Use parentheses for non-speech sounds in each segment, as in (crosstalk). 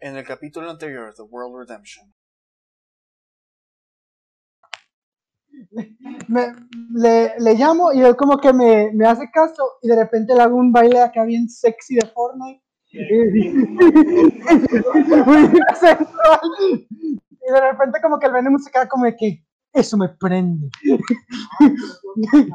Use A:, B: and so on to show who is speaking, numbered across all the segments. A: en el capítulo anterior, The World Redemption.
B: Me, le, le llamo y él como que me, me hace caso y de repente le hago un baile acá bien sexy de Fortnite. (laughs) Muy sensual. y de repente como que el veneno se queda como de que eso me prende.
C: Eso me prende.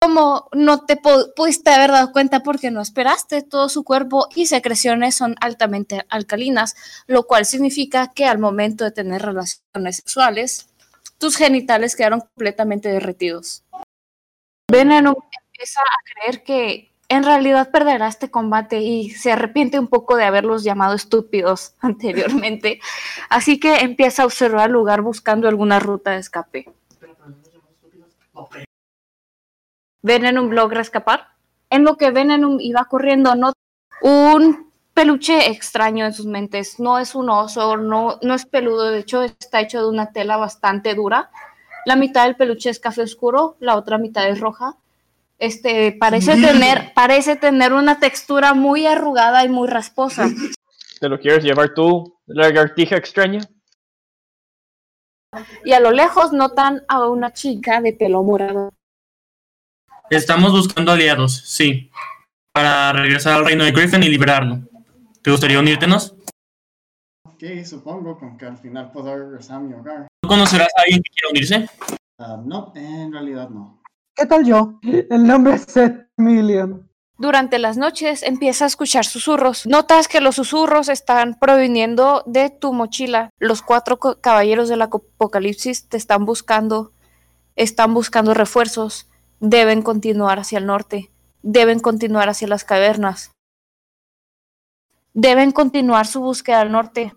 D: Como no te pu- pudiste haber dado cuenta porque no esperaste, todo su cuerpo y secreciones son altamente alcalinas, lo cual significa que al momento de tener relaciones sexuales, tus genitales quedaron completamente derretidos. Veneno empieza a creer que en realidad perderá este combate y se arrepiente un poco de haberlos llamado estúpidos (laughs) anteriormente, así que empieza a observar el lugar buscando alguna ruta de escape. Venenum logra escapar. En lo que Venenum iba corriendo, nota un peluche extraño en sus mentes. No es un oso, no, no es peludo, de hecho está hecho de una tela bastante dura. La mitad del peluche es café oscuro, la otra mitad es roja. Este parece tener, parece tener una textura muy arrugada y muy rasposa.
C: ¿Te lo quieres llevar tú, lagartija extraña?
D: Y a lo lejos notan a una chica de pelo morado.
E: Estamos buscando aliados, sí. Para regresar al reino de Griffin y liberarlo. ¿Te gustaría unírtenos?
F: Ok, supongo con que al final podré regresar a mi hogar.
E: ¿Tú conocerás a alguien que quiera unirse?
F: Ah, no, en realidad no.
B: ¿Qué tal yo? El nombre es Seth Million.
D: Durante las noches empieza a escuchar susurros. Notas que los susurros están proviniendo de tu mochila. Los cuatro co- caballeros del apocalipsis te están buscando. Están buscando refuerzos. Deben continuar hacia el norte. Deben continuar hacia las cavernas. Deben continuar su búsqueda al norte.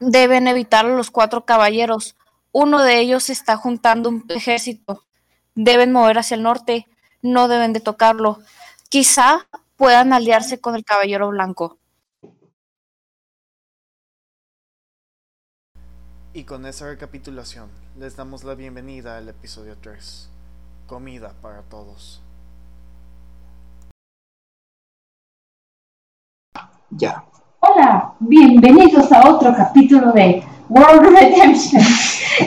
D: Deben evitar a los cuatro caballeros. Uno de ellos está juntando un ejército. Deben mover hacia el norte. No deben de tocarlo quizá puedan aliarse con el caballero blanco.
A: Y con esa recapitulación, les damos la bienvenida al episodio 3. Comida para todos.
G: Ya.
H: Hola, bienvenidos a otro capítulo de World Redemption.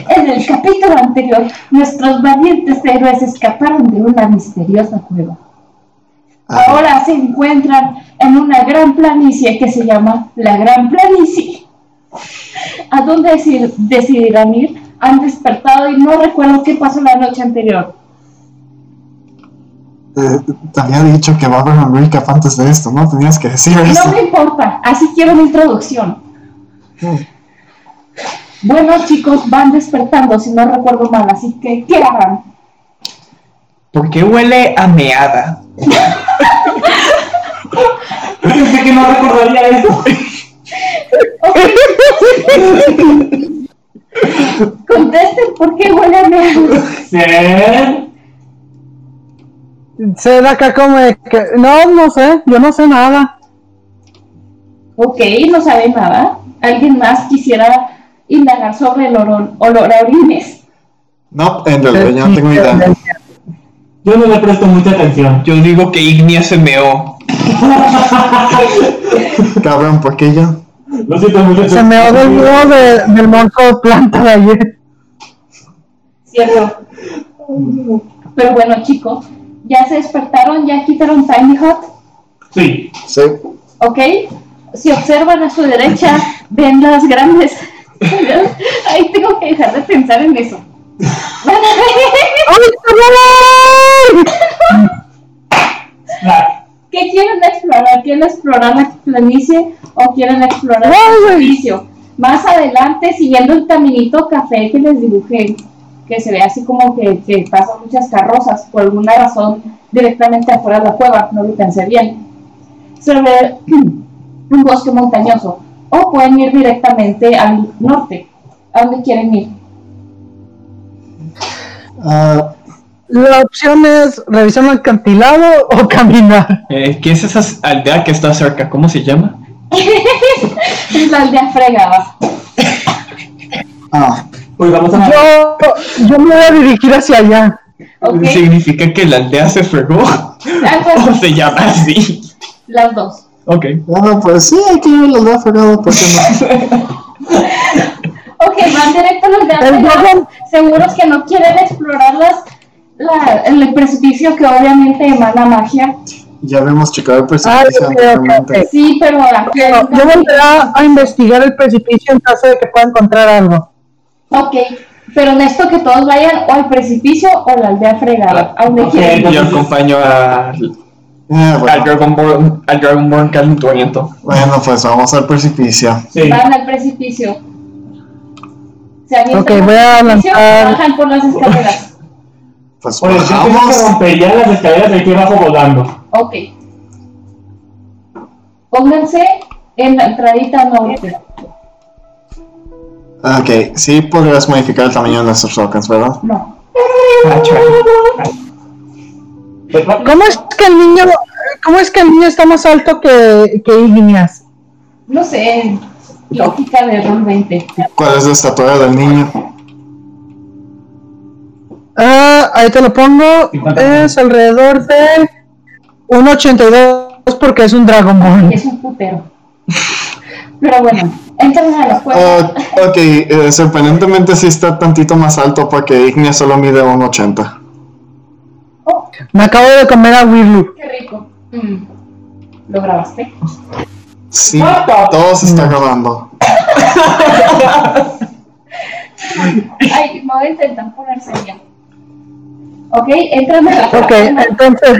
H: En el capítulo anterior, nuestros valientes héroes escaparon de una misteriosa cueva.
G: Ah,
H: Ahora se encuentran en una gran planicie que se llama la Gran Planicie. ¿A dónde deci- decidirán ir? Han despertado y no recuerdo qué pasó la noche anterior.
G: eh, te había dicho que va a haber un recap antes de esto, ¿no? Tenías que decir eso.
H: No me importa, así quiero una introducción.
G: Mm.
H: Bueno, chicos, van despertando, si no recuerdo mal, así que ¿qué harán?
I: ¿Por qué huele a meada? Pensé que no recordaría eso.
H: Contesten por qué huele a meado.
I: ¿Ser?
B: Se da acá como de que. No, no sé, yo no sé nada.
H: Ok, no sabe nada. ¿Alguien más quisiera indagar sobre el olor, olor a orines?
G: No, en realidad yo no
B: (laughs)
G: tengo idea.
I: Yo no le presto mucha atención. Yo digo que Ignia se meó.
G: Cabrón, ¿por qué yo?
I: Lo siento mucho.
B: Se me olvidó de, del monstruo de planta de ayer.
H: ¿Cierto? Pero bueno, chicos, ¿ya se despertaron? ¿Ya quitaron Tiny Hot?
I: Sí.
G: Sí.
H: ¿Ok? Si observan a su derecha, ven las grandes. (laughs) Ahí tengo que dejar de pensar en eso. Van a ver- ¿Qué quieren explorar? ¿Quieren explorar la planicie o quieren explorar el edificio? Más adelante, siguiendo el caminito café que les dibujé, que se ve así como que, que pasan muchas carrozas, por alguna razón, directamente afuera de la cueva, no lo pensé bien. Se ve (clears throat) un bosque montañoso. O pueden ir directamente al norte. ¿A dónde quieren ir?
G: Ah,
B: La opción es revisar un acantilado o caminar.
I: Eh, ¿Qué es esa aldea que está cerca? ¿Cómo se llama?
H: Es la aldea fregada.
G: ah,
I: Pues vamos
B: Yo, yo me voy a dirigir hacia allá.
H: ¿Ok?
I: ¿Significa que la aldea se fregó?
H: Algo
I: ¿O
H: así,
I: se llama así?
H: Las dos.
I: Ok.
G: Bueno, pues sí, hay que ir a la aldea fregada, ¿por qué no?
H: Ok, van directo a los de
B: El
H: arriba,
B: Dragon.
H: seguros que no quieren explorar las, la- el precipicio que obviamente emana magia.
G: (laughs) Ya vemos checar
B: Ah,
G: el precipicio
B: ok, ok,
G: anteriormente.
H: Sí, pero aquí hay
B: Yo
H: un
B: yo
H: camino.
B: volveré a investigar el precipicio en caso de que pueda encontrar algo.
H: Ok, pero de esto que todos vayan o al precipicio o a la aldea fregada, a donde
I: Ok,
H: quieran.
I: yo acompaño a, al
G: Eh, bueno,
I: Dragonborn, al Dragonborn calenturiento.
G: bueno, pues vamos al precipicio.
I: Sí.
H: Van al precipicio. Se avientan
B: Ok,
H: al
B: voy a
H: precipicio,
B: lanzar-
H: Bajan por las escaleras.
G: Pues
I: Oye, yo creo que
G: bajamos.
I: rompería las escaleras de aquí abajo volando.
H: Ok. Pónganse en la entradita norte.
G: Ok, sí podrías modificar el tamaño de nuestros tokens, ¿verdad?
H: No.
I: Ah, chale. Pues, va-
B: ¿Cómo es que el niño, cómo es que el niño está más alto que, que Igneas?
H: No sé, lógica de rol 20.
G: ¿Cuál es la estatura del niño?
B: Ah, ahí te lo pongo. Es alrededor de 1.82 porque es un Dragon Ball.
H: Es un putero. Pero bueno, entran a la escuela.
G: Ah, ok, eh, sorprendentemente sí está tantito más alto porque Ignia solo mide 1.80.
H: Oh,
B: Me acabo de comer a Wirlu.
H: qué rico. Mm. ¿Lo grabaste?
G: Sí, todo se está grabando.
H: Ay, me voy a intentar poner seria. Ok, entran a la
B: Ok,
H: caverna
B: entonces,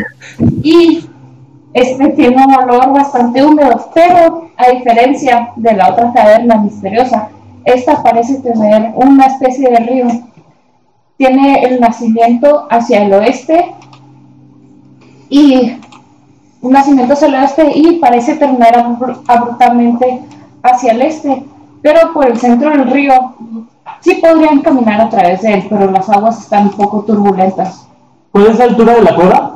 H: y este tiene un olor bastante húmedo, pero a diferencia de la otra caverna misteriosa, esta parece tener una especie de río. Tiene el nacimiento hacia el oeste y un nacimiento hacia el oeste y parece terminar abru- abruptamente hacia el este, pero por el centro del río sí podrían caminar a través de él, pero las aguas están un poco turbulentas.
I: ¿Cuál es la altura de la cueva?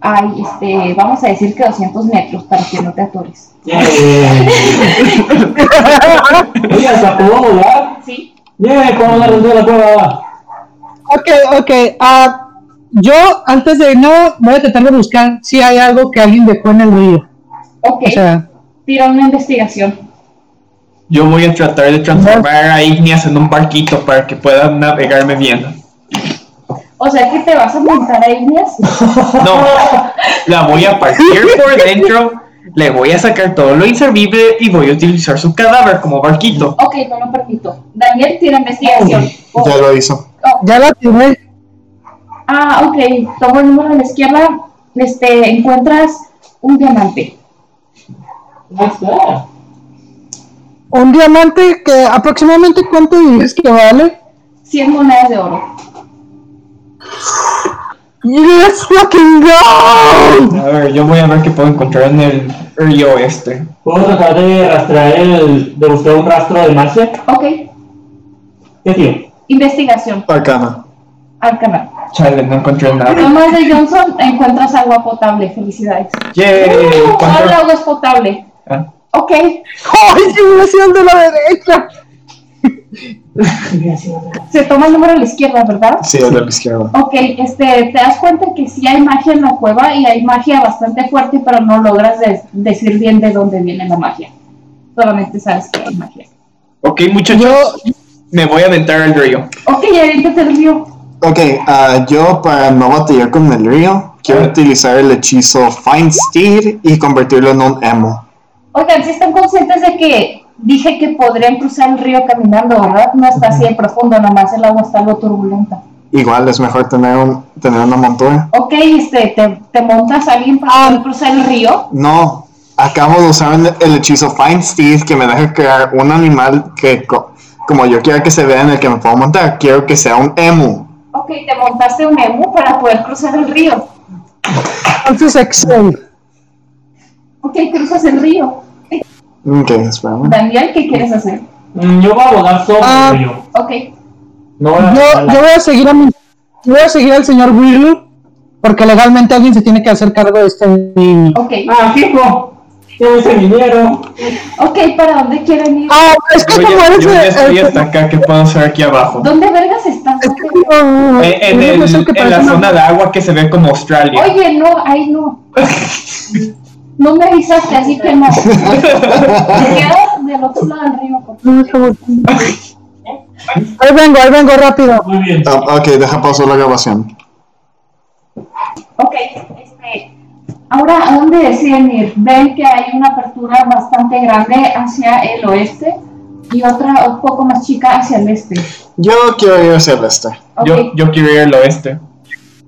H: Ay, este, vamos a decir que 200 metros para que no te atores.
G: Eh,
I: Yeah. Eh, Oye, hasta puedo volar.
H: Sí.
I: Yeah, ¿cómo la altura de la cueva?
B: ok, ok. ah, yo antes de irnos voy a tratar de buscar si hay algo que alguien dejó en el río.
H: Ok,
B: O sea,
H: tira una investigación.
I: Yo voy a tratar de transformar a Igneas en un barquito para que pueda navegarme bien.
H: O sea que te vas a montar
B: (laughs)
H: a Igneas.
I: No, la voy a partir por dentro, le voy a sacar todo lo inservible y voy a utilizar su cadáver como barquito.
H: Ok, no lo permito. Daniel tira investigación. Oh,
G: Ya lo hizo.
H: oh.
B: ya la tiene.
H: Ah, ok, tomo el número de la izquierda. Este, encuentras un diamante.
B: Un diamante que aproximadamente cuánto dirías que vale.
H: 100 monedas de oro.
B: Let's fucking go!
I: A ver, yo voy a ver qué puedo encontrar en el río este.
J: ¿Puedo tratar de rastrear el. de buscar un rastro de Marcia?
H: Ok,
J: ¿Qué tío?
H: investigación
G: Arcana.
H: al canal.
I: Chale, no encontré nada.
H: Tomás de Johnson, encuentras agua potable. Felicidades.
B: Eh,
I: Yay,
H: Uh,
I: encontré-
H: ahora agua es potable.
I: Ah.
H: Ok,
B: ¡Ay, simulación de la derecha!
H: se toma el número de la izquierda, ¿verdad?
G: Sí, el de la izquierda.
H: Ok, este, te das cuenta que sí hay magia en la cueva y hay magia bastante fuerte, pero no logras de- decir bien de dónde viene la magia. Solamente sabes que hay magia.
I: Ok, muchachos, me voy a aventar al río.
H: Ok, ahorita te río.
G: Ok, ah, yo para no batallar con el río, quiero utilizar el hechizo Find Steed y convertirlo en un emo.
H: Oigan, si están conscientes de que dije que podrían cruzar el río caminando, ¿verdad? No está así de profundo, nomás el agua está algo turbulenta.
G: Igual es mejor tener, un, tener una montura.
H: Ok, este, te, te montas a alguien para poder cruzar el río.
G: No, acabo de usar el hechizo Find Steed que me deja crear un animal que, co- como yo quiero que se vea en el que me puedo montar, quiero que sea un emu.
H: Ok, te montaste un emu para poder cruzar el río.
B: Entonces, Excel.
H: Ok, cruzas el río.
G: Ok, espérame.
H: Daniel, ¿qué quieres hacer?
J: Mm, Yo voy a volar sobre
B: Ah.
J: el río.
H: Ok,
J: No voy a
B: Yo, yo voy a seguir a mi, yo voy a seguir al señor Wirlu, porque legalmente alguien se tiene que hacer cargo de este niño.
H: ok.
J: ¡Ah, fijo! ¡Tienes el dinero!
H: Ok, ¿para dónde quieren ir?
B: Ah, es que
I: Yo
B: como
I: ya,
B: eres
I: yo ya
B: el,
I: estoy hasta acá, ¿qué puedo hacer aquí abajo?
H: ¿Dónde vergas están?
B: es que como-
I: Eh, en,
B: Wirlu
I: el-
B: es el que
I: en la
B: parece una-
I: zona de agua que se ve como Australia.
H: Oye, no, ahí no. No me avisaste, así que no. Te quedas del otro lado del río. por favor.
B: Ahí vengo, ahí vengo rápido.
G: Ah, ok, deja paso la grabación.
H: Ok, este, ahora, ¿a dónde deciden ir? Ven que hay una apertura bastante grande hacia el oeste y otra un poco más chica hacia el este.
G: Yo quiero ir hacia el este.
I: Yo, yo quiero ir al oeste.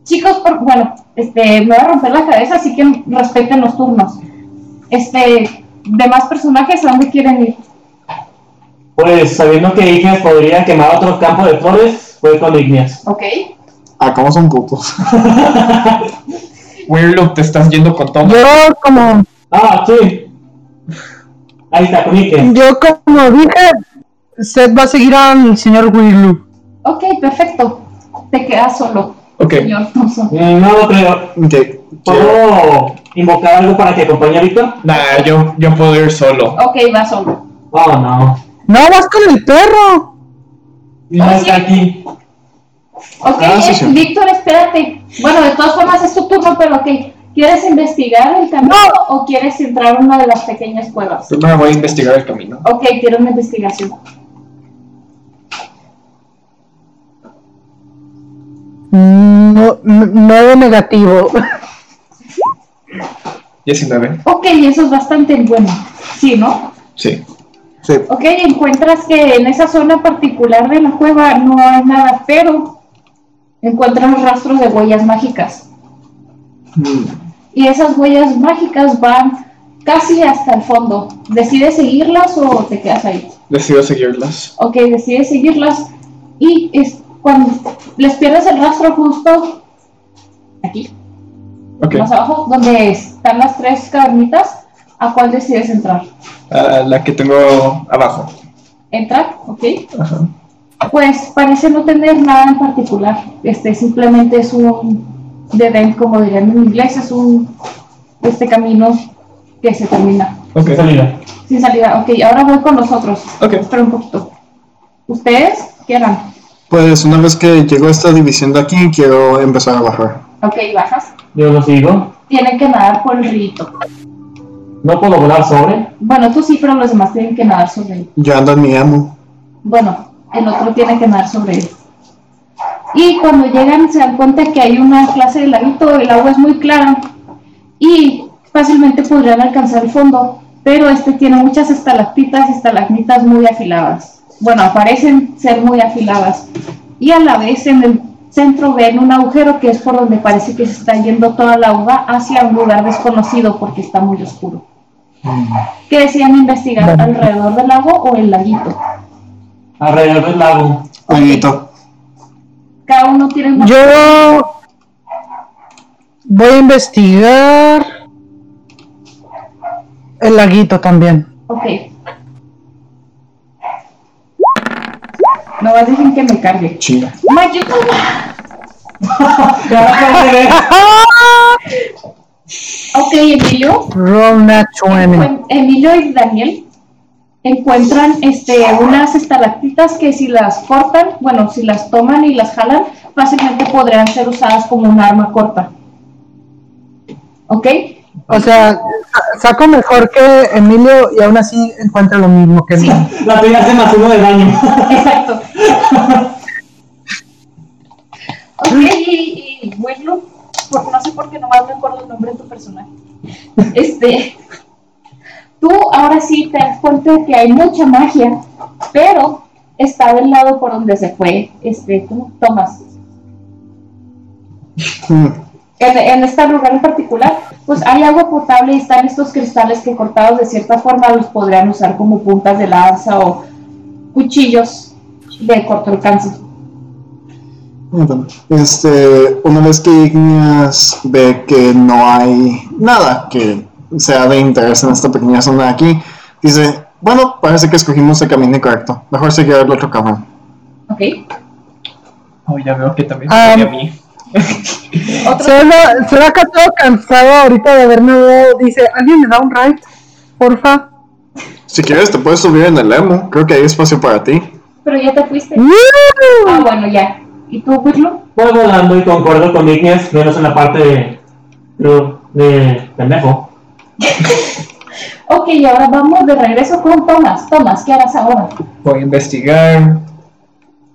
H: Chicos, por- bueno, este, me voy a romper la cabeza, así que respeten los turnos. Este, demás personajes, ¿a dónde quieren ir?
J: Pues sabiendo que Igneas podría quemar otro campo de flores, voy con Igneas.
H: Ok.
G: Ah, ¿cómo son putos?
I: Weirloop, te estás yendo con Tom.
B: Yo como,
J: Ah, sí. Ahí está, con Igneas.
B: yo como dije, Seth va a seguir al señor Willu.
H: Ok, perfecto. Te quedas solo,
I: Ok.
H: señor Thompson.
J: Mm, No lo creo.
G: (laughs) Ok, quiero-
J: ¿Puedo invocar algo para que acompañe a Víctor?
I: Nah, yo, yo puedo ir solo.
H: Ok, va solo.
J: Oh, no.
B: No, vas con el perro.
J: No
H: Oh,
J: está
H: sí.
J: aquí.
H: Ok,
G: Ah, sí,
H: es-
G: sí.
H: Víctor, espérate. Bueno, de todas formas es tu turno, pero ok. ¿Quieres investigar el camino o quieres entrar a una de las pequeñas cuevas?
I: Primero voy a investigar el camino.
H: Ok, quiero una investigación.
B: No, n- nueve negativo.
I: 19.
H: Ok, eso es bastante bueno. Sí, ¿no?
I: Sí.
G: sí.
H: Ok, encuentras que en esa zona particular de la cueva no hay nada, pero encuentras rastros de huellas mágicas.
I: Mm,
H: Y esas huellas mágicas van casi hasta el fondo. ¿Decides seguirlas o te quedas ahí?
I: Decido seguirlas.
H: Ok, decides seguirlas y es cuando les pierdes el rastro justo aquí,
I: Ok.
H: más abajo, donde están las tres cavernitas, ¿a cuál decides entrar?
I: Ah, la que tengo abajo.
H: Entrar, ok.
I: Ajá.
H: Pues parece no tener nada en particular. Este simplemente es un dead end, como dirían en inglés, es un este camino que se termina
I: Ok.
J: Salida.
H: sin salida. Ok, ahora voy con los otros.
I: Ok.
H: Espera un poquito. Ustedes quieran.
G: Pues una vez que llego a esta división de aquí, quiero empezar a bajar.
H: Ok, bajas.
J: Yo lo sigo.
H: Tienen que nadar por el rito.
J: No puedo volar sobre.
H: Bueno, tú sí, pero los demás tienen que nadar sobre él.
G: Yo ando en mi amo.
H: Bueno, el otro tiene que nadar sobre él. Y cuando llegan se dan cuenta que hay una clase de laguito, el agua es muy clara y fácilmente podrían alcanzar el fondo, pero este tiene muchas estalactitas y estalagmitas muy afiladas. Bueno, parecen ser muy afiladas. Y a la vez en el centro ven un agujero que es por donde parece que se está yendo toda la uva hacia un lugar desconocido porque está muy oscuro. ¿Qué decían investigar alrededor del lago o el laguito?
J: Alrededor del lago.
G: Amiguito.
H: Cada uno tiene una.
B: Yo voy a investigar el laguito también.
H: Ok. No dejen que me cargue.
G: Chinga.
H: Mayo. ok, Emilio.
B: Roll nat 20.
H: Encuen- Emilio y Daniel encuentran este, unas estalactitas que si las cortan, bueno, si las toman y las jalan, fácilmente podrían ser usadas como un arma corta. ¿Ok?
B: O sea, sa- saco mejor que Emilio y aún así encuentro lo mismo que
H: Sí.
B: él.
J: La tuya hace más uno de daño.
H: Exacto. ok, y, y Willow, por- no sé por qué nomás me acuerdo el nombre de tu personaje. Este, tú ahora sí te das cuenta de que hay mucha magia, pero está del lado por donde se fue, este, ¿cómo? Tomás.
G: Mm.
H: En, en este lugar en particular, pues hay agua potable y están estos cristales que cortados de cierta forma los podrían usar como puntas de lanza o cuchillos de corto alcance.
G: Bueno, Este, una vez que Igneas ve que no hay nada que sea de interés en esta pequeña zona de aquí, dice, bueno, parece que escogimos el camino incorrecto. Mejor seguir al otro cabrón.
H: ¿Ok?
I: Oh, ya veo que también
B: Ah.
I: me a mí.
B: Solo, solo acá todo cansado ahorita de haberme dado. Dice, ¿alguien me da un ride? Porfa.
G: Si quieres, te puedes subir en el emo. Creo que hay espacio para ti.
H: Pero ya te fuiste. Ah,
B: ¡Woo!
H: bueno, ya. ¿Y tú, Willow?
J: (laughs) Voy volando y concuerdo con Igneas, menos en la parte de. de pendejo.
H: Ok, y ahora vamos de regreso con Tomás. Tomás, ¿qué harás ahora?
I: Voy a investigar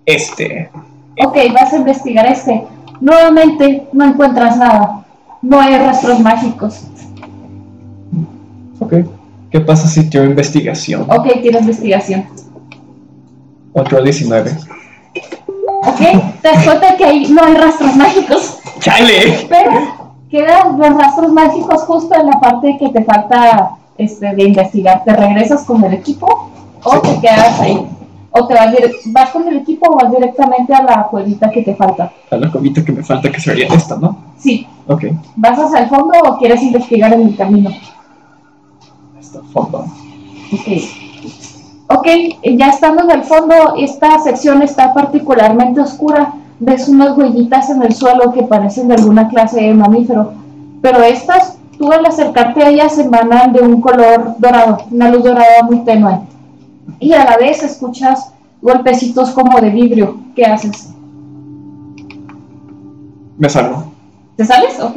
I: este.
H: Ok, vas a investigar este. Nuevamente no encuentras nada. No hay rastros mágicos.
I: Ok. ¿Qué pasa si tiro investigación?
H: Ok, tiro investigación.
I: Otro 19.
H: Ok, te das cuenta que ahí no hay rastros mágicos.
I: ¡Chale!
H: Pero quedan los rastros mágicos justo en la parte que te falta este, de investigar. ¿Te regresas con el equipo o te quedas ahí? ¿O te vas, dire- vas con el equipo o vas directamente a la cuevita que te falta?
I: A la comita que me falta que sería esta, ¿no?
H: Sí.
I: Ok.
H: ¿Vas hacia el fondo o quieres investigar en el camino?
I: Esta foto.
H: Ok. Ok, ya estando en el fondo, esta sección está particularmente oscura. Ves unas huellitas en el suelo que parecen de alguna clase de mamífero. Pero estas, tú al acercarte a ellas, emanan de un color dorado, una luz dorada muy tenue. Y a la vez escuchas golpecitos como de vidrio. ¿Qué haces?
I: Me salgo.
H: ¿Te sales? Ok.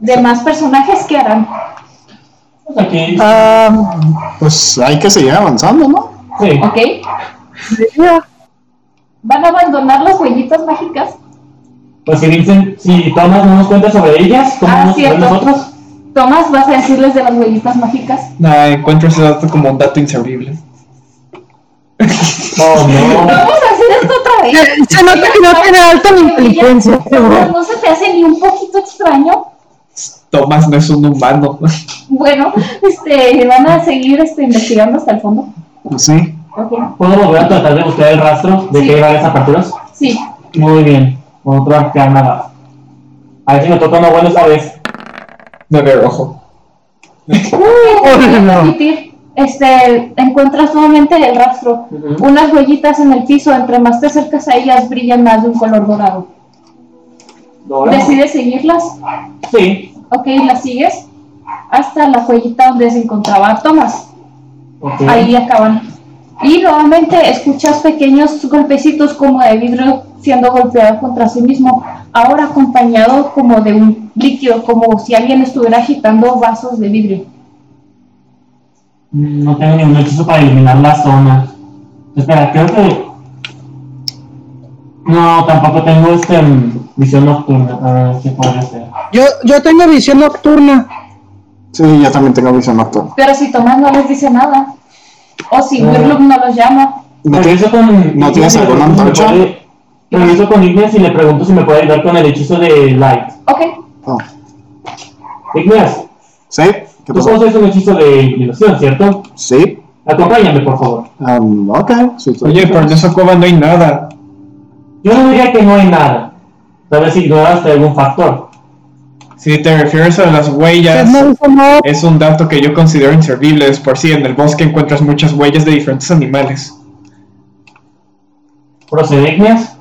H: Demás personajes, ¿qué harán?
J: Aquí.
H: Ah,
G: Pues hay que seguir avanzando, ¿no?
J: Sí.
H: ¿Ok? ¿Van a abandonar las huellitas mágicas?
J: Pues si dicen, si Tomás no nos cuenta sobre ellas, ¿cómo
H: Ah,
J: nos cuenta
H: cierto.
J: nosotros?
H: Tomás, ¿vas a decirles de las huellitas mágicas?
I: Nah, Ah, encuentro ese dato como un dato inservible.
H: (laughs)
J: Oh, no.
H: Vamos a hacer esto otra vez.
B: Se nota que no tiene alta la inteligencia. este
H: Tomás, ¿no se te hace ni un poquito extraño?
I: Tomás no es un humano. (laughs)
H: Bueno, este, van a seguir este, investigando hasta el fondo.
G: Pues sí.
H: Ok.
J: ¿Puedo volver a tratar de buscar el rastro de
H: Sí.
J: que hay varias aperturas?
H: Sí.
J: Muy bien. Otra cámara. A ver si me toca uno bueno esta vez.
I: No veo ojo.
H: Voy a repetir. Este, encuentras nuevamente el rastro. Unas huellitas en el piso, entre más te acercas a ellas, brillan más de un color dorado.
J: ¿Dora?
H: ¿Decides seguirlas?
J: Sí.
H: Ok, las sigues hasta la huellita donde se encontraba Tomás.
J: Ok.
H: Ahí acaban. Y nuevamente escuchas pequeños golpecitos como de vidrio siendo golpeado contra sí mismo, ahora acompañado como de un líquido, como si alguien estuviera agitando vasos de vidrio.
J: Mm, No tengo ningún hechizo para eliminar la zona. Espera, creo que. No, tampoco tengo este mm, visión nocturna. A ver qué podría hacer.
B: Yo, yo tengo visión nocturna.
G: Sí, yo también tengo visión nocturna.
H: Pero si Tomás no les dice nada, o si
J: Ah.
H: Wirloop no los llama,
G: ¿No tienes-
J: Regreso con.
G: no tienes alguna antorcha?
J: Regreso con Igneas y le pregunto si me puede ayudar con el hechizo de Light.
H: ok,
G: oh.
J: Igneas,
G: ¿Sí? ¿Qué
J: tú
G: pasó?
J: conoces un hechizo de iluminación, ¿cierto?
G: Sí.
J: Acompáñame, por favor.
G: Um, ok. Sí, estoy-
I: Oye, pero en esa cueva no hay nada.
J: Yo no diría que no hay nada. Tal vez ignoraste algún factor.
I: Si te refieres a las huellas,
B: No dice nada.
I: es un dato que yo considero inservible. Es por si en el bosque encuentras muchas huellas de diferentes animales.
J: Procede, Igneas.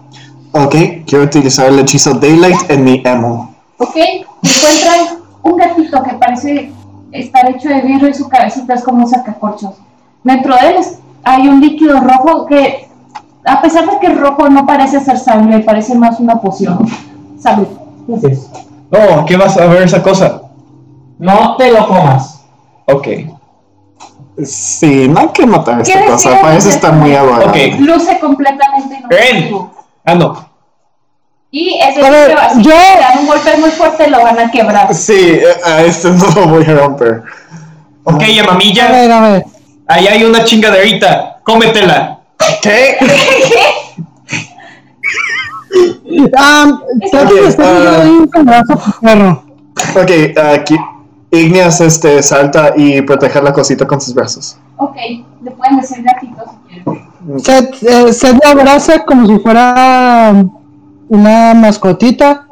G: Ok, quiero utilizar el hechizo Daylight en mi emo.
H: ok, encuentran un gatito que parece estar hecho de vidrio y su cabecita es como un sacacorchos. Dentro de él es- hay un líquido rojo que, a pesar de que es rojo, no parece ser sangre, parece más una poción. Salud.
J: Gracias.
I: Oh, ¿qué vas a ver esa cosa?
J: No te lo comas.
I: Ok.
G: Sí, no hay que matar a esta
H: ¿Qué
G: cosa.
H: decías?
G: Parece estar muy adorable.
I: Ok.
H: Luce completamente inofensivo.
I: Ah, no.
H: Y es
B: A ver,
H: decir, que
B: yo-
H: yo... le dan un golpe muy fuerte lo van a quebrar.
G: Sí, eh, a este no lo voy a romper.
I: Ok,
B: A
I: mamilla.
B: ver, a ver.
I: Ahí hay una chingaderita. Cómetela.
G: ¿Qué?
B: Ah, creo que me está Ah. haciendo ahí un canazo perro.
G: Ok, aquí. Igneas este, salta y protege la cosita con sus brazos.
H: Ok, le pueden decir gatito si quieren.
B: Se, eh, se le abraza como si fuera um, una mascotita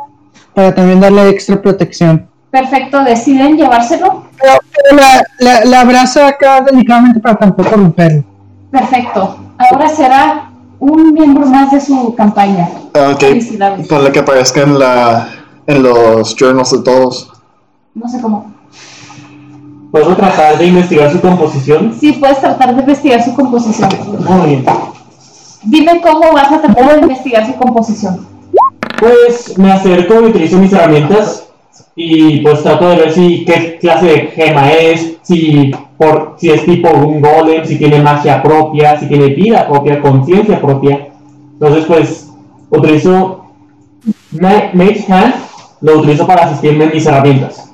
B: para también darle extra protección.
H: Perfecto, deciden llevárselo.
B: Pero, pero la, la- la abraza acá delicadamente para tampoco romperlo.
H: Perfecto. Ahora será un miembro más de su campaña.
G: Ah, Ok,
H: Felicidades.
G: por lo que aparezca en, la, en los journals de todos.
H: No sé cómo.
J: ¿Puedo tratar de investigar su composición?
H: Sí, puedes tratar de investigar su composición.
J: Muy bien.
H: Dime cómo vas a tratar de investigar su composición.
J: Pues me acerco y utilizo mis herramientas y pues trato de ver si qué clase de gema es, si por si es tipo un golem, si tiene magia propia, si tiene vida propia, conciencia propia. Entonces pues utilizo Ma- Mage Hand, lo utilizo para asistirme en mis herramientas.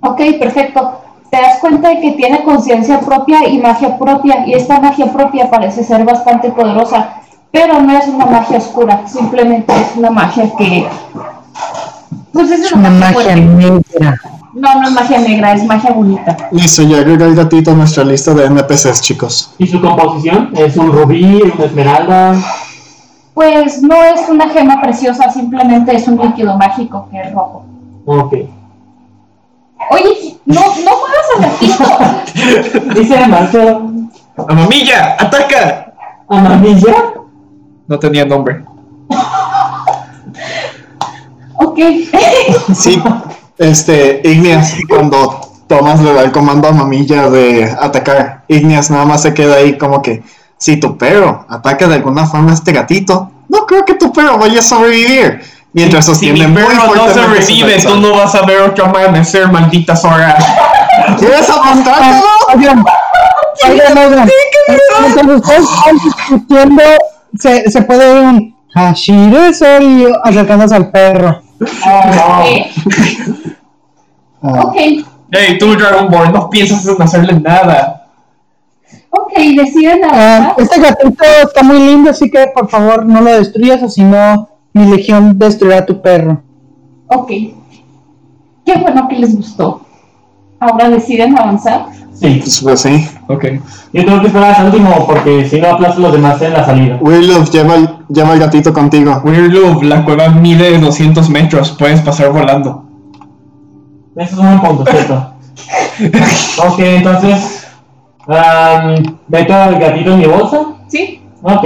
H: Ok, perfecto. Te das cuenta de que tiene conciencia propia y magia propia, y esta magia propia parece ser bastante poderosa, pero no es una magia oscura, simplemente es una magia que... Pues es una, magia, fuerte.
B: negra.
H: No, no es magia negra, es magia bonita.
G: Listo, ya agrega el gatito a nuestra lista de NPCs, chicos.
J: ¿Y su composición? ¿Es un rubí, una esmeralda?
H: Pues no es una gema preciosa, simplemente es un líquido mágico que es rojo.
J: Ok.
H: Oye, no, no juegas al gatito.
J: Dice Marcelo.
I: ¡Amamilla! ¡Ataca!
J: ¿Amarilla?
I: No tenía nombre.
H: Ok.
G: Sí, este, Igneas, cuando Tomás le da el comando a Mamilla de atacar, Igneas nada más se queda ahí como que, si tu perro ataca de alguna forma a este gatito, no creo que tu perro vaya a sobrevivir. Mientras
I: Si
G: sostiene
I: mi
G: muy
I: perro no
G: fuertemente su
I: sobrevive,
G: cabeza.
I: tú no vas a ver otro amanecer, maldita zorra.
G: ¿Quieres apostártelo?
B: Oigan, oigan, oigan. Mientras ustedes están discutiendo, se, se puede oír un Hashire Sori acercándose al perro.
G: Ah,
H: Ok,
I: Hey, tú, Dragonborn, no piensas en hacerle nada.
H: ok, deciden
B: Ah,
H: avanzar.
B: este gatito está muy lindo, así que por favor no lo destruyas o si no, mi legión destruirá a tu perro.
H: Ok. Qué bueno que les gustó. Ahora deciden avanzar.
J: Sí.
G: pues, pues sí.
I: Ok.
J: Yo tengo que esperar al último porque si no aplazo a los demás en la salida.
G: Willow, lleva el, lleva el gatito contigo.
I: Weird Loop, la cueva mide 200 metros, puedes pasar volando.
J: Eso es un buen punto, ¿cierto?
I: (laughs)
J: ok, entonces. am, meto al gatito en mi bolsa.
H: ¿Sí?
J: Ok.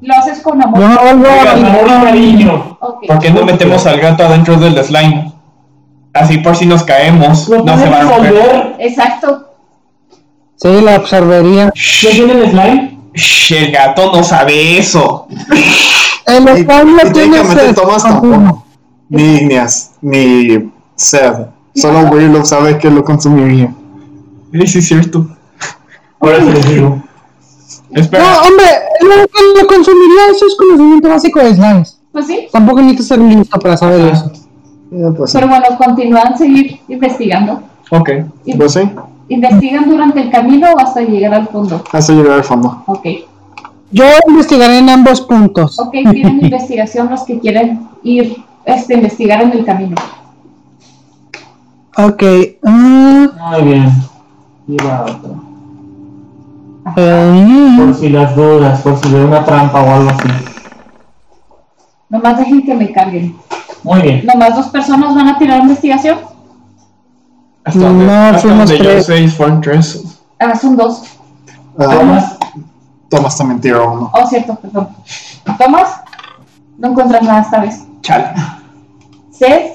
H: Lo haces con
B: Yo
H: amor.
B: no vuelvo a
J: Con
B: bailar.
J: amor y cariño.
H: Ok.
I: ¿Por qué no metemos al gato adentro del slime? Así por si nos caemos,
J: ¿Lo
I: no se
J: pueden
I: va a romper.
J: resolver?
H: Exacto.
B: Sí, la absorbería.
J: ¿Ya
I: Shh,
J: tienen slime?
I: shh, el gato no sabe eso.
B: El slime
G: Y- y
B: lo tienes
G: técnicamente
B: eh,
G: Tomás
B: contigo.
G: tampoco. Ni Igneas, ni Sed. Solo Willow sabe que lo consumiría.
I: Sí, sí, es cierto.
J: Ahora sí les digo.
I: Espera,
B: No, hombre, lo que lo consumiría eso es conocimiento básico de slimes.
H: Pues sí.
B: Tampoco necesitas ser listo para saber eso.
G: Eh, pues, sí.
H: Pero bueno, continúan seguir investigando.
I: ok.
H: In-
G: pues sí,
H: Investigan durante el camino o hasta llegar al fondo.
G: hasta llegar al fondo.
H: Ok.
B: Yo investigaré en ambos puntos.
H: Ok,
B: (laughs)
H: tienen investigación los que quieren ir este, investigar en el camino.
B: Ok. ah,
J: Muy bien. Y la otra.
B: eh,
J: Por si las dudas, por si veo una trampa o algo así.
H: Nomás dejen que me carguen.
J: Muy bien.
H: Nomás dos personas van a tirar investigación.
I: Hasta
B: No,
I: donde, hasta
B: fuimos
I: donde yo
B: tres.
I: sé, fueron tres.
H: Ah, son dos.
G: Ah,
J: Tomás,
G: Tomás también tiró uno.
H: Oh, cierto, perdón. Tomás, no encuentras nada esta vez.
I: Chale.
H: Sed,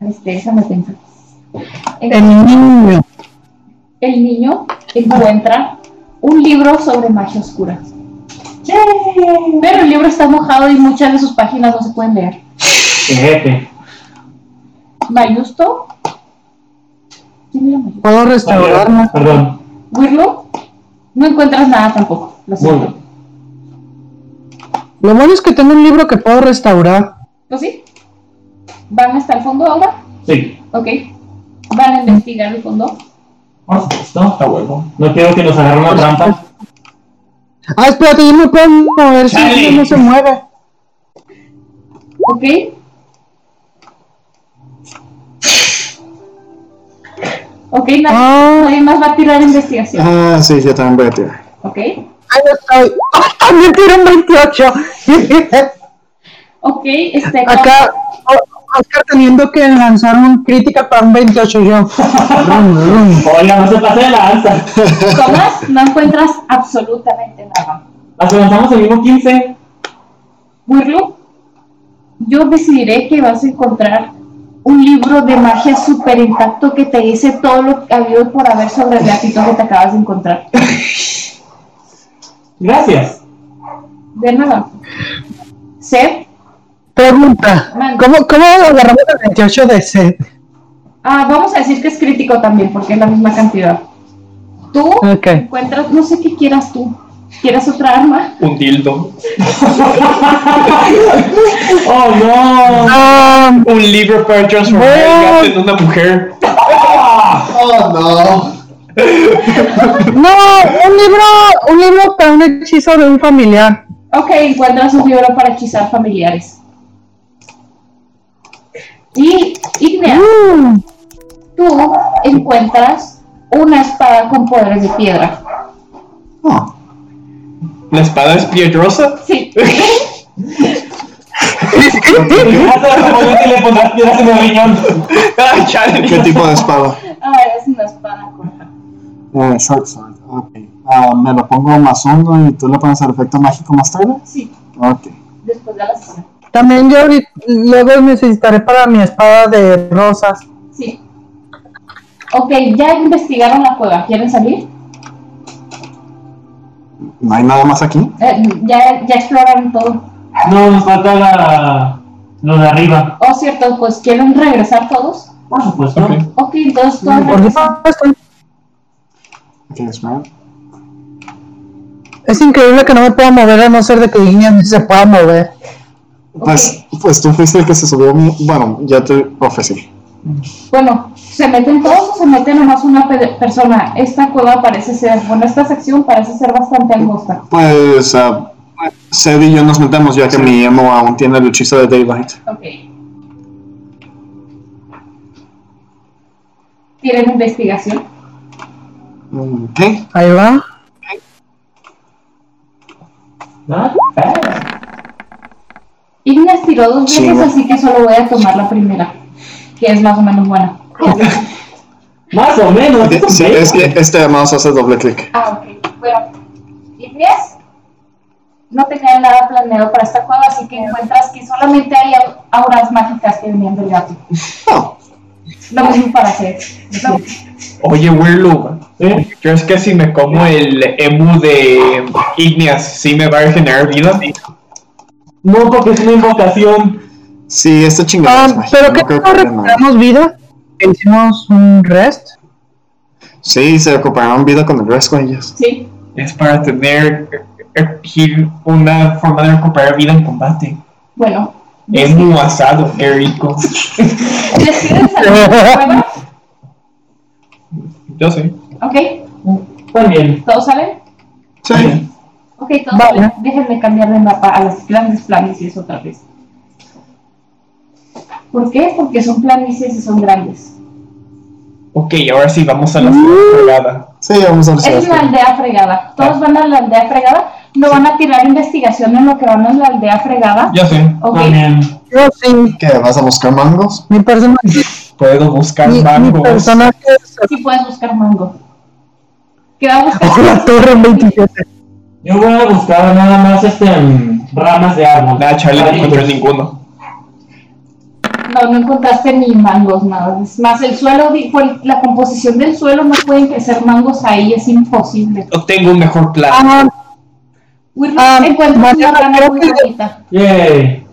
H: este, déjame pensar.
B: el niño.
H: el niño encuentra un libro sobre magia oscura. Pero el libro está mojado y muchas de sus páginas no se pueden leer.
J: fíjate.
H: Mayusto. ¿Quién era Mayusto?
B: Puedo restaurarla.
J: Perdón.
H: Wirlo. No encuentras nada tampoco. Lo
J: Muy
H: siento.
J: bien.
B: Lo bueno es que tengo un libro que puedo restaurar.
H: Pues sí. ¿Van hasta el fondo ahora?
J: Sí.
H: Ok. ¿Van a investigar el fondo?
J: Por supuesto. Ah, Está huevo. No quiero que nos agarre una trampa.
B: Ah, espérate, yo me puedo mover si
I: Chale.
B: el niño no se mueve.
H: Ok. Ok, nadie,
B: Ah.
H: nadie más va a tirar investigación.
G: Ah, sí, yo también voy a tirar.
H: Ok.
B: Ahí estoy. ¡Ah, también tiro un 28!
H: Ok, este.
B: (laughs) Acá, o- Oscar teniendo que lanzar un crítica para un 28 yo. (laughs) Rum, rum.
J: Oiga, no se pase de la alza.
H: Tomás, no encuentras absolutamente nada.
J: Las lanzamos el mismo 15.
H: Wirlo, yo decidiré que vas a encontrar un libro de magia súper intacto que te dice todo lo que ha habido por haber sobre el gatito que te acabas de encontrar.
J: Gracias.
H: De nada. Seth,
B: Pregunta, ¿cómo, cómo agarramos el 28 de set?
H: Ah, vamos a decir que es crítico también, porque es la misma cantidad. Tú
B: Ok.
H: encuentras, no sé qué quieras tú. ¿Quieres otra arma?
I: Un tildo.
J: ¡Oh, no!
B: Ah,
I: un libro para transformar el gato en una mujer.
G: Oh
B: No, un libro, un libro para un hechizo de un familiar.
H: Ok, encuentras un libro para hechizar familiares. Y, Ignea,
B: Uh.
H: tú encuentras una espada con poderes de piedra.
G: Ah,
I: ¿La espada es
J: (laughs)
I: piedrosa?
H: Sí.
I: Ah, chale.
G: no. ¿Qué tipo de espada?
H: Ah, es una espada corta.
G: (laughs) Eh, short sword. Ok. Ah, me lo pongo más uno y tú le pones el efecto mágico más tarde.
H: Sí,
G: Ok.
H: después de la sesión.
B: También yo ahorita- luego necesitaré para mi espada de rosas.
H: Sí. Ok, ya investigaron la cueva. ¿Quieren salir?
G: ¿No hay nada más aquí?
H: Eh, ya, ya exploraron todo.
J: No, nos falta la... lo de arriba.
H: Oh, cierto, pues quieren regresar todos.
J: Por supuesto.
H: Ok, entonces todos
B: Por
H: regresan.
B: supuesto.
G: Ok, espera.
B: Es increíble que no me pueda mover a no ser de que Ignea se pueda mover.
G: Pues, pues tú fuiste el que se subió a mi. Bueno, ya te ofrecí.
H: Bueno, ¿se meten todos o se mete nomás una pe- persona? Esta cueva parece ser, bueno, esta sección parece ser bastante angosta.
G: Pues, ah, Sed y yo nos metemos ya que mi emo aún tiene el hechizo de Daylight.
H: Ok. ¿Tienen investigación?
G: Ok.
B: Ahí va.
J: Ah,
H: Ignas tiró dos veces,
G: Chinga.
H: así que solo voy a tomar la primera, que es más o menos buena.
J: Más o menos.
G: Ok, Eh, Sí, es que este mouse hace doble clic.
H: Ah, ok. Bueno, Ignas no tenía nada planeado para esta cueva, así que encuentras que solamente hay au- auras mágicas que venían del gato.
G: Oh,
H: Lo mismo para hacer. Lo-
I: Oye, Werlu,
J: ¿Eh?
I: ¿crees que si me como el emu de Igneas, sí me va a generar vida?
J: No, porque es una invocación.
G: sí, este chingado
B: Ah,
G: es mágico,
B: ¿Pero
G: no
B: qué
G: creo
B: no
G: que nada.
B: recuperamos vida? ¿Que ¿Hicimos un rest?
G: Sí, se recuperaron vida con el resto de ellas.
H: Sí.
I: Es para tener eh, eh, una forma de recuperar vida en combate.
H: Bueno,
I: Emu asado, qué rico.
H: ¿les quieren salir de la cueva?
I: Yo sé.
H: Ok,
J: También.
H: ¿todos salen?
G: Sí.
H: Ok, todos
B: Vale.
H: salen. Déjenme cambiar de mapa a las grandes planicies otra vez. ¿Por qué? Porque son planicies y son grandes.
I: Ok, ahora sí, vamos a la
B: Uh.
I: fregada.
G: Sí, vamos a ver
H: Es
B: este,
H: la aldea fregada. Todos van a la aldea fregada. No van a tirar investigación en lo que van a la aldea fregada.
I: Ya sé.
H: Ok,
J: También.
B: Yo sí,
G: ¿Qué? ¿Vas a buscar mangos?
B: mi personaje,
I: Puedo buscar
B: mi, mi
I: mangos.
B: personaje es
H: sí puedes buscar mango. ¿Qué va a
B: la (laughs)
H: buscar?
B: torre en 27.
J: Yo voy a buscar nada más este mm, ramas de árbol.
I: Nah, Charlie Ah, no
J: Raíces.
I: encontré ninguno.
H: No, no encontraste ni mangos, nada. Es más, el suelo, di- por la composición del suelo no pueden crecer mangos ahí, es imposible.
I: No tengo un mejor plan.
B: Ah,
H: Wilma,
B: Ah,
H: encuentras una
B: Mariana,
H: rana
B: creo
H: muy
B: que-
H: bonita.
J: Yay.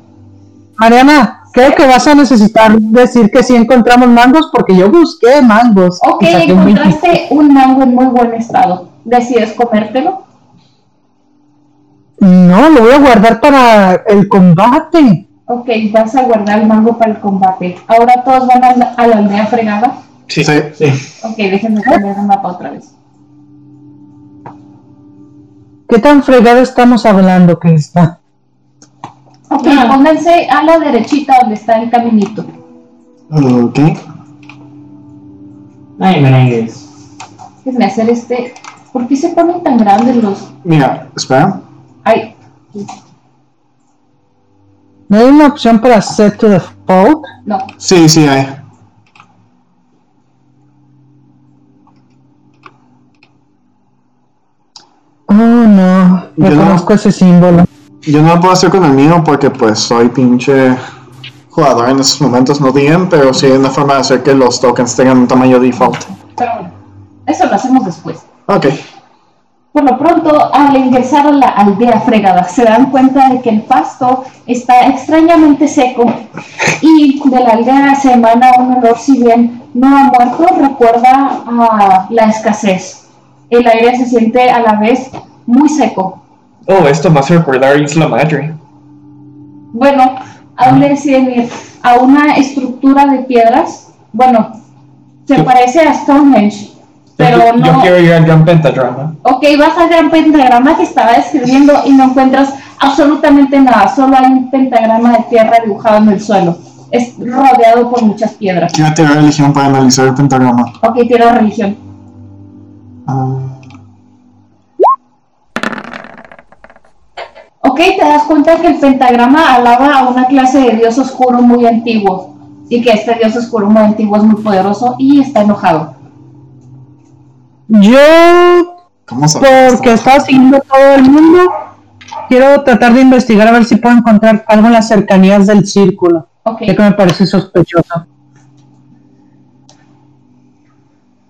B: Mariana, creo que vas a necesitar decir que sí encontramos mangos porque yo busqué mangos.
H: Ok,
B: y saqué un 20.
H: encontraste un mango en muy buen estado. ¿Decides comértelo?
B: No, lo voy a guardar para el combate.
H: Ok, vas a guardar el mango para el combate. Ahora todos van a la, a la aldea fregada.
I: Sí.
J: Sí.
H: Ok, déjenme cambiar el mapa otra vez.
B: ¿Qué tan fregado estamos hablando que está?
H: Ok, pónganse a la derechita donde está el caminito.
G: Ok.
J: Ay, merengues.
H: Déjenme hacer este. ¿Por qué se ponen tan grandes los.?
G: Mira, espera.
H: Ay,
B: ¿No hay una opción para set to the fold?
H: no.
G: Sí, sí, hay.
B: Oh, no,
G: Yo no.
B: reconozco ese símbolo.
G: Yo no lo puedo hacer con el mío porque pues soy pinche jugador en estos momentos, no DM, pero sí hay una forma de hacer que los tokens tengan un tamaño default.
H: Pero bueno, eso lo hacemos después.
G: Ok.
H: Por lo pronto, al ingresar a la aldea fregada, se dan cuenta de que el pasto está extrañamente seco y de la aldea se emana un olor, si bien no ha muerto, recuerda a la escasez. El aire se siente a la vez muy seco.
I: Oh, esto me hace recordar Isla Madre.
H: Bueno, ¿a dónde deciden ir? A una estructura de piedras. Bueno, se
I: Yo-
H: parece a Stonehenge, pero
I: yo,
H: no.
I: yo quiero ir al Gran Pentagrama.
H: Ok, vas al gran pentagrama que estaba describiendo y no encuentras absolutamente nada. Solo hay un pentagrama de tierra dibujado en el suelo. Es rodeado por muchas piedras.
G: Quiero tirar religión para analizar el pentagrama.
H: Ok, tiro religión.
G: Ah,
H: Ok, te das cuenta que el pentagrama alaba a una clase de dios oscuro muy antiguo. Y que este dios oscuro muy antiguo es muy poderoso y está enojado.
B: Yo, porque está siguiendo todo el mundo, quiero tratar de investigar a ver si puedo encontrar algo en las cercanías del círculo,
H: Ok.
B: ya que me parece sospechoso.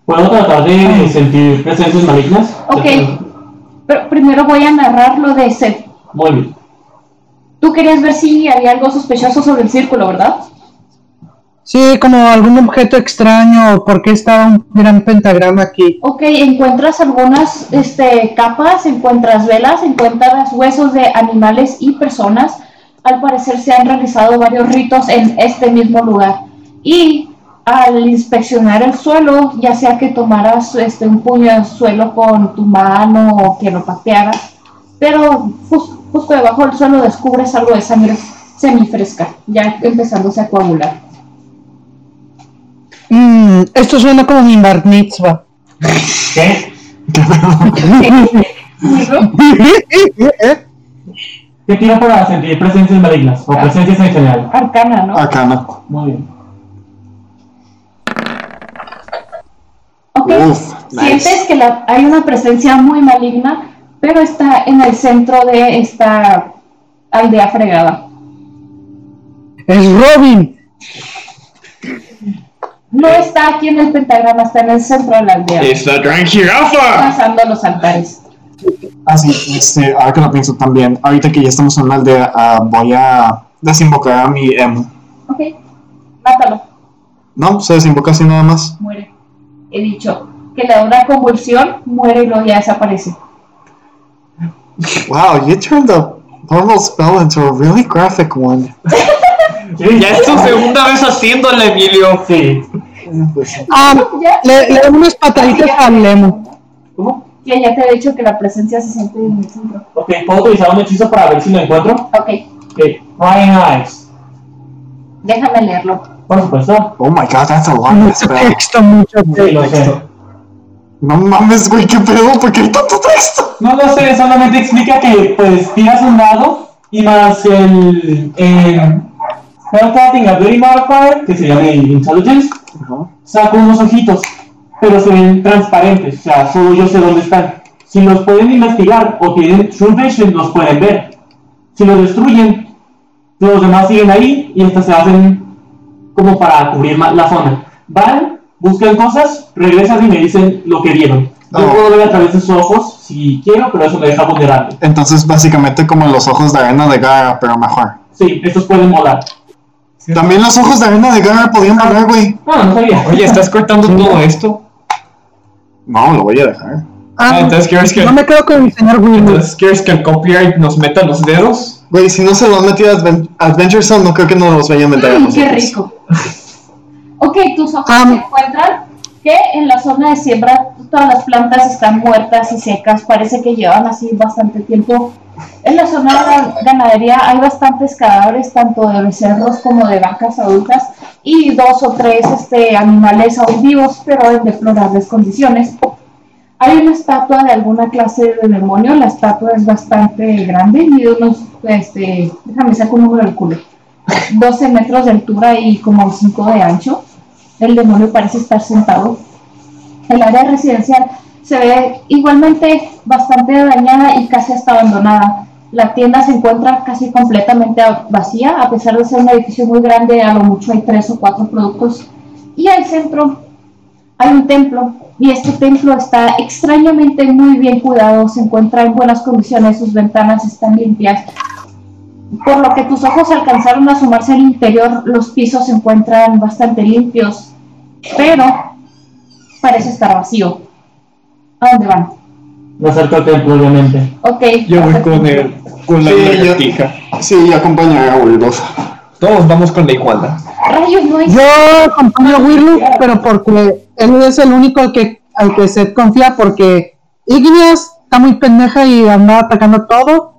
J: ¿Puedo tratar de sentir presencias malignas?
H: Ok, pero primero voy a narrar lo de Seth.
J: Muy bien.
H: Tú querías ver si había algo sospechoso sobre el círculo, ¿verdad?
B: Sí, como algún objeto extraño, o por qué estaba un gran pentagrama aquí.
H: Ok, encuentras algunas este, capas, encuentras velas, encuentras huesos de animales y personas. Al parecer se han realizado varios ritos en este mismo lugar. Y al inspeccionar el suelo, ya sea que tomaras este, un puño de suelo con tu mano o que lo patearas, pero jus- justo debajo del suelo descubres algo de sangre semifresca, ya empezándose a coagular.
B: Mm, esto suena como mi bar mitzvah.
J: ¿Qué? ¿Qué tiro para sentir presencias malignas? O presencias en general.
H: Arcana, ¿no?
G: Arcana.
J: Muy bien.
H: Ok,
G: Uf, nice.
H: sientes que la- hay una presencia muy maligna, pero está en el centro de esta aldea fregada.
B: (laughs) Es Robin.
H: No está aquí en el pentagrama, está en el centro de la aldea.
I: It's the Grand Girafa!
H: Pasando los altares.
G: Ah, sí, este, ahora que lo pienso también. Ahorita que ya estamos en una aldea, ah, voy a desinvocar a mi emo.
H: Ok, mátalo,
G: No, se desinvoca así nada más.
H: muere. He dicho que le da una convulsión, muere y luego ya desaparece.
G: Wow, you turned a normal spell into a really graphic one.
I: Ya es tu segunda vez haciéndole, Emilio.
J: Sí.
G: Eh, pues,
B: Ah, le, le doy unas pataditas al Lemo.
J: ¿Cómo?
H: Que ya te he dicho que la presencia se siente en el centro.
J: Ok, ¿puedo utilizar un hechizo para ver si lo encuentro?
H: Ok,
J: Ok, Ryan Eyes.
H: déjame leerlo.
J: Por supuesto.
G: Oh my god, that's a long
B: Mucho (laughs)
G: spell.
B: texto, mucho
J: Ah, Sí,
B: texto.
J: lo sé.
G: No mames, güey, qué pedo, ¿por qué hay tanto texto?
J: No lo sé, solamente explica que pues tiras un dado y más el eh, Hellcatting Ability Modifier, que se llama el Intelligence, saco unos ojitos, pero se ven transparentes, o sea, solo yo sé dónde están. Si los pueden investigar o tienen True Vision, los pueden ver. Si los destruyen, los demás siguen ahí y estas se hacen como para cubrir ma- la zona. Van, buscan cosas, regresan y me dicen lo que vieron. Yo
G: Oh.
J: puedo ver a través de sus ojos si quiero, pero eso me deja vulnerable.
G: Entonces, básicamente como los ojos de arena de Gara, pero mejor.
J: Sí, estos pueden volar.
G: También los ojos de arena de Gara podían volar, güey.
J: Ah, no sabía.
I: Oye, ¿estás cortando todo esto?
G: No, lo voy a dejar.
I: Ah,
B: Ah,
I: entonces quieres que,
B: no me quedo con el señor Wilmer.
I: entonces quieres que el copyright nos meta los dedos.
G: Güey, si no se los metido a Adven- Adventure Zone, no creo que nos los vayan a meter a
H: Mm, qué
G: nosotros.
H: rico. Ok, tus ojos
B: Am.
H: se encuentran que en la zona de siembra todas las plantas están muertas y secas, parece que llevan así bastante tiempo. En la zona de la ganadería hay bastantes cadáveres, tanto de becerros como de vacas adultas, y dos o tres este, animales aún vivos, pero en deplorables condiciones. Hay una estatua de alguna clase de demonio, la estatua es bastante grande, mide unos, este, déjame saco un número del culo, 12 metros de altura y como 5 de ancho. El demonio parece estar sentado. El área residencial se ve igualmente bastante dañada y casi hasta abandonada. La tienda se encuentra casi completamente a- vacía, a pesar de ser un edificio muy grande, a lo mucho hay tres o cuatro productos. Y al centro hay un templo y este templo está extrañamente muy bien cuidado, se encuentra en buenas condiciones, sus ventanas están limpias. Por lo que tus ojos alcanzaron a sumarse al interior, los pisos se encuentran bastante limpios, pero parece estar vacío. ¿A dónde van?
J: Me acerco al templo, obviamente.
H: Ok.
I: Yo voy con él, con la
G: Sí, yo-
I: lagartija.
G: Sí, yo acompaño a Wilbur.
I: Todos vamos con la igualdad.
H: Rayos, no hay...
B: Yo acompaño a Wirlu, pero porque él es el único que, al que se confía, porque Igneas está muy pendeja y anda atacando todo.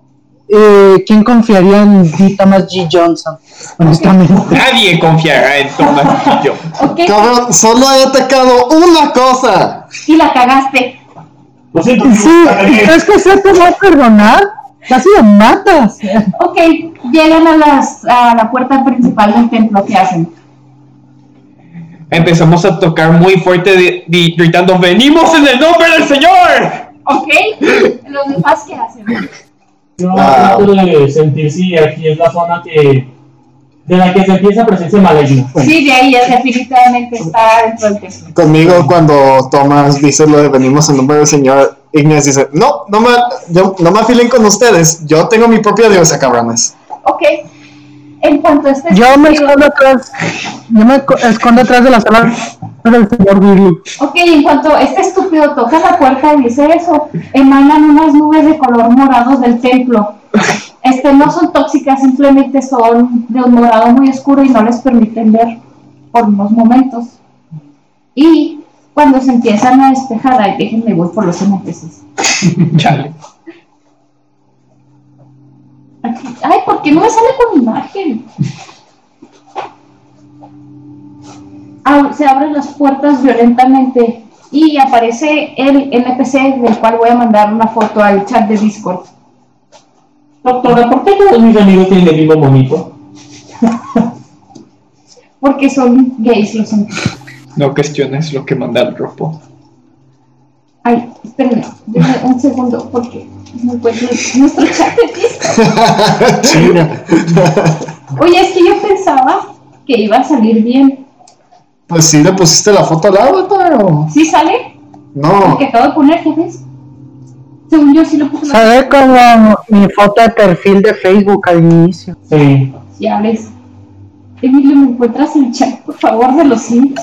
B: Eh, ¿Quién confiaría en D. Thomas G. Johnson? Honestamente.
I: Nadie confiará en Thomas y yo.
H: Ok,
G: Cabrón, Ah, solo he atacado una cosa.
H: y la cagaste.
J: Lo siento,
B: Sí, ¿crees que se te va a perdonar? Casi lo matas.
H: Ok, llegan a, las, a la puerta principal del templo, ¿qué hacen?
I: Empezamos a tocar muy fuerte, de- di- gritando: ¡Venimos en el nombre del Señor! (laughs)
H: Ok, los demás, ¿qué hacen?
J: Yo
G: Ah.
J: trato de sentir si aquí es la zona que de la que se empieza presencia maligna.
H: Sí, de ahí es definitivamente está dentro del templo.
G: Conmigo cuando Tomás dice lo de venimos en nombre del Señor, Ignacio dice, no, no me, yo- no me afilen con ustedes, yo tengo mi propia diosa, cabrones.
H: Ok, en cuanto este estés...
B: Yo me escondo atrás. Yo me co- escondo atrás de la sala del señor Wirlu.
H: Ok, en cuanto este estúpido toca la puerta y dice eso, emanan unas nubes de color morado del templo. Este, no son tóxicas, simplemente son de un morado muy oscuro y no les permiten ver por unos momentos. Y cuando se empiezan a despejar, ay, déjenme voy por los NPCs.
I: Chale.
H: Aquí- Ay, ¿por qué no me sale con imagen? Ab- se abren las puertas violentamente y aparece el NPC del cual voy a mandar una foto al chat de Discord.
J: Doctora, ¿por qué todos mis amigos tienen el mismo monito?
H: Porque son gays los son.
I: No cuestiones lo que manda el ropo.
H: Ay, espérenme, denme un segundo porque no encuentro nuestro chat de Discord.
G: Chinga.
H: Oye, es que yo pensaba que iba a salir bien.
G: pues sí, le pusiste la foto al avatar o...
H: ¿Sí sale?
G: No,
H: Porque acabo de poner, ¿ya ves? Según yo sí lo puse.
B: ¿Sabes como mi foto de perfil de Facebook al inicio?
J: Sí.
H: Ya ves. Emilio, ¿me encuentras el chat, por favor, de los Sims?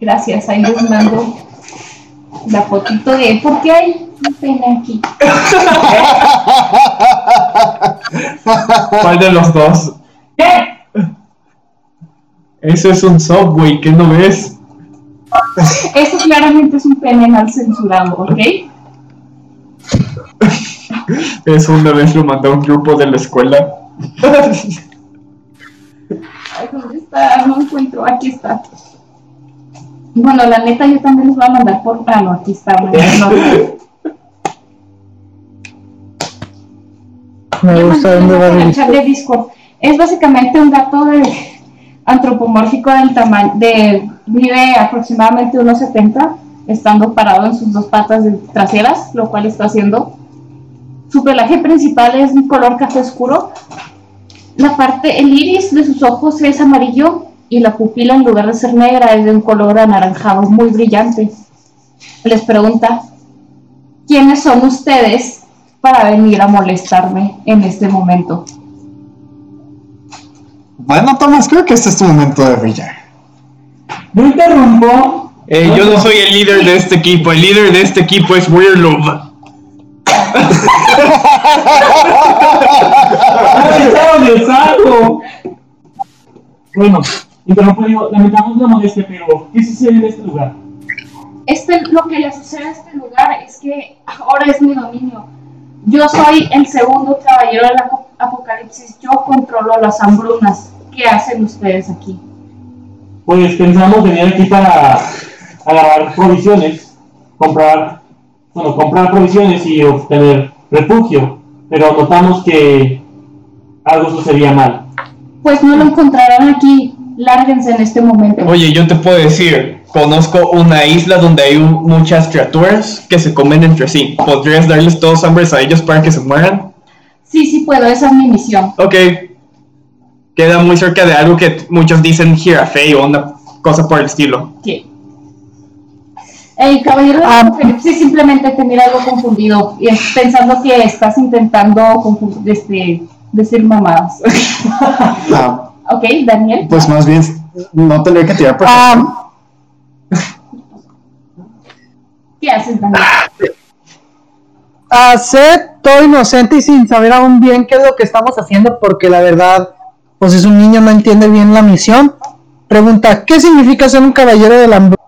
H: Gracias, ahí les mando la fotito de... ¿Por qué hay un pene aquí?
I: ¿Cuál de los dos?
H: Eh,
I: Eso es un subway, ¿qué no ves?
H: Eso claramente es un pene mal censurado, ¿ok?
I: Eso una vez lo mandó a un grupo de
G: (laughs)
I: la escuela.
H: Ay, ¿Dónde está? No encuentro. Aquí está. Bueno, la neta, yo también les voy a mandar por... Ah, no, aquí está. no, no.
B: Me
H: Yo
B: gusta
H: mandé
B: dónde va
H: una
B: a
H: foto en el
B: vivir.
H: chat de Discord. Es básicamente un gato de- (laughs) antropomórfico del tamaño de vive aproximadamente unos 70 estando parado en sus dos patas de- traseras, lo cual está haciendo. Su pelaje principal es un color café oscuro. La parte el iris de sus ojos es amarillo y la pupila en lugar de ser negra es de un color anaranjado muy brillante. Les pregunta, ¿quiénes son ustedes para venir a molestarme en este momento.
G: bueno Tomás, creo que este es tu momento de brillar.
J: No interrumpo.
I: Eh, yo no soy el líder de este equipo, el líder de este equipo es Weird Love.
J: ¡Ah, me echaron el saco! Bueno, interrumpo, digo, lamentamos la molestia, pero ¿qué sucede en este lugar?
H: Este, lo que le sucede a este lugar es que ahora es mi dominio. Yo soy el segundo caballero del apo- apocalipsis. Yo controlo las hambrunas. ¿Qué hacen ustedes aquí?
J: Pues pensamos venir aquí para agarrar provisiones, comprar, bueno, comprar provisiones y obtener refugio, pero notamos que algo sucedía mal.
H: Pues no lo encontrarán aquí. Lárguense en este momento.
I: Oye, yo te puedo decir, conozco una isla donde hay un- muchas criaturas que se comen entre sí. ¿Podrías darles todos hambres a ellos para que se mueran?
H: Sí, sí puedo. Esa es mi misión.
I: Ok, Queda muy cerca de algo que muchos dicen jirafe o una cosa por el estilo.
H: El caballero de Apocalipsis simplemente te mira algo confundido y es pensando que estás intentando confu- este, decir mamadas. (laughs)
G: Ah,
H: ok, Daniel.
G: pues más bien, no tendría que tirar por.
H: Ah.
B: Ah,
H: ¿Qué haces, Daniel?
B: Acepto inocente y sin saber aún bien qué es lo que estamos haciendo, porque la verdad, pues es un niño, no entiende bien la misión. Pregunta, ¿qué significa ser un caballero del hambre?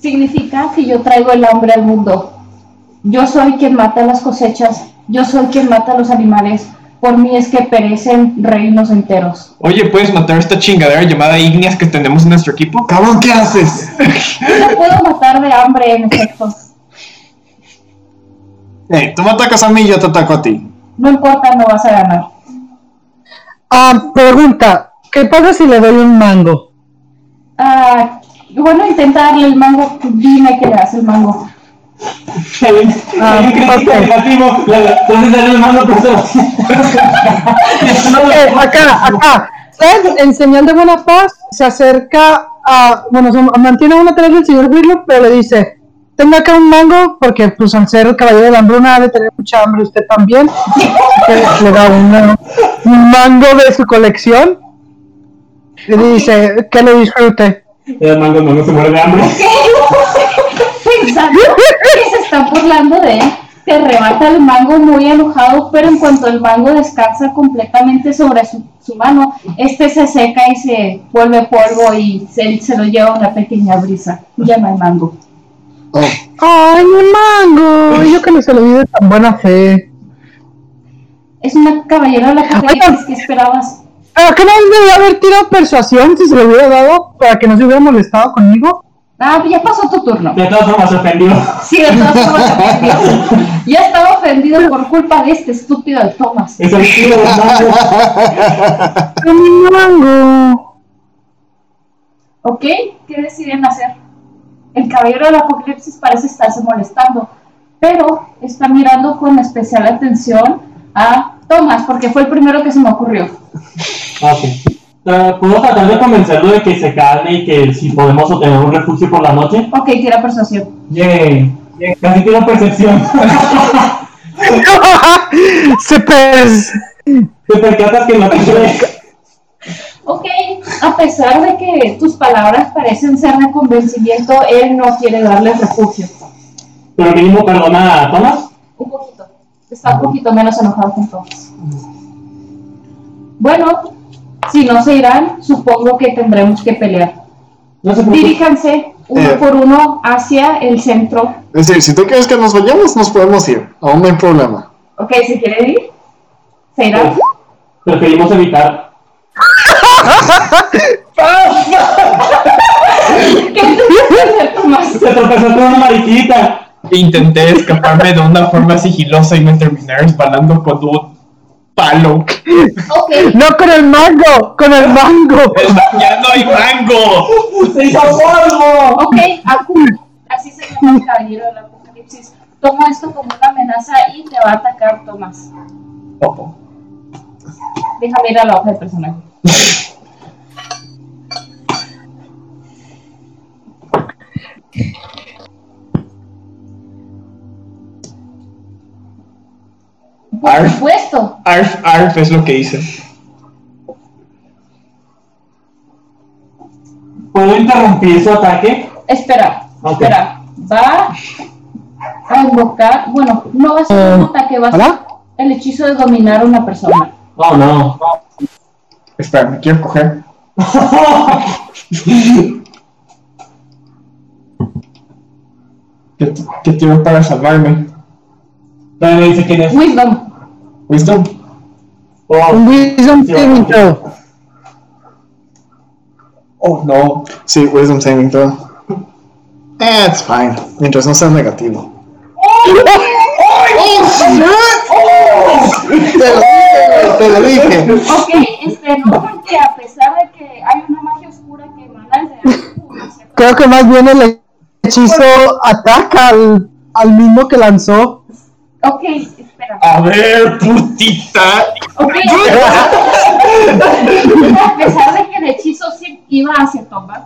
H: Significa que yo traigo el hambre al mundo. Yo soy quien mata las cosechas. Yo soy quien mata los animales. Por mí es que perecen reinos enteros.
I: Oye, ¿puedes matar esta chingadera llamada Igneas que tenemos en nuestro equipo?
G: Cabrón, ¿qué haces?
H: No puedo matar de hambre, en efecto.
G: Eh, tú me atacas a mí y yo te ataco a ti.
H: No importa, no vas a ganar.
B: Ah, pregunta, ¿qué pasa si le doy un mango?
H: Ah, bueno, intenta darle el mango. Dime que le das el mango.
B: Ah,
J: ¿Qué crees que
B: ok.
J: es negativo? Le- Entonces dale el mando, pero se lo-
B: Eh, acá, acá. Ted, en señal de buena paz, se acerca a. Bueno, se mantiene uno atrás del señor Willow, pero le dice: Tengo acá un mango, porque pues al ser el caballero de la hambruna ha de tener mucha hambre usted también. Entonces, le da una- un mango de su colección. Y le dice: Que lo disfrute.
J: El mango no, no se muere de hambre.
H: Pensando que se está burlando de él, te arrebata el mango muy enojado, pero en cuanto el mango descansa completamente sobre su, su mano, este se seca y se vuelve polvo y se, se lo lleva una pequeña brisa. Ya no hay mango.
G: Oh,
B: ¡Ay, un mango! Yo que no se lo vi de tan buena fe.
H: Es una caballera de la
B: Oigan.
H: categoría que esperabas.
B: ¿Pero Ah, que no debía haber tirado persuasión si se lo hubiera dado para que no se hubiera molestado conmigo?
H: Ah, ya pasó tu turno.
J: De todas formas, ofendió.
H: Sí, de todas formas, ofendió. (laughs) Ya estaba ofendido por culpa de este estúpido de Thomas.
J: Es el estilo del mango.
B: ¡Ay, un mango! (laughs)
H: ¿Ok? ¿Qué deciden hacer? El caballero del apocalipsis parece estarse molestando, pero está mirando con especial atención a Tomás, porque fue el primero que se me ocurrió.
J: Ok. Eh, ¿Puedo tratar de convencerlo de que se calme y que si podemos obtener un refugio por la noche?
H: Ok, tira persuasión.
J: Yay. Casi tiene (laughs) percepción.
B: Se pez.
J: Te percatas que no te cree.
H: Ok, a pesar de que tus palabras parecen ser de convencimiento, él no quiere darle refugio.
J: Pero mínimo perdona a Thomas.
H: Un poquito. Está un poquito menos enojado que entonces. Bueno, si no se irán, supongo que tendremos que pelear.
J: No se preocupe.
H: Diríjanse uno
G: Eh.
H: por uno hacia el centro
G: Es decir, si tú quieres que nos vayamos, nos podemos ir. Aún no hay problema.
H: Ok, si quiere ir, se
J: Oh.
H: irá.
J: Preferimos evitar.
H: (laughs) ¿Qué te hacer, Tomás?
J: Se tropezó con una mariquita.
I: Intenté escaparme de una forma sigilosa y me terminé resbalando con un palo. (laughs)
H: Ok,
B: No con el mango, con el mango.
I: ¡Ya no hay mango!
J: ¡Se hizo polvo!
H: ok, Aku, así se llama el caballero del apocalipsis. Toma esto como una amenaza y te va a atacar, Tomás. Déjame ir a la hoja de personaje. Por
I: Arf.
H: supuesto.
I: Arf, arf es lo que hice.
J: ¿Puedo interrumpir su ataque?
H: Espera,
J: Ok.
H: espera. Va a invocar. Bueno, no va a ser un ataque, va a ser
B: ¿Hola?
H: el hechizo de dominar a una persona.
J: Oh, (laughs) no.
I: Espera, me quiero coger. ¿Qué, qué tiro para salvarme?
J: Todavía no dice quién es.
H: Wisdom.
I: ¿Wisdom?
J: Oh,
B: Un wisdom saving throw.
I: Oh no.
G: Sí, Wisdom Saving Throw. Eh, it's fine. Mientras no sea negativo.
I: Oh,
G: Oh,
I: Oh,
G: Te lo dije, te lo
I: (laughs)
G: dije.
H: Ok, este, no, porque a pesar de que hay una magia oscura que emana desde algo, ¿no es cierto?
B: Creo que más bien el hechizo ataca al, al mismo que lanzó.
H: Ok, espera. espera.
I: A ver, putita.
H: Ok, a pesar de que el hechizo sí iba hacia Tomás,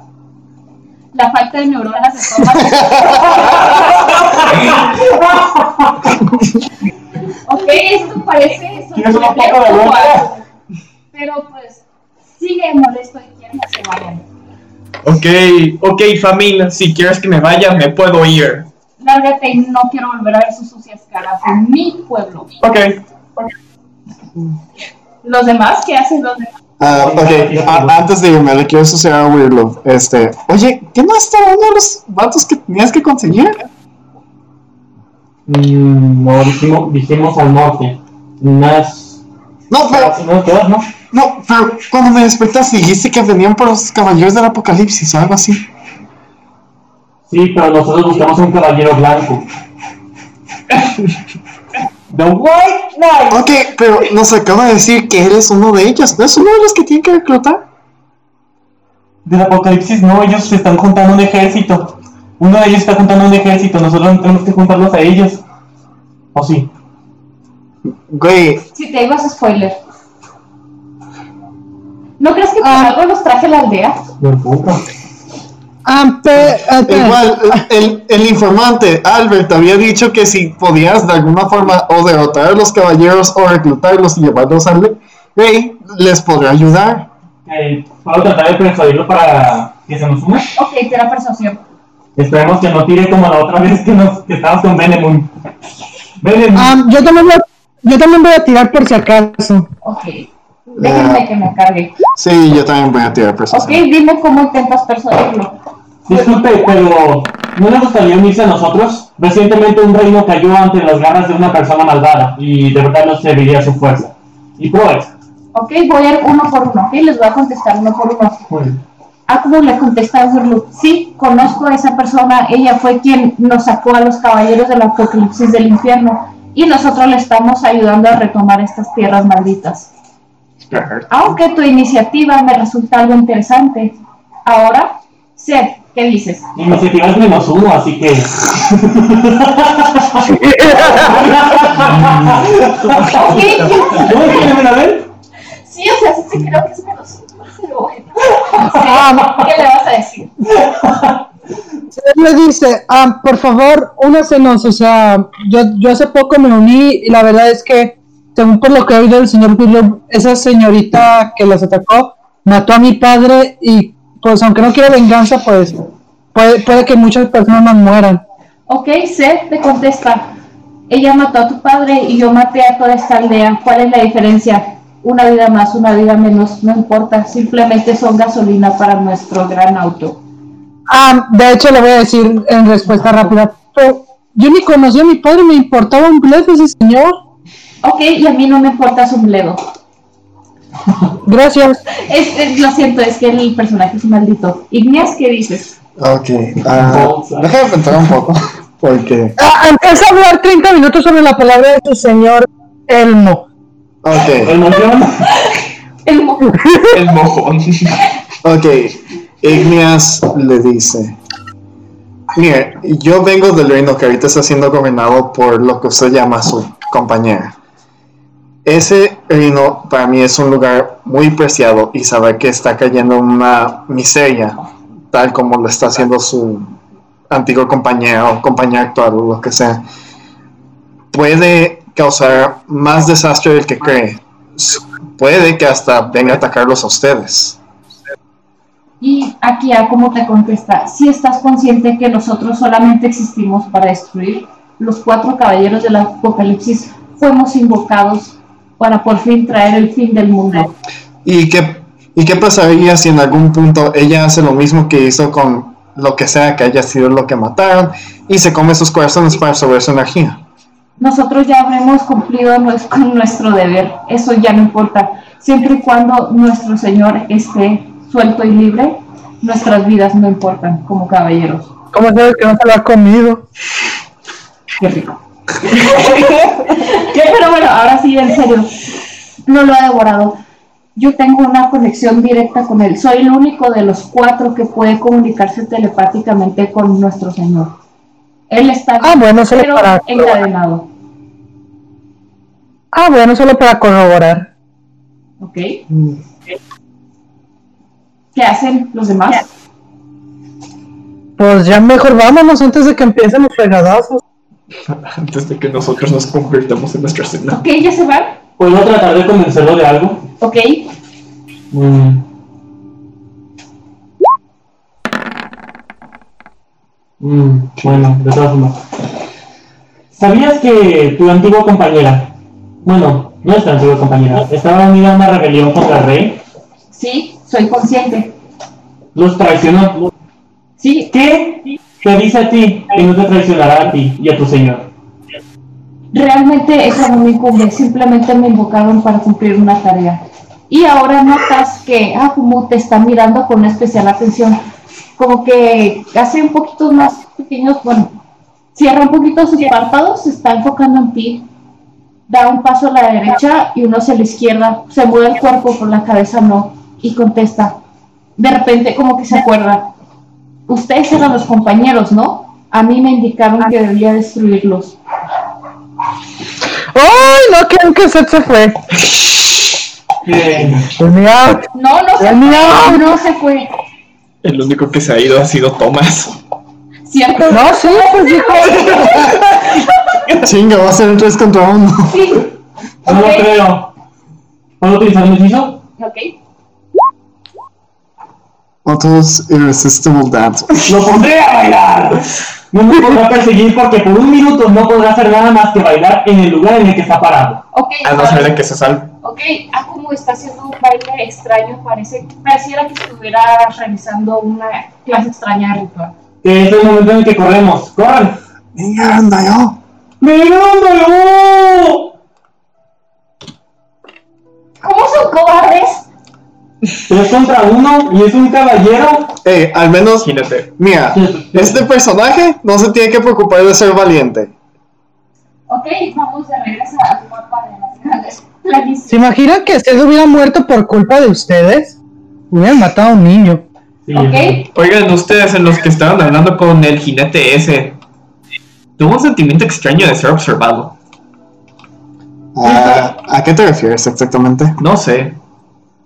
H: la falta de neuronas de Tomás. ok, esto parece
J: Tienes una poca de
H: sorprendente,
J: boca.
H: pero pues sigue molesto y quieren que se vayan.
I: Ok, ok, familia, si quieres que me vaya, me puedo ir.
H: Lárgate y no quiero volver a ver sus sucias caras en mi pueblo.
I: Ok.
H: ¿Los demás? ¿Qué hacen los demás?
G: Ah, ok, a- antes de irme, le quiero asociar a Weirdo. Este, oye, ¿qué no está uno de los vatos que tenías que conseguir?
J: Mm, no, dijimos, dijimos al norte. Unas.
G: No, pero.
J: No, todas, ¿no?
G: No, pero cuando me despertaste dijiste que venían por los caballeros del apocalipsis o algo así.
J: Sí, pero nosotros buscamos un caballero blanco.
G: The White Knight. Ok, pero nos acaba de decir que eres uno de ellos. ¿No es uno de los que tienen que reclutar?
J: Del apocalipsis, no, ellos se están juntando un ejército. Uno de ellos está juntando un ejército, nosotros no tenemos que juntarlos a ellos. ¿O sí?
G: Güey,
H: Si te digo es spoiler. ¿No crees que por algo los traje a la aldea?
B: Ah,
G: Igual, el, el informante, Albert, había dicho que si podías de alguna forma o derrotar a los caballeros o reclutarlos y llevarlos al rey, les podrá ayudar.
J: Eh, puedo tratar de persuadirlo para que se nos una.
H: Ok, te da persuasión.
J: Esperemos que no tire como la otra (laughs) vez que, nos, que estábamos con Benemun. Benemun.
B: Am, Ah, yo, también voy a, yo también voy a tirar por si acaso.
H: Ok. Déjenme que me cargue.
G: Sí, yo también voy a tirar
H: Ok, dime cómo intentas persuadirlo.
J: Disculpe, pero ¿no le gustaría unirse a nosotros? Recientemente un reino cayó ante las garras de una persona malvada y de verdad no serviría su fuerza. Y Proes,
H: Ok, voy a ir uno por uno, ok, les voy a contestar uno por uno. Ah, como le contesta a Burlu, sí, conozco a esa persona, ella fue quien nos sacó a los caballeros del apocalipsis del infierno y nosotros le estamos ayudando a retomar estas tierras malditas. Aunque tu iniciativa me resulta algo interesante. Ahora, Seth, ¿qué dices?
J: iniciativa es menos uno, así
I: (laughs)
J: que... ¿Cómo quieren a ver?
H: Sí, o sea, sí creo que es menos uno, pero bueno. Sí, ¿Qué le vas a decir?
B: Le dice, ah, por favor, únasenos, o sea, yo, yo hace poco me uní y la verdad es que, según por lo que he oído del señor William, esa señorita que los atacó mató a mi padre y pues aunque no quiera venganza, pues puede, puede que muchas personas más mueran.
H: Ok, Seth te contesta. Ella mató a tu padre y yo maté a toda esta aldea. ¿Cuál es la diferencia? Una vida más, una vida menos, no importa. Simplemente son gasolina para nuestro gran auto.
B: Ah, de hecho, le voy a decir en respuesta rápida, "Pero yo ni conocí a mi padre, me importaba un bledo ese señor.
H: Ok, y a mí no me importa su bledo.
B: Gracias.
H: Es, es- lo siento, es que el personaje es un maldito. Igneas, ¿qué dices?
G: Ok, déjame pensar un poco, (laughs) porque...
B: Ah, empieza a hablar 30 minutos sobre la palabra de su señor Elmo.
G: Ok,
H: El mo-
I: El mojón.
G: ok, Igneas le dice... Mire, yo vengo del reino que ahorita está siendo gobernado por lo que usted llama su compañera. Ese reino para mí es un lugar muy preciado y saber que está cayendo en una miseria, tal como lo está haciendo su antiguo compañero, compañera actual o lo que sea, puede causar más desastre del que cree. S- Puede que hasta venga a atacarlos a ustedes.
H: Y aquí a cómo te contesta, si estás consciente que nosotros solamente existimos para destruir, los cuatro caballeros del apocalipsis fuimos invocados para por fin traer el fin del mundo.
G: ¿Y qué, ¿Y qué pasaría si en algún punto ella hace lo mismo que hizo con lo que sea que haya sido lo que mataron y se come sus corazones para absorber su energía?
H: Nosotros ya habremos cumplido nues- con nuestro deber, eso ya no importa. Siempre y cuando nuestro Señor esté suelto y libre, nuestras vidas no importan como caballeros.
B: ¿Cómo sabes que no se lo ha comido?
H: Qué rico. Ya, Pero bueno, ahora sí, en serio. No lo ha devorado. Yo tengo una conexión directa con él. Soy el único de los cuatro que puede comunicarse telepáticamente con nuestro Señor. Él está
B: Ah, bueno, se le
H: pero
B: para-
H: encadenado.
B: Ah, bueno, solo para corroborar.
H: Ok.
B: Mm.
H: ¿Qué hacen los demás?
B: Pues ya mejor vámonos antes de que empiecen los fregadazos.
G: Antes de que nosotros nos convirtamos en nuestra cena.
H: Ok, ya se van.
J: ¿Puedo Pues tratar de convencerlo de algo?
H: Ok.
J: Mm. Mm, bueno, de todas formas. ¿Sabías que tu antigua compañera, bueno, no es tu antigua compañera, estaba unida a una rebelión contra el rey?
H: Sí, soy consciente.
J: Los traicionó.
H: Sí.
J: ¿Qué? Te dice a ti que no te traicionará a ti y a tu señor.
H: Realmente eso no me incumbe, simplemente me invocaron para cumplir una tarea. Y ahora notas que Akumu te está mirando con especial atención, como que hace un poquito más pequeños, bueno, cierra un poquito sus párpados, se está enfocando en ti, da un paso a la derecha y uno hacia la izquierda, se mueve el cuerpo por la cabeza no, y contesta. De repente como que se acuerda, ustedes eran los compañeros, ¿no? A mí me indicaron que debía destruirlos.
B: ¡Ay, no quiero que Seth se fue! Pues Let me out.
H: No, no se
B: Let me
H: fue,
B: out.
H: no se fue.
G: El único que se ha ido ha sido Tomás.
H: ¿Cierto?
B: No, sí, pues dijo.
G: (laughs) Chinga, va a ser un 3 contra 1.
H: Sí.
J: No lo
H: Ok.
J: creo. ¿Puedo utilizar un hechizo?
H: Ok.
G: Otros Irresistible Dance.
J: ¡Lo pondré a bailar! No me podrá perseguir porque por un minuto no podrá hacer nada más que bailar en el lugar en el que está parado.
H: Ok.
G: A Ah, no ser de que se salve.
H: Ok, Akumu está haciendo un baile extraño, parece, pareciera que estuviera realizando una clase extraña de ritual.
J: Que es el momento en el que corremos. ¡Corran!
G: Venga, anda yo.
J: ¡Mirándolo!
H: ¿Cómo son cobardes?
J: Tres contra uno y es un caballero.
G: Eh, al menos,
I: Imagínate.
G: (laughs) mira, este personaje no se tiene que preocupar de ser valiente.
H: Ok, vamos de regreso al mapa de las grandes planicies.
B: ¿Se imaginan que Seth hubiera muerto por culpa de ustedes? Hubieran matado a un niño.
J: Sí,
H: Ok,
I: Oigan, ustedes en los que estaban hablando con el jinete ese, tuvo un sentimiento extraño de ser observado.
G: Ah, ¿A qué te refieres exactamente?
I: No sé.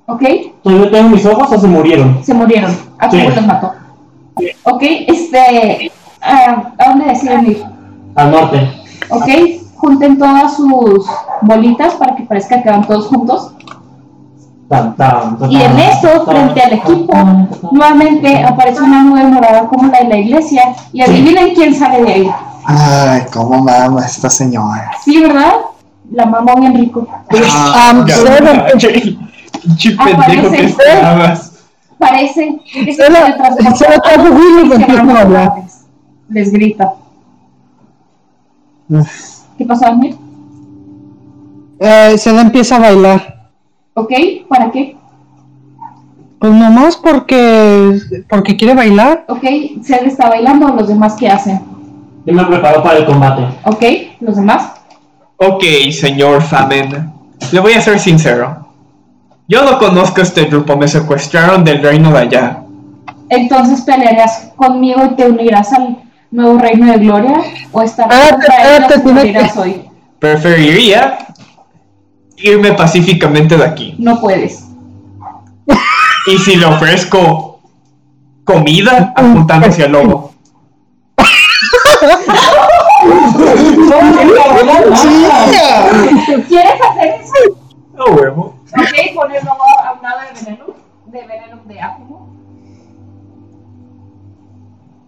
H: ok,
J: ¿Todavía tengo mis ojos o se murieron?
H: se murieron. Akumu
J: Sí.
H: los mató. Ok, este. ah, ¿A dónde deciden ir?
J: Al norte.
H: Ok, junten todas sus bolitas para que parezca que van todos juntos.
J: Tan, tan, tan,
H: Y en eso,
J: tan,
H: frente al equipo,
J: tan, tan, tan.
H: nuevamente aparece una nube morada como la de la iglesia. Y adivinen quién sale de ahí.
G: Ay, cómo mama esta señora.
H: Sí, ¿verdad? La mamá bien rico.
G: Um,
B: Ah,
G: ya.
I: Pinche pinche pendejo que
H: Aparece.
I: estabas.
H: Parece que
B: Se la-
H: teletransporta
B: se la trajo
H: a los
B: Willy, pero
H: cristianos
B: no habla.
H: morales. Les grita. ¿Qué pasó, Amir?
B: Eh, Seth empieza a bailar.
H: ¿Ok? ¿Para qué?
B: Pues nomás porque, porque quiere bailar.
H: ¿Ok? Sed está bailando, los demás qué hacen.
J: Yo me preparo para el combate.
H: ¿Ok? ¿Los demás?
I: Ok, señor Famen. Le voy a ser sincero. Yo no conozco este grupo, me secuestraron del reino de allá.
H: Entonces pelearás conmigo y te unirás al nuevo reino de gloria o estarás
B: Espérate,
H: contra ellos
B: espérate, Ah,
H: y
B: tiene que-
H: morirás hoy.
I: Preferiría irme pacíficamente de aquí.
H: No puedes.
I: Y si le ofrezco comida, apuntando hacia el lobo.
H: ¿Quieres hacer eso?
I: No huevo.
H: Ok, poner lobo a un lado de veneno, de veneno de átomo.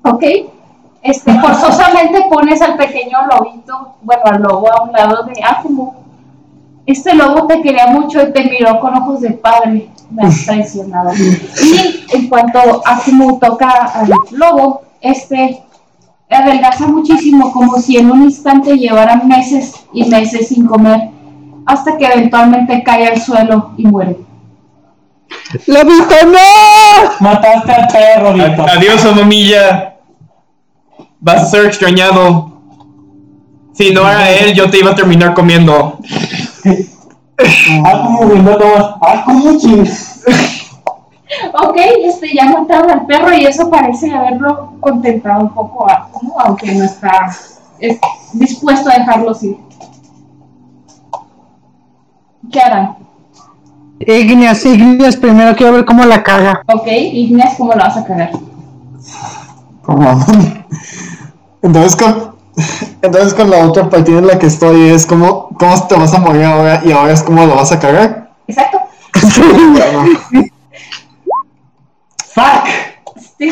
H: Ok, este, forzosamente pones al pequeño lobito, bueno, al lobo a un lado de átomo. Este lobo te quería mucho y te miró con ojos de padre, me has traicionado. Y en cuanto Akumu toca al lobo, este adelgaza muchísimo, como si en un instante llevara meses y meses sin comer hasta que eventualmente cae al suelo y muere.
B: ¡La vista no!
J: Mataste al perro, Vito.
I: A- Adiós, mamilla. Vas a ser extrañado. Si no era él, yo te iba a terminar comiendo.
J: Ah, como viendo a todos. Ah, como chis.
H: Ok, este, ya mataron al perro y eso parece haberlo contentado un poco, ah, a, como, aunque no está eh, dispuesto a dejarlo así. ¿Qué harán?
B: Igneas, Igneas, primero quiero ver cómo la caga.
H: Ok, Igneas, ¿cómo lo vas a cagar?
G: Como- Entonces con, entonces con la otra partida en la que estoy es como, ¿cómo te vas a morir ahora? Y ahora es como lo vas a cagar.
H: Exacto.
G: Bueno,
H: Sí.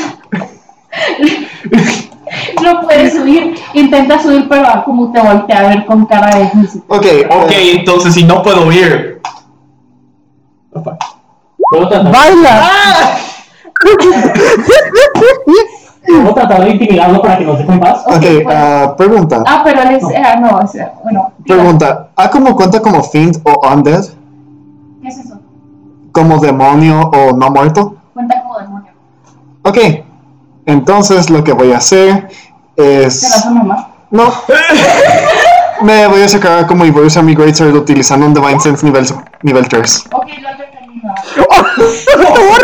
H: (laughs) no puedes subir. Intenta subir, pero ah, como te voltea a ver con cara de.
G: Ok,
I: ok,
G: eh,
I: entonces si no puedo ir.
J: Puedo tratar,
B: ¡Baila!
J: puedo tratar de intimidarlo para que nos deje en paz.
G: ok, ah, pregunta.
H: Ah, pero es. ah, no, es. ah, Bueno,
G: Pregunta, ¿A como cuenta como Fiend o Undead?
H: ¿qué es eso?
G: ¿Como demonio o no muerto?
H: Cuenta como demonio.
G: Ok, entonces lo que voy a hacer
H: Te la
G: es...
H: son nomás.
G: No. Me voy a sacar como y voy a usar mi Great Sword utilizando un Divine Sense nivel, nivel 3.
H: Ok, lo termino.
B: ¡Por favor!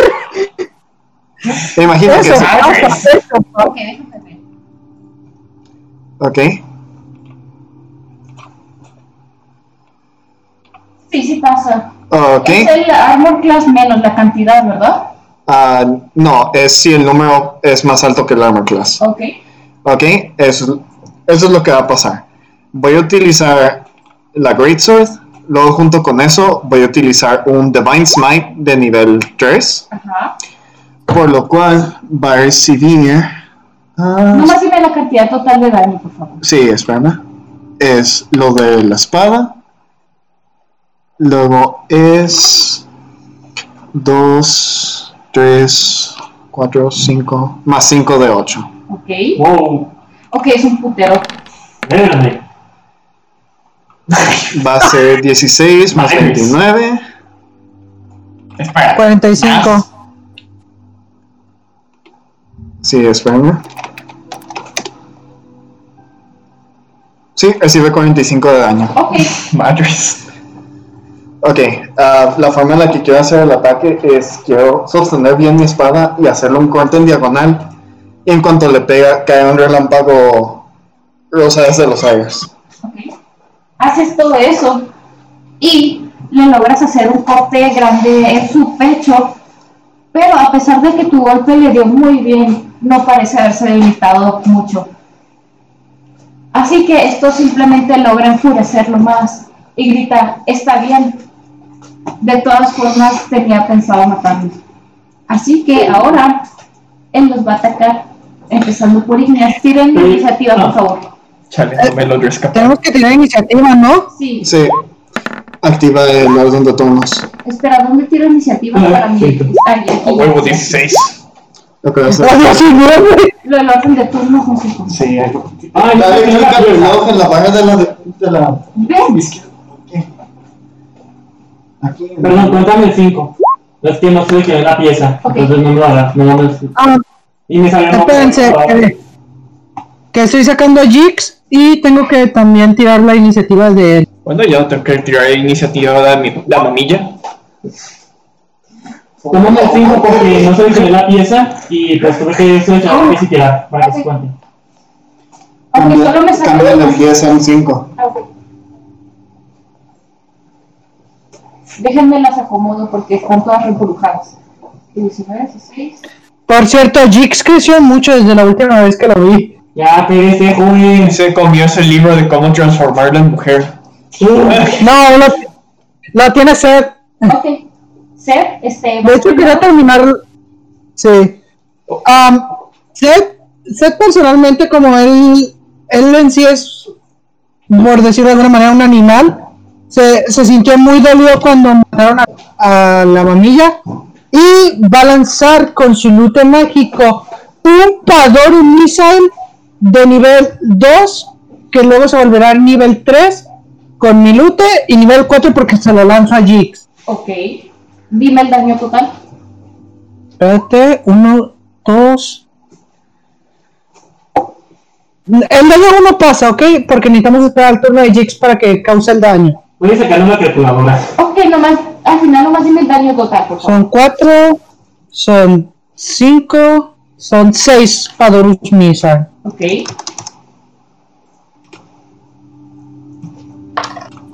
G: Me imagino que
B: ¡Eso!
G: es...
B: pasa, eso pasa.
H: Ok, déjame ver.
G: Ok.
H: Sí, sí pasa.
G: Ok.
H: Es el armor class menos la cantidad, ¿verdad?
G: Ah, no, es si el número es más alto que el armor class.
H: Ok.
G: Ok, eso, eso es lo que va a pasar. Voy a utilizar la Great Sword. Luego, junto con eso, voy a utilizar un Divine Smite de nivel 3.
H: Ajá.
G: Por lo cual va a recibir. ah,
H: Nomás dime la cantidad total de daño, por favor.
G: Sí, espérame. Es lo de la espada. Luego es 2, 3, 4, 5, más 5 de 8.
H: Ok.
J: Wow,
H: Ok, es un putero.
J: espérame.
G: Va a ser 16 más
J: Nice.
G: 29.
I: Espera.
B: 45.
G: Sí, espérame. Sí, recibe 45 de daño.
H: Ok.
I: Madres.
G: Ok, ah, la forma en la que quiero hacer el ataque es quiero sostener bien mi espada y hacerle un corte en diagonal. Y en cuanto le pega, cae un relámpago rosa desde los aires.
H: Ok. Haces todo eso y le logras hacer un corte grande en su pecho, pero a pesar de que tu golpe le dio muy bien, no parece haberse debilitado mucho. Así que esto simplemente logra enfurecerlo más y grita, está bien. De todas formas, tenía pensado matarme. Así que ahora él los va a atacar, empezando por Ignacio. Tiren
J: Sí.
H: iniciativa, por favor.
I: Chale, no me logro escapar.
B: Tenemos que tener iniciativa, ¿no?
H: Sí,
G: Sí, activa el orden de turnos.
H: Espera, ¿dónde tiro iniciativa
J: Ah,
H: para mí?
J: sí.
H: Ay, aquí.
I: A huevo 16.
G: Lo que va
B: (laughs)
G: a
H: (laughs)
G: hacer-
B: ¡Oh, Dios mío, güey!
H: Lo del orden de turnos no sé cómo.
I: Sí,
J: Ay, no,
G: Dale
J: no,
G: clic
J: no,
G: al
J: no, no.
G: reloj en la barra de la, de la
H: Ven,
G: izquierda. Aquí.
J: Perdón, cuéntame el 5. Es que no sé que es la pieza,
H: Ok.
J: entonces no me lo hará, no me lo
B: Ah,
J: Y me salió
B: espérense. eh, que estoy sacando Jigs y tengo que también tirar la iniciativa de él.
I: Bueno, yo tengo que tirar iniciativa de mi, la mamilla.
J: Tómame el 5 porque no seleccioné la pieza y pues tuve que seleccionar que sí tirar para que se cuente.
H: aunque
G: Cambia,
H: solo me
G: cambia
H: salió.
G: energía a un 5.
H: Ah, ok. Déjenme las acomodo porque están todas revolujadas. 19, 16.
B: Por cierto, Jigs creció mucho desde la última vez que lo vi.
J: Ya, pégase, joven.
I: Se comió ese libro de cómo transformarla en mujer.
B: No, lo, lo tiene Seth.
H: Ok. Ser, este.
B: De hecho, quería terminar. Sí. Am, Seth, Seth personalmente, como él, él en sí es, por decirlo de alguna manera, un animal, se, se sintió muy dolido cuando mataron a, a la mamilla y va a lanzar con su luto mágico un Pador un Missile de nivel 2 que luego se volverá nivel 3 con mi lute y nivel 4 porque se lo lanzo a Jiggs.
H: Ok. Dime el daño total.
B: Espérate, uno, dos. El daño uno pasa, ¿ok? Porque necesitamos esperar el turno de Jix para que cause el daño.
J: Voy a sacar una calculadora.
H: Ok, nomás. Al final, nomás dime el daño total, por favor.
B: Son cuatro, son cinco, son seis Padorus Misa.
H: Ok.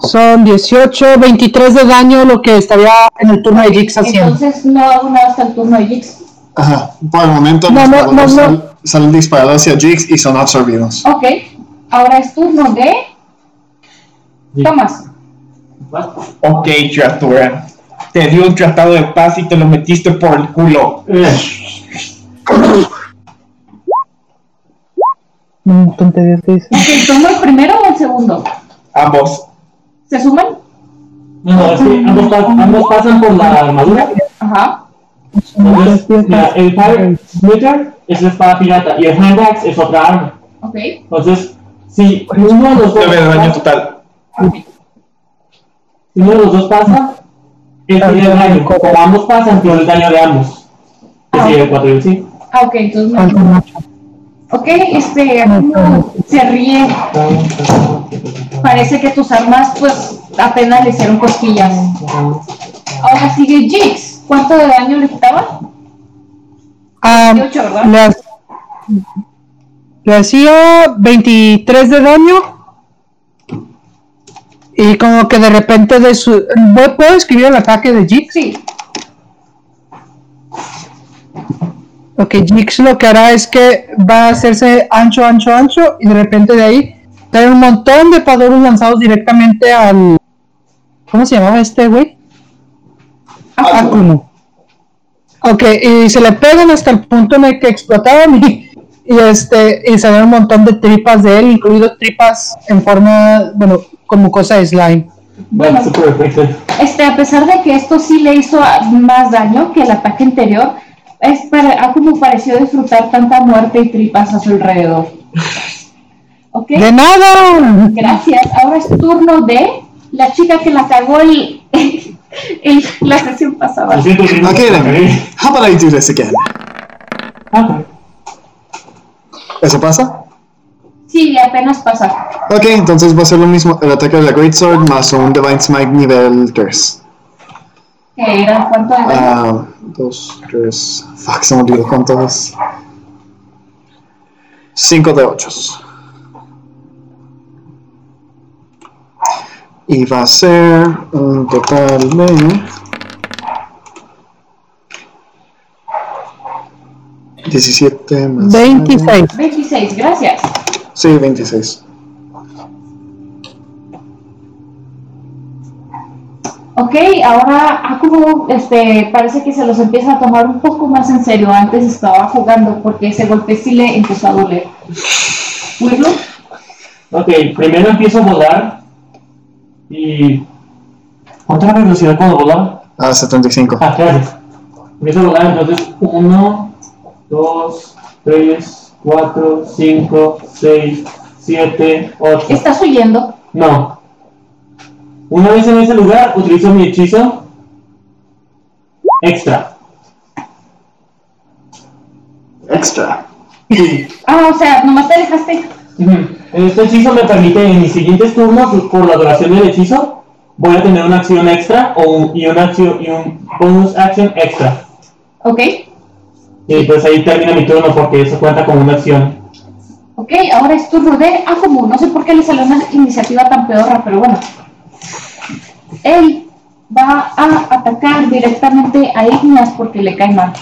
B: Son 18, 23 de daño, lo que estaría en el turno de Gix haciendo.
H: Entonces no hago nada hasta el turno de Jix.
G: Ajá. Por el momento
B: No,
G: los
B: no,
G: caballos
B: no, no.
G: sal- salen disparados hacia Jigs y son absorbidos.
H: Ok, ahora es turno de Tomás.
I: Ok, criatura. Te di un tratado de paz y te lo metiste por el culo.
B: Mm, tonterías que
H: (laughs)
B: dice.
H: Ok, ¿tomo el primero o el segundo?
I: Ambos.
H: ¿Se suman?
J: No, es que ambos, pas- ambos pasan por la armadura.
H: Ajá.
J: Entonces, la- el Fire Smitter es la espada pirata y el Hand Axe es otra arma.
H: Ok.
J: Entonces, si uno de los dos.
I: Nueve de daño total.
H: Ah,
J: Si uno de los dos pasa, él tiene el daño. Como ambos pasan, tiene el daño de ambos. Que sería el 4 y el 5.
H: Ah, ok, entonces no. Ok, este, Akumo se ríe. Parece que tus armas, pues, apenas le hicieron cosquillas. Ahora sigue Jix. ¿Cuánto de daño le quitaba?
B: Ah,
H: Dieciocho, ¿verdad?
B: le ha- le hacía 23 de daño. Y como que de repente de su... ¿Voy- ¿Puedo escribir el ataque de Jix?
H: Sí.
B: Ok, Jix lo que hará es que va a hacerse ancho, ancho, ancho y de repente de ahí trae un montón de paduros lanzados directamente al... ¿Cómo se llamaba este güey? Ah, Akuno. Ok, y se le pegan hasta el punto en el que explotaron y, y este y salen un montón de tripas de él, incluido tripas en forma, bueno, como cosa de slime.
J: Bueno, super perfecto.
H: Este, a pesar de que esto sí le hizo a- más daño que el ataque anterior, es para, Akumo pareció disfrutar tanta muerte y tripas a su alrededor. Ok.
B: ¡De nada!
H: Gracias. Ahora es turno de la chica que la cagó el, (laughs) el- la sesión pasada.
J: Lo siento, que no
G: Okay
J: me
G: then.
J: cagué.
G: How about I do this again?
J: Ah,
G: ¿Eso pasa?
H: Sí, apenas pasa.
G: Ok, entonces va a ser lo mismo. El ataque de la Great Sword más un Divine Smite nivel 3.
H: Que era cuánto de daño?
G: Ah, 2, 3. Fuck, se me olvidó cuántos. 5 de 8. Y va a ser un total de. 17 más. nueve.
B: 26.
H: 26, gracias.
G: Sí, 26.
H: Ok, ahora Akumo este, parece que se los empieza a tomar un poco más en serio. Antes estaba jugando porque ese golpe sí le empezó a doler. Wirlo,
J: Ok, primero empiezo a volar. Y. ¿Cuánto era la velocidad cuando volaba?
G: Ah, 75.
J: Ah, gracias. Empiezo a volar, entonces 1, 2, 3, 4, 5, 6, 7, 8.
H: ¿estás huyendo?
J: No. Una vez en ese lugar utilizo mi hechizo extra.
G: Extra.
H: Ah, o sea, nomás te dejaste.
J: Ujú. Este hechizo me permite en mis siguientes turnos, por la duración del hechizo, voy a tener una acción extra o un- y, una acción, y un bonus action extra.
H: Ok,
J: Y pues ahí termina mi turno porque eso cuenta como una acción.
H: ok, ahora es turno de Akumo. No sé por qué le salió una iniciativa tan peorra, pero bueno. Él va a atacar directamente a Ignas porque le cae mal.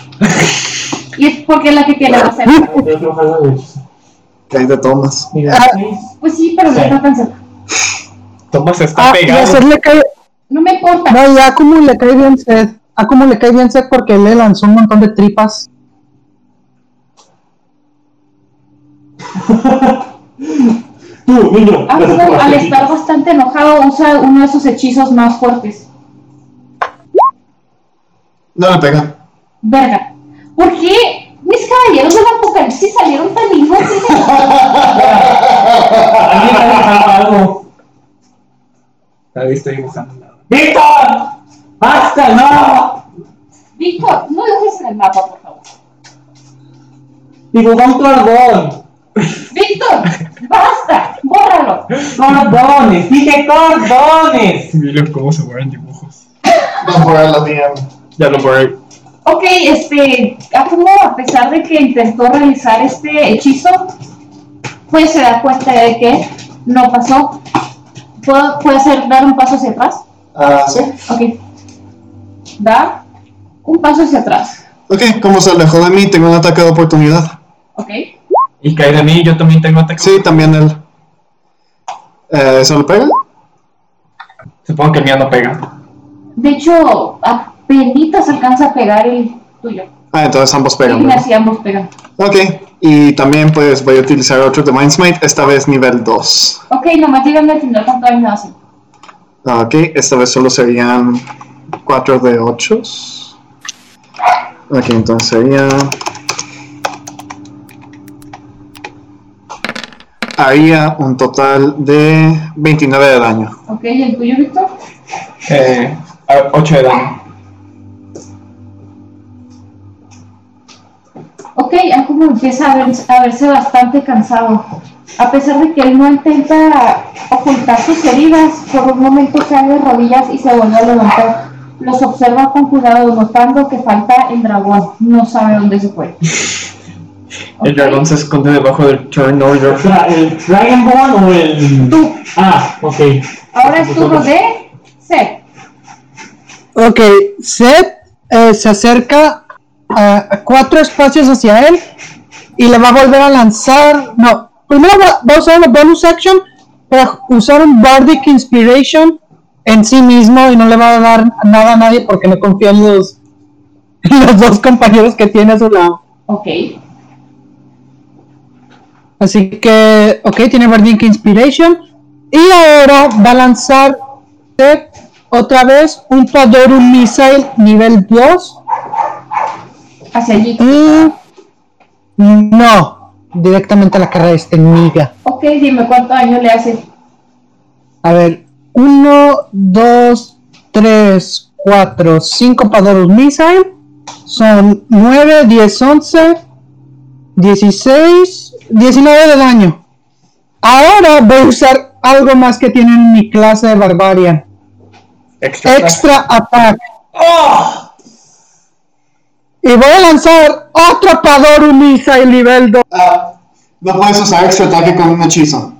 H: y es porque es la que tiene más cerca.
J: Entonces, vamos a hacer el hechizo.
G: Que hay de tomas.
J: Mira, seis.
H: Pues sí, pero no está tan cerca.
I: Tomás está
B: Ah, y a
I: pegado.
B: Seth le cae,
H: No me importa.
B: no, y a Akumu le cae bien sed. A como le cae bien sed porque le lanzó un montón de tripas.
J: Tú, niño.
H: Akumo, Ah, al estar bastante enojado, usa uno de sus hechizos más fuertes.
G: No le pega.
H: Verga. ¿Por qué mis caballeros del apocalipsis salieron tan inútiles?
J: Alguien está dibujando algo.
I: Nadie está dibujando nada.
J: ¡Víctor! ¡Basta, no!
H: Víctor, no dibujes en el mapa, por favor.
J: Dibujó un cordón.
H: Víctor, basta, bórralo.
J: ¡Cordones! ¡Dije cordones!
I: Miren cómo se mueven dibujos.
G: No por la mía.
I: Ya lo borré.
H: Ok, este, Akumo, a pesar de que intentó realizar este hechizo, pues se da cuenta de que no pasó. ¿Puedo, ¿Puedo hacer dar un paso hacia atrás?
G: Ah, sí.
H: Ok. Dar un paso hacia atrás.
G: Ok, como se alejó de mí, tengo un ataque de oportunidad.
H: Ok.
I: Y cae de mí, yo también tengo ataque.
G: Sí, también él. Eh, ¿Eso lo pega?
I: Supongo que el mío no pega.
H: De hecho, apenas alcanza a pegar el tuyo.
G: Ah, entonces ambos
H: Y
G: pegan.
H: me
G: ¿verdad?
H: hacíamos pegar.
G: Ok, y también pues voy a utilizar otro de Mindsmite, esta vez nivel 2.
H: Ok, nomás llegan al final con todo el nazi.
G: Ok, esta vez solo serían 4 de 8. Ok, entonces sería... Haría un total de 29 de daño.
H: Ok, ¿y el tuyo, Víctor?
I: Eh, 8 de daño.
H: Ok, ya como empieza a, ver- a verse bastante cansado. A pesar de que él no intenta ocultar sus heridas, por un momento cae de rodillas y se vuelve a levantar. Los observa con cuidado, notando que falta el dragón. No sabe dónde se fue.
I: (laughs) El dragón se esconde debajo del turn order.
J: Tra- ¿El Dragonborn o el.? Ah, ok.
H: Ahora es turno de Seth.
B: Ok, Seth eh, se acerca a, a cuatro espacios hacia él y le va a volver a lanzar. No, primero va, va a usar una bonus action para usar un Bardic Inspiration en sí mismo y no le va a dar nada a nadie porque no confía en los, (laughs) en los dos compañeros que tiene a su lado.
H: Ok.
B: Así que, ok, tiene Bardic Inspiration. Y ahora va a lanzar Ted otra vez un Todorum Missile nivel 2.
H: Hacia allí.
B: no, directamente a la cara de este esta enemiga.
H: Ok, dime cuánto daño le hace.
B: A ver, 1, 2, 3, 4, 5 Todorum Missile. Son 9, 10, 11, 16, 19 de daño. Ahora voy a usar algo más que tiene en mi clase de Barbarian.
I: Extra.
B: Extra Attack. Y voy a lanzar otro Padorum Missile nivel 2.
G: Ah, No puedes usar extra ataque con un hechizo.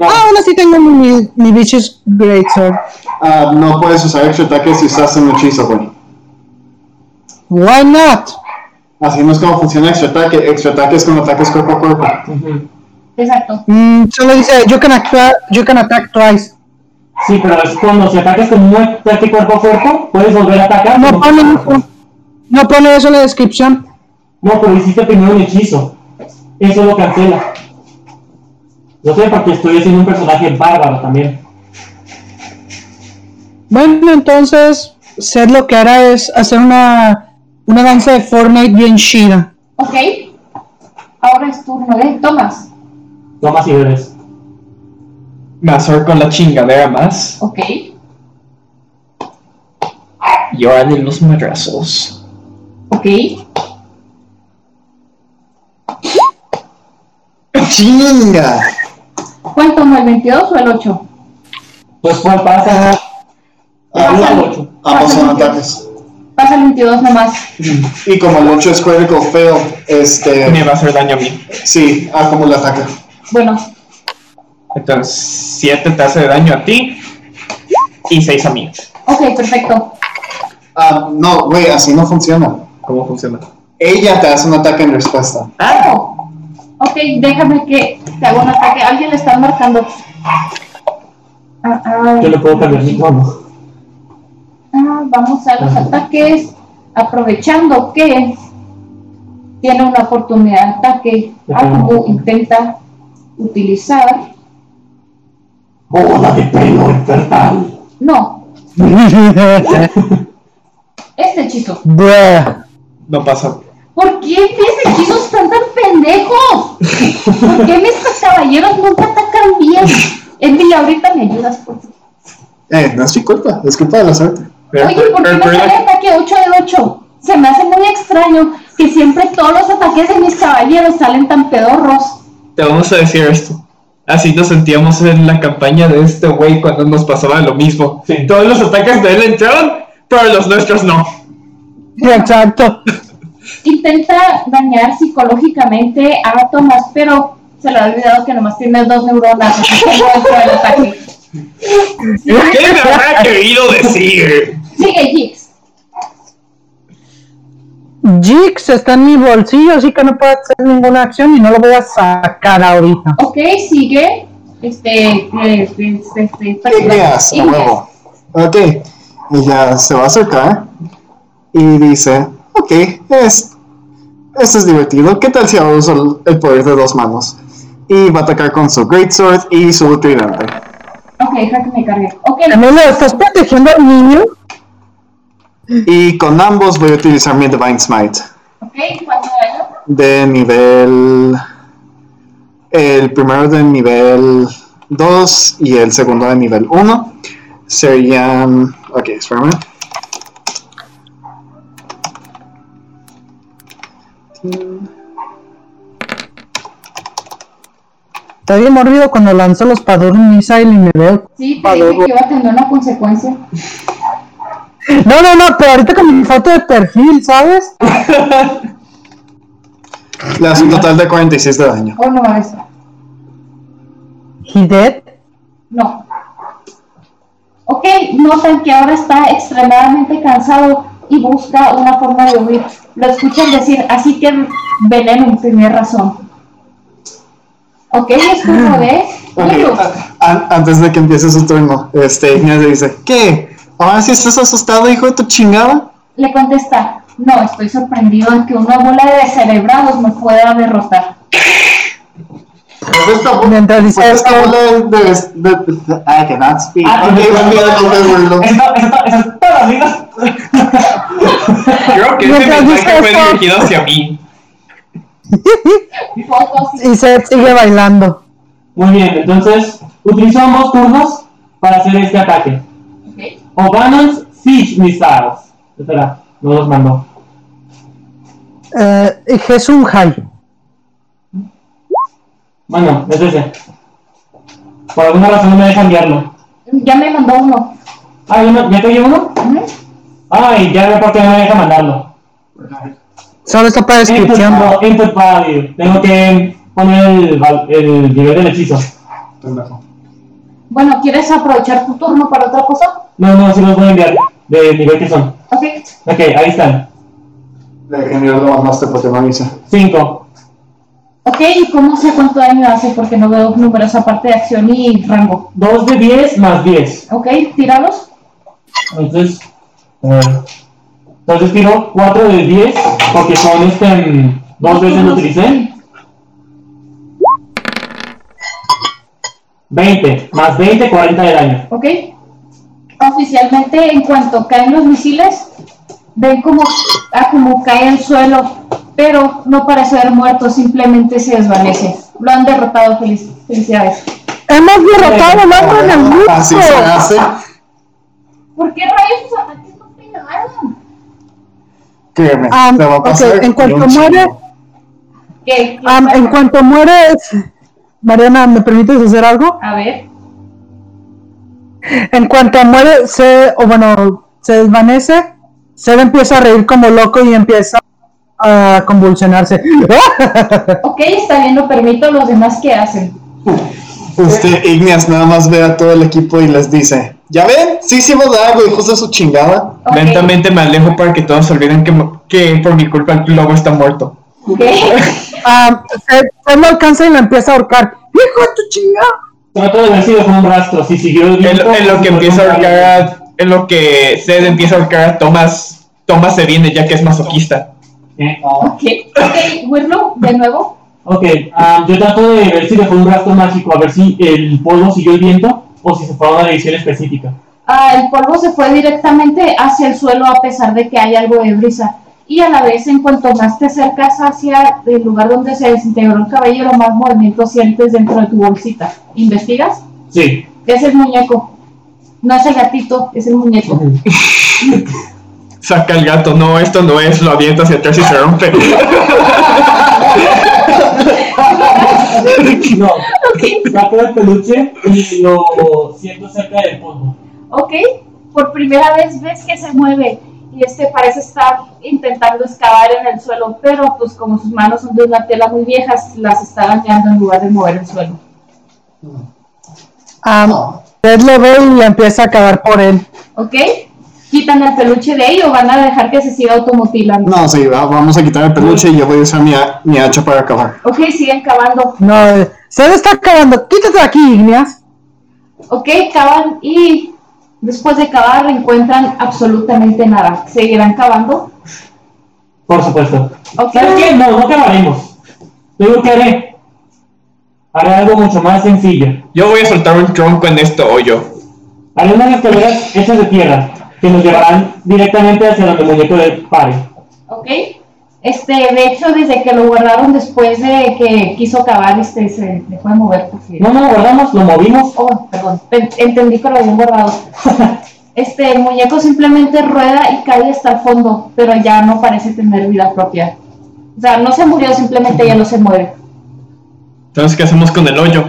B: Ah, aún así tengo mi, mi Vicious Greatsword.
G: Ah, no puedes usar extra ataque si usas un hechizo, güey.
B: Why not?
G: Así no es como funciona extra ataque. Extra ataque es con ataques cuerpo a cuerpo.
H: Exacto.
B: Mm, solo dice, you can, actua- you can attack twice.
J: Sí, pero es cuando si atacas con un ataque este cuerpo a cuerpo, puedes volver a atacar.
B: No pone, no, no pone eso en la descripción.
J: No, pero hiciste primero un hechizo. Eso lo cancela. Yo sé porque estoy haciendo un personaje bárbaro también.
B: Bueno, entonces, Seth lo que hará es hacer una, una danza de Fortnite bien chida.
H: Ok. Ahora es turno de Tomás.
J: Tomas y bebes.
I: Me acerco a la chingadera más.
H: Ok.
I: Y ahora de los madrazos.
H: Ok.
G: ¡Chinga!
H: ¿Cuánto no? ¿El 22 o el 8?
J: Pues cuál pasa.
H: Pasa
J: Pasa Ah, el
H: el-
J: 8.
G: Ambos son ataques.
H: Pasa el 22 nomás.
G: Y como el 8 es critical fail,
I: Me
G: este.
I: va a hacer daño a mí.
G: Sí, acumula ataque.
H: Bueno,
I: Entonces, 7 te hace daño a ti. Y 6 a mí.
H: ok, perfecto.
G: Ah, no, güey, así no funciona.
I: ¿Cómo funciona?
G: Ella te hace un ataque en respuesta.
H: Oh. Ok, déjame que te haga un ataque. Alguien le está marcando. Ah, ah,
J: Yo le puedo cambiar mi tono.
H: ah, vamos a los ataques. Aprovechando que tiene una oportunidad de ataque. Aku intenta utilizar.
J: Bola de pelo infernal.
H: No, este hechizo.
B: Bruh.
I: No pasa.
H: ¿Por qué mis hechizos están tan pendejos? ¿Por qué mis caballeros nunca atacan bien? Emily, ahorita me ayudas, por favor.
G: Eh, no es mi culpa, es culpa de la suerte.
I: Pero-
H: Oye, ¿por qué
I: pero-
H: me
I: pero-
H: sale ataque 8 de 8? Se me hace muy extraño que siempre todos los ataques de mis caballeros salen tan pedorros.
I: Te vamos a decir esto. Así nos sentíamos en la campaña de este güey cuando nos pasaba lo mismo.
J: Sí.
I: Todos los ataques de él entraron, pero los nuestros no.
B: Exacto.
H: Intenta dañar psicológicamente a Tomás, pero se le ha olvidado que nomás tiene dos neuronas así que no entra el ataque.
I: ¿Qué me habrá querido decir?
H: Sigue Jix.
B: Jix está en mi bolsillo, así que no puedo hacer ninguna acción y no lo voy a sacar ahorita.
H: Ok, sigue. Este, eh, este, este, este,
G: Igneas, a huevo. Ok, ella se va a acercar y dice, ok, es, esto es divertido, ¿qué tal si ahora uso el poder de dos manos? Y va a atacar con su Greatsword y su tridente.
H: Ok, deja que me cargue. Ok,
B: Camilo, ¿estás protegiendo al niño?
G: Y con ambos voy a utilizar mi Divine Smite
H: ok, ¿cuánto daño?
G: de nivel... El primero de nivel 2 y el segundo de nivel 1 serían... Ok, espérame.
B: Está bien mordido cuando lanzó los Padur Missile y me veo.
H: Sí, te dije que iba a tener una consecuencia.
B: No, no, no, pero ahorita con mi foto de perfil, ¿sabes?
G: Le hace un total de 46 de daño.
H: Oh, no mames.
B: He dead.
H: No. Ok, notan que ahora está extremadamente cansado y busca una forma de huir. Lo escuchan decir, así que Veneno tenía razón. Ok, es turno de pues",
G: Ok,
H: Willow.
G: a- a- antes de que empiece su turno, este, Ignacio dice, ¿qué? ¿Ahora sí estás asustado, hijo de tu chingada?
H: Le contesta, no, estoy sorprendido de que una bola de cerebrados me pueda derrotar.
B: Mientras dice
G: Pues
B: esto,
G: esta bola de- de- de- de- I cannot speak.
I: Ah,
G: Ok,
I: no.
G: buen día de golpe, Willow.
I: Esta- esta- esta- todas las líneas- Creo que ese
B: Mientras
I: mensaje
B: dices
I: fue
B: eso-
I: dirigido hacia mí.
H: Un poco así.
B: y Seth sigue bailando.
J: Muy bien, entonces utilizamos turnos para hacer este ataque.
H: Ok.
J: O'Bannon's Siege Missiles. Espera, no los mandó.
B: Eh, Jesús High.
J: Bueno, es ese. Por alguna razón no me deja enviarlo.
H: Ya me mandó uno.
J: Ah, ¿ya, no- ¿ya te llegó uno?
H: Ujú.
J: Ay, ya veo por qué no me deja mandarlo.
B: Solo está para
J: Input
B: descripción.
J: value, input value. Tengo que poner el, val- el nivel del hechizo.
H: Bueno, ¿quieres aprovechar tu turno para otra cosa?
J: No, no, sí los voy a enviar. Del nivel que son.
H: Ok.
J: Ok, ahí están.
G: Le dije, "Mira, lo mandaste porque no avisa.
J: 5.
H: Ok, ¿y cómo sé cuánto daño hace? Porque no veo números aparte de acción y rango.
J: 2 de 10 más 10.
H: Ok, tíralos.
J: Entonces, eh, entonces tiro 4 de 10 porque son este, mm, dos veces lo utilicé. 20, más 20, 40 de daño.
H: Ok. Oficialmente, en cuanto caen los misiles, ven como, ah, como cae al suelo, pero no parece haber muerto, simplemente se desvanece. Lo han derrotado, felic- felicidades.
B: Hemos derrotado al hombre del grupo.
G: Así se hace.
H: ¿Por qué rayos sus ataques no pegaron?
G: Créeme,
B: Ah,
G: te va a
B: ok,
G: pasar.
B: en cuanto
G: un chingo.
B: muere-
H: ¿Qué? ¿Qué
B: Am,
H: pasa?
B: Ah, en cuanto mueres, Mariana, ¿me permites hacer algo?
H: A ver.
B: En cuanto muere, se, o bueno, se desvanece, se empieza a reír como loco y empieza a convulsionarse.
H: Ok, está bien, lo permito. ¿Los demás qué hacen?
G: Usted,
B: eh,
G: Igneas, Este, nada más ve a todo el equipo y les dice, ¿ya ven? Sí hicimos algo, hijos de su chingada.
H: Ok.
I: Lentamente me alejo para que todos se olviden que, mo- que por mi culpa el lobo está muerto.
H: Ok.
B: Ah, Am, se, se lo alcanza y lo empieza a ahorcar. ¡Hijo de tu chingada!
J: Trato de ver si dejó un rastro, si siguió el
I: En,
J: viento,
I: en lo
J: si
I: que
J: dejó
I: empieza
J: un
I: a
J: rastro.
I: ahorcar a- en lo que Zed empieza a ahorcar a Thomas, Thomas se viene ya que es masoquista.
J: Eh,
H: Ok, ok, Wirlo, de nuevo.
J: Ok, ah, yo trato de ver si dejó un rastro mágico, a ver si el polvo siguió el viento o si se fue a una dirección específica.
H: Ah, el polvo se fue directamente hacia el suelo a pesar de que hay algo de brisa. Y a la vez, en cuanto más te acercas hacia el lugar donde se desintegró el caballero, más movimiento sientes dentro de tu bolsita. ¿Investigas?
J: Sí.
H: Es el muñeco. No es el gatito, es el muñeco.
I: Saca el gato, no, esto no es, lo avienta hacia atrás y se rompe.
J: (laughs) No,
H: Ok,
J: saco el peluche y lo siento cerca del polvo.
H: ok. Por primera vez ves que se mueve y este parece estar intentando excavar en el suelo, pero pues como sus manos son de una tela muy vieja, las está dañando en lugar de mover el suelo.
B: Am, Ted lo ve y empieza a acabar por él.
H: ¿Ok? ¿Quitan el peluche de ello o van a dejar que se siga automutilando?
G: No, sí, va- vamos a quitar el peluche y yo voy a usar mi, ha- mi hacha para acabar.
H: Ok, siguen cavando.
B: No, se le está acabando. Quítate de aquí, Igneas.
H: Ok, cavan y después de cavar no encuentran absolutamente nada. ¿Seguirán cavando?
J: Por supuesto.
H: Ok.
J: ¿Sabes qué? No, no acabaremos. Yo digo que haré. Haré algo mucho más sencillo.
I: Yo voy a soltar un tronco en este hoyo.
J: Haré unas escaleras hechas de tierra que nos llevarán directamente hacia donde el muñeco de pare.
H: Ok. Este, de hecho, desde que lo guardaron después de que quiso cavar, este, se dejó de mover. porque-
J: No, no lo guardamos, lo movimos.
H: Oh, perdón. Pe- Entendí que lo habían guardado. Este, el muñeco simplemente rueda y cae hasta el fondo, pero ya no parece tener vida propia. O sea, no se murió, simplemente ya no se mueve.
I: Entonces, ¿qué hacemos con el hoyo?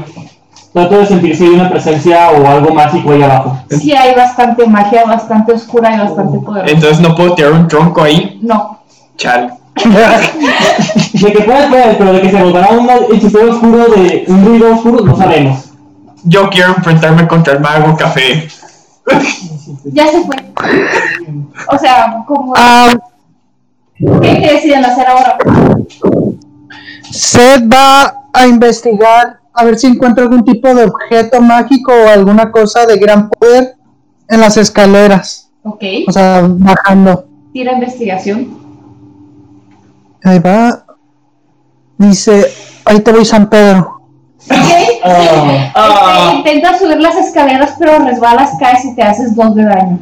J: Trato de sentir si hay una presencia o algo mágico ahí abajo.
H: Sí hay bastante magia, bastante oscura y bastante poderosa.
I: Entonces no puedo tirar un tronco ahí.
H: No.
I: Chal.
J: De que puede, puede, pero de que se volverá un hechicero oscuro de un ruido oscuro, no sabemos.
I: Yo quiero enfrentarme contra el mago café.
H: Ya se fue. O sea, como...
B: Ah,
H: ¿Qué que deciden hacer ahora?
B: Seth va a investigar a ver si encuentra algún tipo de objeto mágico o alguna cosa de gran poder en las escaleras.
H: Ok,
B: O sea, bajando.
H: tira investigación.
B: Ahí va. Dice, ahí te voy San Pedro.
H: Ok,
B: Ah.
H: este, intentas subir las escaleras, pero resbalas, caes y te haces dos de daño.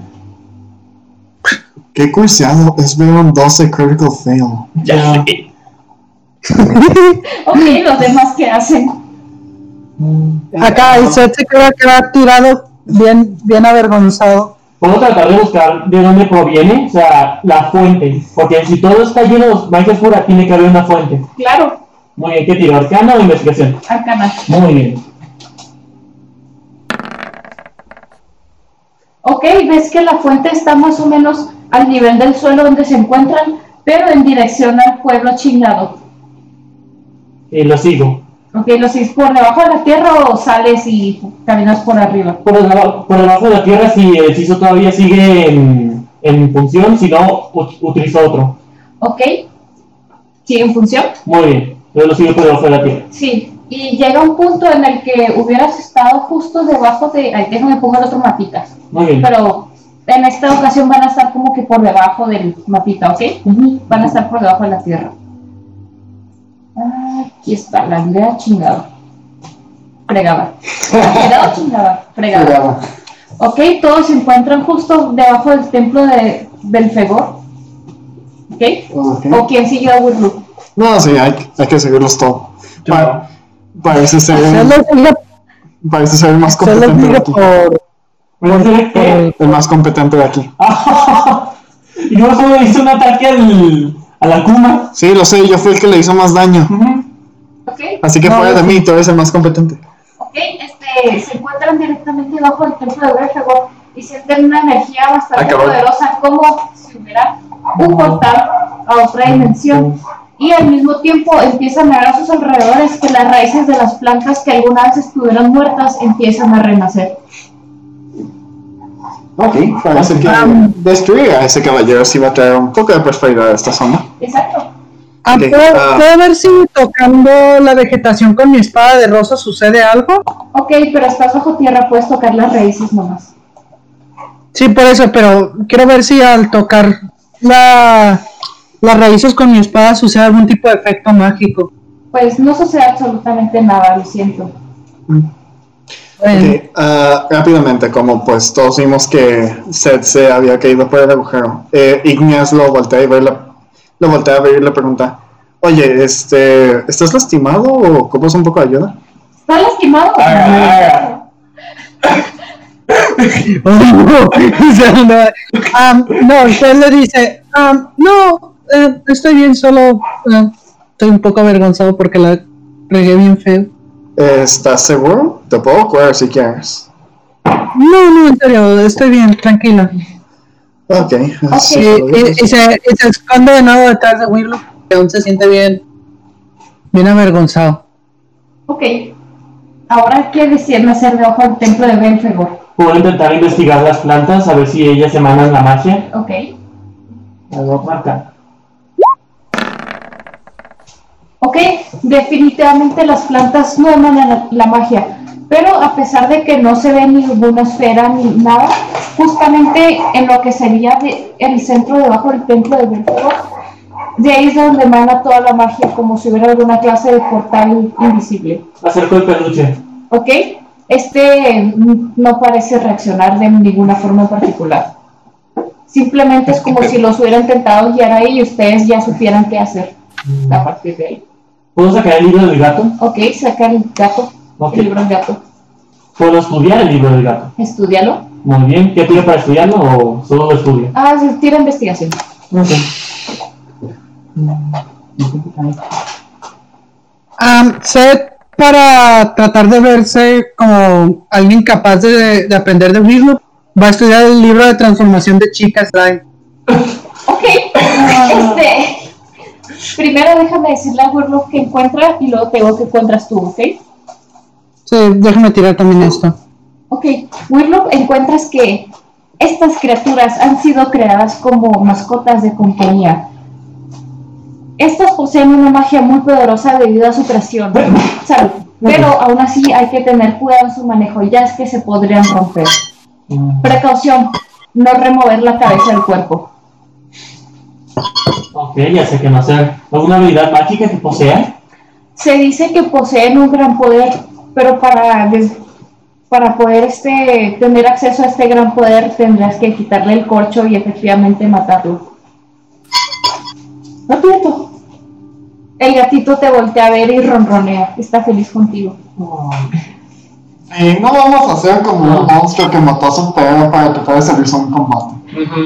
G: Qué cursiado, es ver un 12 critical fail.
I: Ya sé.
H: Ok,
B: Mm.
H: los demás que hacen.
B: Acá el Seth se queda, queda tirado bien, bien avergonzado.
J: Puedo tratar de buscar de dónde proviene, o sea, la fuente. Porque si todo está lleno de magia oscura, tiene que haber una fuente.
H: Claro,
J: Muy bien, ¿qué tiro? ¿Arcana o investigación?
H: Arcana.
J: Muy bien.
H: Ok, ves que la fuente está más o menos al nivel del suelo donde se encuentran, pero en dirección al pueblo chingado.
J: Y eh, lo sigo.
H: Ok, ¿lo sigues por debajo de la tierra o sales y caminas por arriba?
J: Por debajo, por debajo de la tierra, si el hechizo todavía sigue en, en función, si no, u- utilizo otro.
H: Ok, ¿sigue en función?
J: Muy bien, yo lo sigo por debajo de la tierra.
H: Sí, y llega un punto en el que hubieras estado justo debajo de. Ay, déjame pongo el otro mapita.
J: Muy bien.
H: Pero en esta ocasión van a estar como que por debajo del mapita, ¿ok? Van a estar por debajo de la tierra. Ah, Aquí está, la aldea chingada. Fregaba. Fregaba, chingada. Fregaba.
F: Cuidado.
H: Ok, todos se encuentran justo debajo del templo de, del Fegor. ¿Ok?
G: Ok.
H: ¿O quién siguió a Wurluk?
G: No, sí, hay, hay que seguirlos todo. Pa- parece, ser,
B: Seth lo sigue,
G: parece ser el más
B: Seth lo
G: competente de
B: sigue
G: aquí.
B: por... eh,
J: Pero ¿sabes qué?
G: El más competente de aquí.
J: (laughs) y luego solo hice un ataque al, a la cuna.
G: Sí, lo sé, yo fui el que le hizo más daño.
H: ¿Ok?
G: Así que
B: No,
G: fuera
B: yo
G: de mí, tú eres el más competente.
H: Ok, este, se encuentran directamente debajo del templo de Belfegor y sienten una energía bastante
I: Acabó.
H: poderosa, como si hubiera un portal a otra dimensión. Y al mismo tiempo empiezan a ver a sus alrededores que las raíces de las plantas que alguna vez estuvieron muertas empiezan a renacer.
G: Ok, parece que
B: Ah.
G: destruir a ese caballero sí va a traer un poco de prosperidad a esta zona.
H: Exacto.
B: Ah,
G: Ok,
B: ¿puedo,
G: ah.
B: puedo ver si tocando la vegetación con mi espada de rosa sucede algo?
H: Ok, pero estás bajo tierra, puedes tocar las raíces nomás.
B: Sí, por eso, pero quiero ver si al tocar la, las raíces con mi espada sucede algún tipo de efecto mágico.
H: Pues no sucede absolutamente nada, lo siento.
B: Bueno,
G: Ok, ah, rápidamente, como pues todos vimos que Seth se había caído por el agujero, eh, Igneas lo voltea, y ve la- lo voltea a ver y le pregunta, oye, este, ¿estás lastimado o copas un poco de ayuda?
H: ¿Está lastimado?
I: Haga, haga.
B: (laughs) o sea, no, um, no, usted le dice, um, no, eh, estoy bien, solo eh, estoy un poco avergonzado porque la regué bien feo.
G: ¿Estás seguro? Te puedo curar si quieres.
B: No, no, en serio, estoy bien, tranquila.
G: Ok,
B: Y,
G: así lo
B: y-
G: vemos.
B: y se, y se esconde de nuevo detrás de Willow, que aún se siente bien, bien avergonzado.
H: Ok. Ahora, ¿qué desean hacer de ojo al templo de Belfegor?
J: Puedo intentar investigar las plantas, a ver si ellas emanan la magia.
H: Ok.
J: Las voy a marcar.
H: Ok, definitivamente las plantas no emanan la, la magia, pero a pesar de que no se ve ninguna esfera ni nada, justamente en lo que sería de- el centro debajo del templo de Belfegor, de ahí es de donde emana toda la magia, como si hubiera alguna clase de portal invisible.
J: Acerco el peluche.
H: Ok, este mm, no parece reaccionar de ninguna forma en particular. Simplemente es como si los hubiera intentado guiar ahí y ustedes ya supieran qué hacer a partir de ahí.
J: ¿Puedo sacar el libro del gato?
H: Ok, saca el gato,
J: Ok.
H: el libro del gato,
J: ¿Puedo estudiar el libro del gato?
H: estudialo.
J: Muy bien. ¿Qué tiro para estudiarlo o solo lo estudio?
H: Ah, sí, tira investigación.
J: Ok.
B: Am, Seth, para tratar de verse como alguien capaz de, de aprender de Virlo, va a estudiar el libro de transformación de chicas slime.
H: Ok, este. Primero déjame decirle a Warlock que encuentra y luego te digo que encuentras tú, ¿ok?
B: Sí, déjame tirar también esto.
H: Ok, Wirlock, encuentras que estas criaturas han sido creadas como mascotas de compañía. Estas poseen una magia muy poderosa debido a su presión, ¿sabes? Pero aún así hay que tener cuidado en su manejo, ya es que se podrían romper. Precaución, no remover la cabeza del cuerpo.
J: Ok, ya sé qué no hacer. ¿Alguna habilidad mágica que posea?
H: Se dice que poseen un gran poder, pero para, des- para poder este, tener acceso a este gran poder tendrás que quitarle el corcho y efectivamente matarlo. Rapidito. El gatito te voltea a ver y ronronea. Está feliz contigo.
G: Y no vamos a hacer como un monstruo que mató a su perro para tratar de salirse a un combate.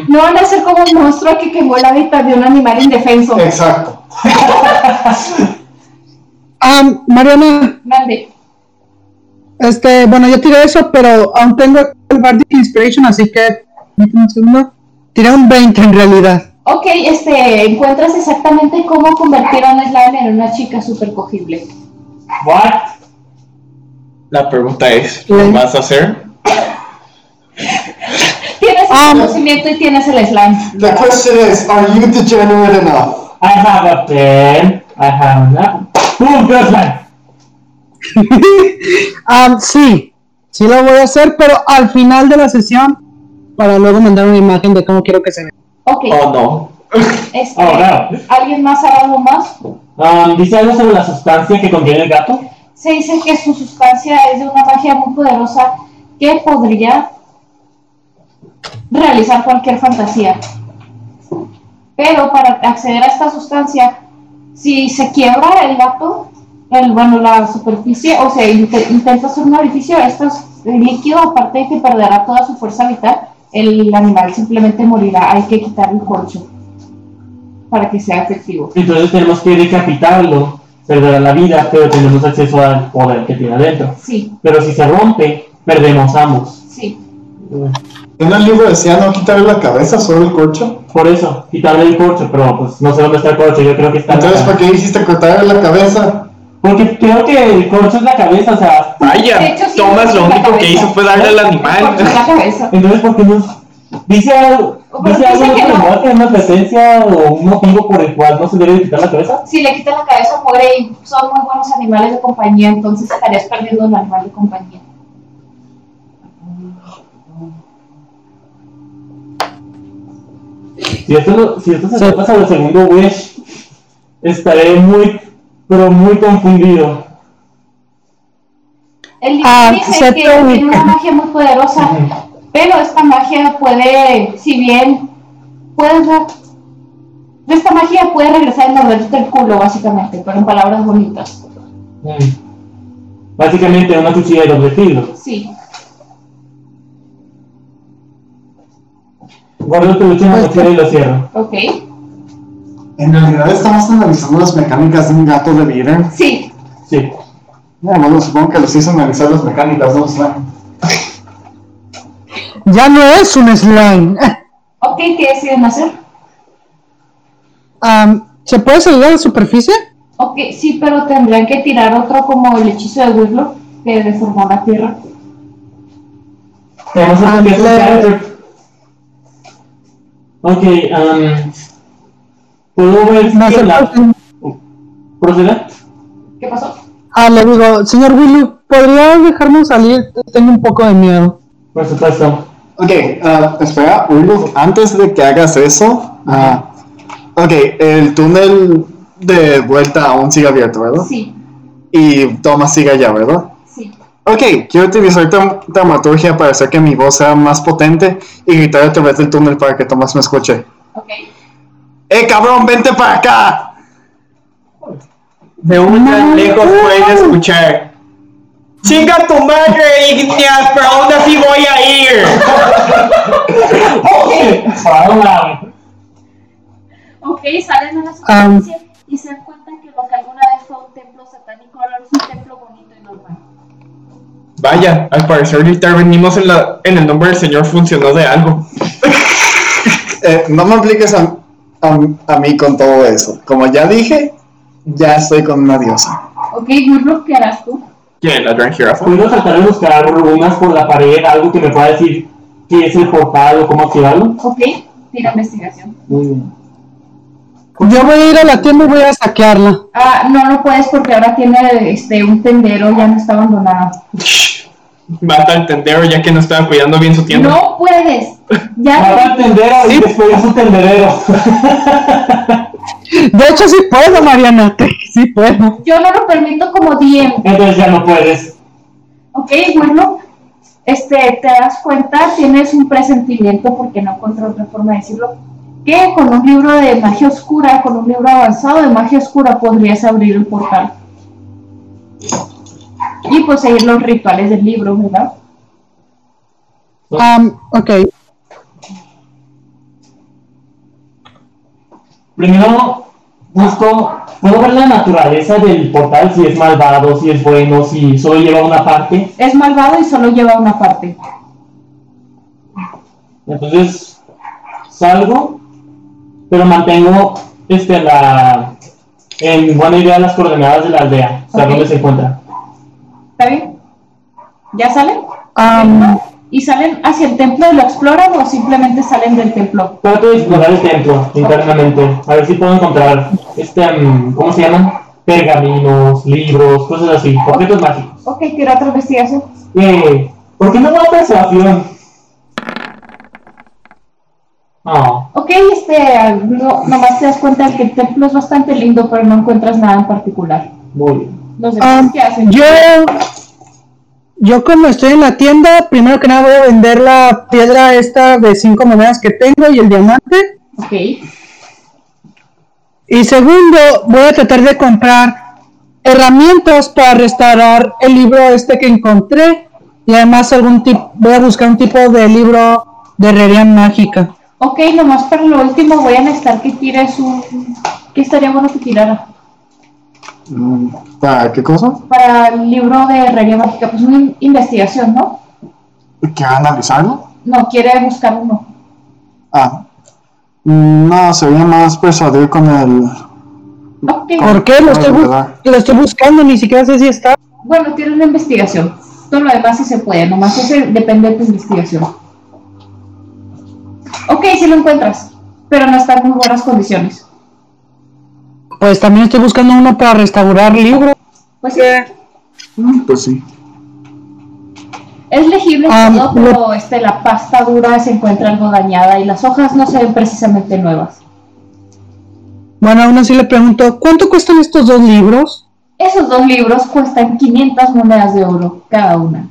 H: No van a ser como un monstruo que quemó el hábitat de un animal indefenso.
G: Exacto.
B: Am, Mariana,
H: Mande.
B: este, bueno, yo tiré eso, pero aún tengo el Bardic Inspiration, así que. un segundo. Tiré un 20 en realidad.
H: Ok, este, encuentras exactamente cómo convertir a una slime en una chica súper cogible.
J: ¿What?
I: La pregunta es, ¿lo vas a hacer?
H: Tienes el conocimiento y tienes el slime.
G: The question is, are you degenerate enough?
J: I have a pen. I have a... ¡Boom, Ghostman!
B: Am, Ah, sí, sí lo voy a hacer, pero al final de la sesión, para luego mandar una imagen de cómo quiero que se vea.
H: Ok,
J: no.
H: este,
J: Oh, claro.
H: ¿alguien más hará algo más?
J: Um, ¿Dice algo sobre la sustancia que contiene el gato?
H: Se dice que su sustancia es de una magia muy poderosa que podría realizar cualquier fantasía. Pero para acceder a esta sustancia, si se quiebra el gato, el, bueno, la superficie, o se int- intenta hacer un orificio, esto es líquido, aparte de que perderá toda su fuerza vital, el animal simplemente morirá. Hay que quitar el corcho para que sea efectivo.
J: Entonces tenemos que decapitarlo, perderá la vida, pero tenemos acceso al poder que tiene adentro.
H: Sí,
J: Pero si se rompe, perdemos ambos.
H: sí.
G: En el libro decía no quitarle la cabeza, solo el corcho.
J: Por eso, quitarle el corcho, pero pues no sé dónde está el corcho, yo creo que está... en la
G: Entonces,
J: cara.
G: ¿para qué dijiste cortarle la cabeza?
J: Porque creo que el corcho es la cabeza, o sea...
H: De
I: Vaya,
H: hecho, sí,
I: Thomas lo
H: la
I: único que
H: cabeza.
I: hizo fue darle al animal.
H: Cortó la cabeza.
J: Entonces, ¿por qué no? Dice algo,
H: Pero
J: dice algo
H: dice
J: en
H: que
J: otro
H: no.
J: lugar que hay una presencia o un motivo por el cual no se debe quitar la cabeza.
H: Si le quitas la cabeza, muere y son muy buenos animales de compañía, entonces estarías perdiendo un animal de compañía.
J: Si esto, lo- si esto se trata sobre el segundo wish, estaré muy, pero muy confundido.
H: El libro
B: Ah,
H: dice
B: se
H: que
B: te
H: tiene
B: ubica.
H: una magia muy poderosa, pero esta magia puede, si bien puedes dar- esta magia puede regresar y morderte el culo, básicamente, pero en palabras bonitas.
J: Mm. Básicamente una cuchilla de doble filo.
H: Sí.
J: Guardo el peluche en la
G: Pues
J: mochila y lo cierro.
H: Ok.
G: En realidad estamos analizando las mecánicas de un gato de vida.
H: Sí.
J: Sí.
G: No, bueno, supongo que los hizo analizar las mecánicas, no sé.
B: Ya no es un slime. (laughs)
H: Ok, ¿qué deciden hacer?
B: Am, Ah, um, ¿Se puede salir a la superficie?
H: Ok, sí, pero tendrían que tirar otro como el hechizo de Willow que deformó la tierra.
J: Tenemos un
B: I'm
J: test de
B: glad.
J: character. Ok, um, ¿puedo ver
B: No
J: que
B: se
J: la...
B: preocupen.
J: ¿Proceda?
H: ¿Qué pasó?
B: Ah, le digo, señor Willy, ¿podría dejarnos salir? Tengo un poco de miedo.
J: Por supuesto.
G: Ok, ah, espera, Ulrich, antes de que hagas eso. ah, ok, el túnel de vuelta aún sigue abierto, ¿verdad?
H: Sí,
G: Y Thomas sigue allá, ¿verdad?
H: sí.
G: Ok, quiero utilizar dram- dramaturgia para hacer que mi voz sea más potente y gritar a través del túnel para que Thomas me escuche.
H: Ok.
G: ¡Eh, cabrón, vente para acá!
I: De un tan lejos puedes escuchar. ¡Chinga tu madre, Igneas! ¡Pero aún así voy a ir!
J: Ahora,
H: Ok, salen a la
B: Am.
H: superficie y se dan cuenta que lo que alguna vez fue un templo satánico ahora es un templo bonito y normal.
I: Vaya, al parecer el intervenimos en, la, en el nombre del Señor funcionó de algo.
G: Eh, no me apliques a, a, a mí con todo eso. Como ya dije, ya estoy con una diosa.
H: Ok, Gurlock, ¿qué harás tú?
I: ¿Quién? ¿La Gran Jirafa?
J: ¿Puedo tratar de buscar algunas por la pared, algo que me pueda decir qué es el portal o cómo activarlo?
H: Ok, tira investigación.
J: Muy bien.
B: Yo voy a ir a la tienda y voy a saquearla.
H: Ah, no, no puedes porque ahora tiene este, un tendero, ya no está abandonado.
I: Mata al tendero ya que no estaba cuidando bien su tienda.
H: No puedes.
J: (laughs) Mata
H: Ya
J: al tendero y después su tenderero. (laughs)
B: De hecho, sí puedo, Mariana. (laughs) Sí puedo.
H: yo no lo permito como DM.
J: Entonces ya no puedes.
H: Ok, bueno, este, te das cuenta, tienes un presentimiento, porque no encuentro otra forma de decirlo, que con un libro de magia oscura, con un libro avanzado de magia oscura, podrías abrir el portal. Y pues seguir los rituales del libro, ¿verdad?
B: Um, ok.
J: Primero busco, puedo ver la naturaleza del portal, si es malvado, si es bueno, si solo lleva una parte.
H: Es malvado y solo lleva una parte.
J: Entonces salgo, pero mantengo este, la, en buena idea las coordenadas de la aldea, o sea,
H: Ok.
J: dónde se encuentra.
H: ¿Está bien? ¿Ya salen?
B: Um,
H: ¿Y salen hacia el templo y lo exploran o simplemente salen del templo?
J: Trato de explorar el templo internamente, a ver si puedo encontrar, este, mm, ¿cómo se llaman? Pergaminos, libros, cosas así, objetos mágicos.
H: Ok, tira otra investigación.
J: Yay. ¿Por qué no va a persuasión? No.
H: Ok, este, no, nomás te das cuenta de que el templo es bastante lindo, pero no encuentras nada en particular.
J: muy bien.
H: Los demás,
B: um,
H: ¿qué hacen?
B: yo, yo como estoy en la tienda, primero que nada voy a vender la piedra esta de cinco monedas que tengo y el diamante.
H: Ok,
B: Y segundo, voy a tratar de comprar herramientas para restaurar el libro este que encontré y además algún tipo, voy a buscar un tipo de libro de herrería mágica.
H: ok, nomás para lo último voy a necesitar que tires un... ¿Qué estaría bueno que tirara?
G: Mm, ¿Para qué cosa?
H: Para el libro de herrería mágica, pues una in- investigación, ¿no?
G: ¿Que analizarlo?
H: No, quiere buscar uno.
G: Ah. Mm, No, sería más persuadir con el.
H: Ok,
B: ¿Por qué? Lo estoy, bu- lo estoy buscando, ni siquiera sé si está.
H: bueno, tira una investigación. Todo lo demás sí se puede, nomás ese depende de tu investigación. Ok, sí lo encuentras, pero no está en muy buenas condiciones.
B: Pues también estoy buscando uno para restaurar libros.
H: Pues sí.
G: Mm, Pues sí.
H: Es legible
B: Ah,
H: todo,
B: lo-
H: pero este, la pasta dura se encuentra algo dañada y las hojas no se ven precisamente nuevas.
B: Bueno, aún así le pregunto, ¿cuánto cuestan estos dos libros?
H: Esos dos libros cuestan 500 monedas de oro cada una.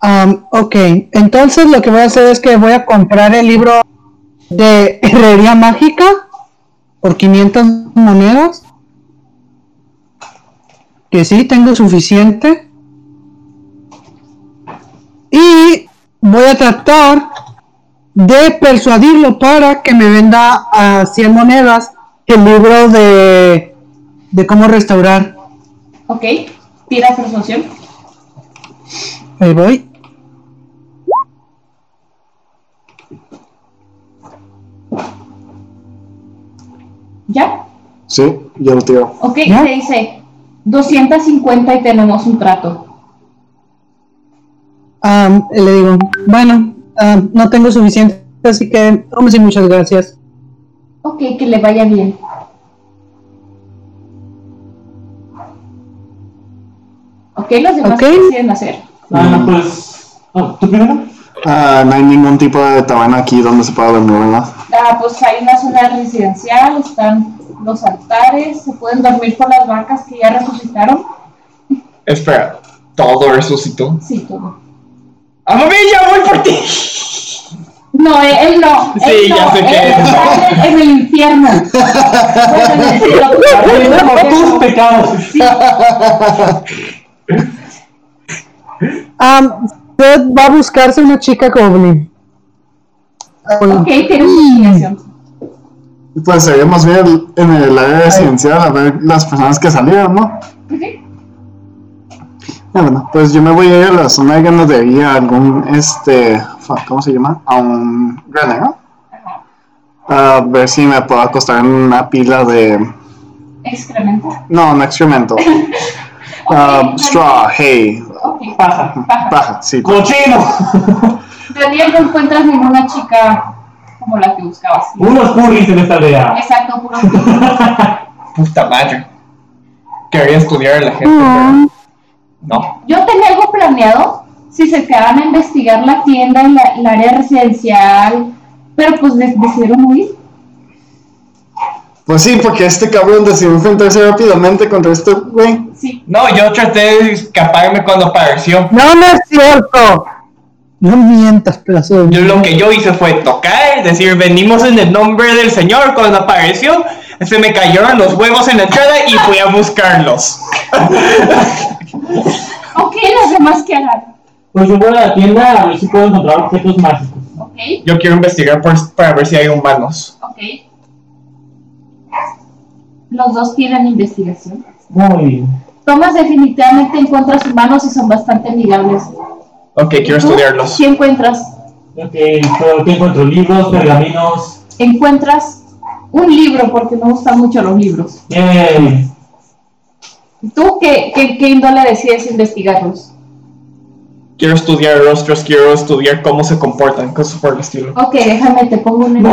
B: Am, Um, ok, entonces lo que voy a hacer es que voy a comprar el libro de herrería mágica por 500 monedas. Que sí, tengo suficiente. Y voy a tratar de persuadirlo para que me venda a 100 monedas el libro de, de cómo restaurar.
H: ¿Ok? Tira persuasión.
B: Ahí voy.
H: ¿Ya?
G: Sí, yo lo tiro.
H: Ok, y te dice 250 y tenemos un trato.
B: Am, y Ah, le digo, bueno, am, no tengo suficiente, así que vamos y muchas gracias.
H: Ok, que le vaya bien. Ok, los demás
B: Ok.
H: ¿qué deciden hacer.
G: Ah, pues. ¿Tú primero? Ah, no hay ningún tipo de taberna aquí donde se pueda dormir, ¿verdad?
H: Ah, pues hay una zona residencial, están los altares, se pueden dormir con las vacas que ya resucitaron.
I: Espera, todo resucitó.
H: Sí, todo.
I: ¡A mí ya voy por ti!
H: No, él, él no.
I: Sí,
H: él
I: ya
H: no,
I: sé que
H: él
I: es.
H: está en, en el
I: (laughs)
H: infierno. Bueno, en el cielo, pues,
J: por tus pecados.
H: sí.
B: Am, Fred Ah, va a buscarse una chica goblin.
H: Ok, tienes investigación.
G: Pues seríamos bien en el área residencial a ver las personas que salieron, ¿no? Ah, bueno, pues yo me voy a ir a la zona de ganadería, a algún, este, fuck, ¿cómo se llama? A un granero. A ver si me puedo acostar en una pila de...
H: Excremento.
G: No, un excremento. Ah, straw, hay,
H: Ok, paja.
G: paja, sí.
H: Daniel, no encuentras ninguna chica como la que buscabas.
J: Unos curris en esta aldea.
H: Exacto, puro.
I: Puta madre. Quería estudiar a la gente,
B: No.
I: pero no.
H: Yo tenía algo planeado, si se quedaban a investigar la tienda y la, el área residencial, pero pues les decidieron huir.
G: Pues sí, porque este cabrón decidió enfrentarse rápidamente contra este güey.
H: Sí.
I: No, yo traté de escaparme cuando apareció.
B: No, no es cierto. No mientas, placer.
I: Yo lo que yo hice fue tocar, decir, venimos en el nombre del Señor. Cuando apareció, se me cayeron los huevos en la entrada y fui a buscarlos.
H: Ok, los demás que harán.
J: Pues yo voy a la tienda a ver si puedo encontrar objetos mágicos.
H: Ok,
I: Yo quiero investigar por- para ver si hay humanos.
H: ok. Los dos tienen investigación.
J: Muy bien.
H: Tomas definitivamente encuentras humanos y son bastante amigables.
I: Ok, quiero
H: ¿Tú
I: estudiarlos.
H: ¿Qué encuentras?
J: Ok, pero aquí encuentro libros, pergaminos.
H: Encuentras un libro, porque me gustan mucho los libros.
J: Bien.
H: ¿Tú qué, qué, qué índole decides investigarlos?
I: Quiero estudiar rostros, quiero estudiar cómo se comportan, cosas por el estilo.
H: Ok, déjame, te pongo un...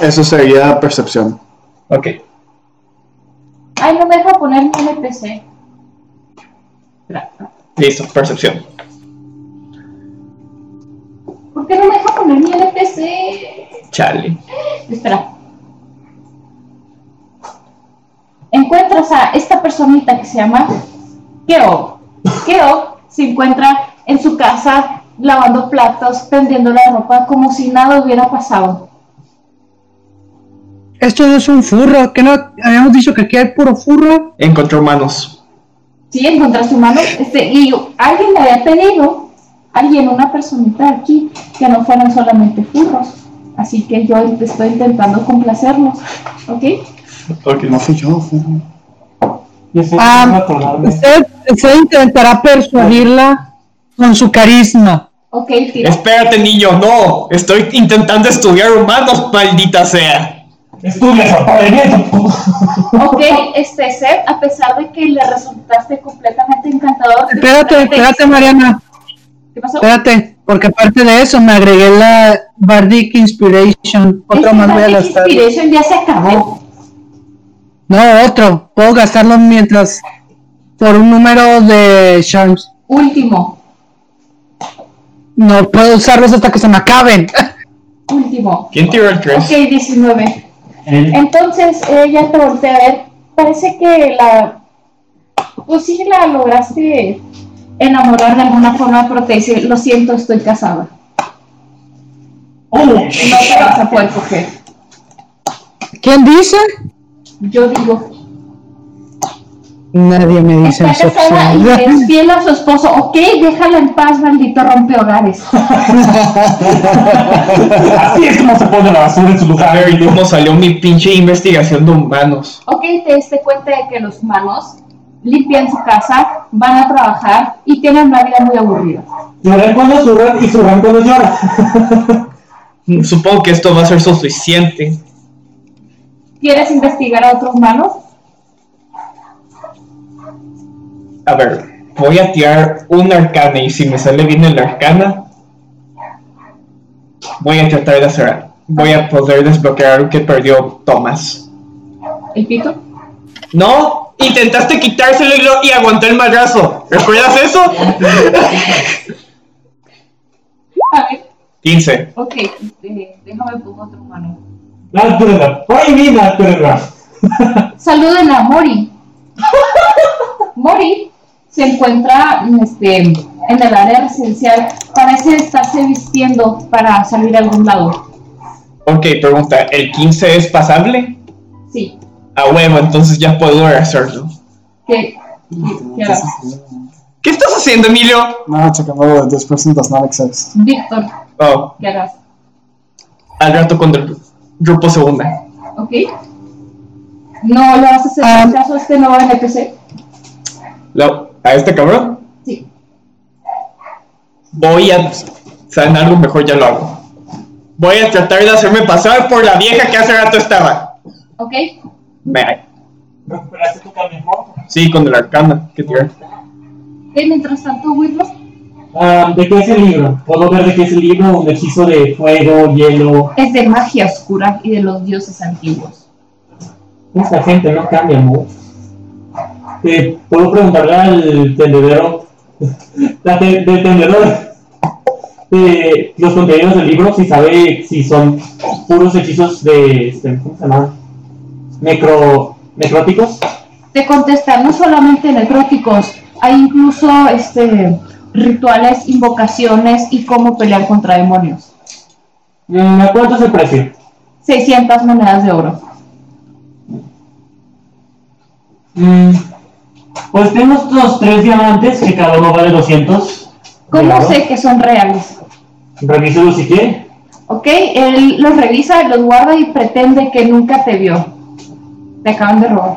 G: Eso sería percepción.
I: Ok.
H: Ay, no me deja poner mi NPC.
I: Listo, percepción.
H: ¿Por qué no me deja poner mi NPC?
I: Chale.
H: Espera. Encuentras a esta personita que se llama Keo. Keo se encuentra en su casa lavando platos, tendiendo la ropa como si nada hubiera pasado.
B: Esto no es un furro, que no habíamos dicho que aquí hay puro furro.
I: Encontré humanos.
H: Sí, encontraste humano. Este, y yo- alguien le había pedido, alguien, una personita aquí, que no fueran solamente furros. Así que yo estoy intentando complacerlos. ¿Ok?
I: Ok.
G: No fui yo, fue...
J: Yo sé que
B: Ah,
J: no me acordarme.
B: Usted, usted intentará persuadirla con su carisma.
H: Ok,
J: (laughs)
H: tira.
I: Espérate, niño, no. Estoy intentando estudiar humanos, maldita sea.
J: Estudia
B: (laughs)
J: sorprendimiento.
H: Ok, este Seth, a pesar de que le resultaste completamente encantador.
B: Espérate, espérate, Mariana.
H: ¿Qué pasó?
B: Espérate, porque aparte de eso me agregué la Bardic Inspiration. Otro
H: Este
B: más voy a
H: Magic
B: gastar.
H: Inspiration ya se acabó.
B: No, otro. Puedo gastarlo mientras. Por un número de charms.
H: Último,
B: No puedo usarlos hasta que se me
H: (laughs)
B: acaben.
H: último.
I: ¿Quién tiró el 3?
H: Ok, 19.
J: El-
H: Entonces ella te voltea a ver. Parece que la. Pues sí, la lograste enamorar de alguna forma, pero te dice: Lo siento, estoy casada.
J: Oh,
H: No te vas a poder coger.
B: ¿Quién dice?
H: Yo digo:
B: Nadie me dice
H: Está
B: eso.
H: casada y le
B: (laughs)
H: es fiel a su esposo. Ok, déjala en paz, maldito rompehogares.
J: Así es como se pone la basura en su
I: A
J: lugar.
I: ver, ¿cómo salió mi pinche investigación de humanos?
H: Ok, te diste cuenta de que los humanos limpian su casa, van a trabajar y tienen una vida muy aburrida.
J: Llorar cuando sudan y sudan cuando lloran. (laughs)
I: Supongo que esto va a ser suficiente.
H: ¿Quieres investigar a otros humanos?
I: A ver, voy a tirar un arcana y si me sale bien el arcana, voy a tratar de hacer. Voy a poder desbloquear lo que perdió Thomas.
H: ¿El pito?
I: ¡No! Intentaste quitárselo y, lo- y aguantó el madrazo. ¿Recuerdas eso?
H: A ver,
I: 15.
H: ok, eh, déjame pongo otro humano.
J: Naltrela, prohibida Naltrela.
H: Saluden a Mori. (laughs) Mori se encuentra este, en el área residencial. Parece estarse vistiendo para salir a algún lado.
I: Ok, pregunta. ¿El 15 es pasable?
H: Sí.
I: A huevo, entonces ya puedo hacerlo.
H: ¿Qué, qué hará?
I: ¿Qué estás haciendo, Emilio?
G: No, check out, oh, this person does not exist.
H: Víctor,
I: Oh,
H: ¿qué harás?
I: al rato cuando el grupo se hunda.
H: ¿Ok? No le vas a hacer caso a este nuevo NPC.
I: Lo- ¿A este cabrón?
H: Sí.
I: Voy a... ¿Saben algo? Mejor ya lo hago. Voy a tratar de hacerme pasar por la vieja que hace rato estaba.
H: ¿Ok?
I: Me-
J: ¿Recuperaste tu camión?
I: Sí, con el arcana. ¿Qué tirar?
H: Ok, mientras tanto, Wirlo.
J: Ah, ¿De qué es el libro? Puedo ver de qué es el libro, un hechizo de fuego, hielo.
H: es de magia oscura y de los dioses antiguos.
J: Esta gente no cambia mucho. Eh, Puedo preguntarle al tendedero, (laughs) la te- del tendedor, de los contenidos del libro, si sabe si son puros hechizos de, este, ¿cómo se llama? Necro, necróticos.
H: Te contesta, no solamente necróticos, hay incluso este rituales, invocaciones y cómo pelear contra demonios.
J: Mm, ¿A cuánto es el precio?
H: 600 monedas de oro.
J: Mm, Pues tengo estos tres diamantes que cada uno vale 200.
H: ¿Cómo
J: Claro.
H: sé que son reales?
J: Revíselo si quiere.
H: ¿Ok? Él los revisa, los guarda y pretende que nunca te vio. Te acaban de robar.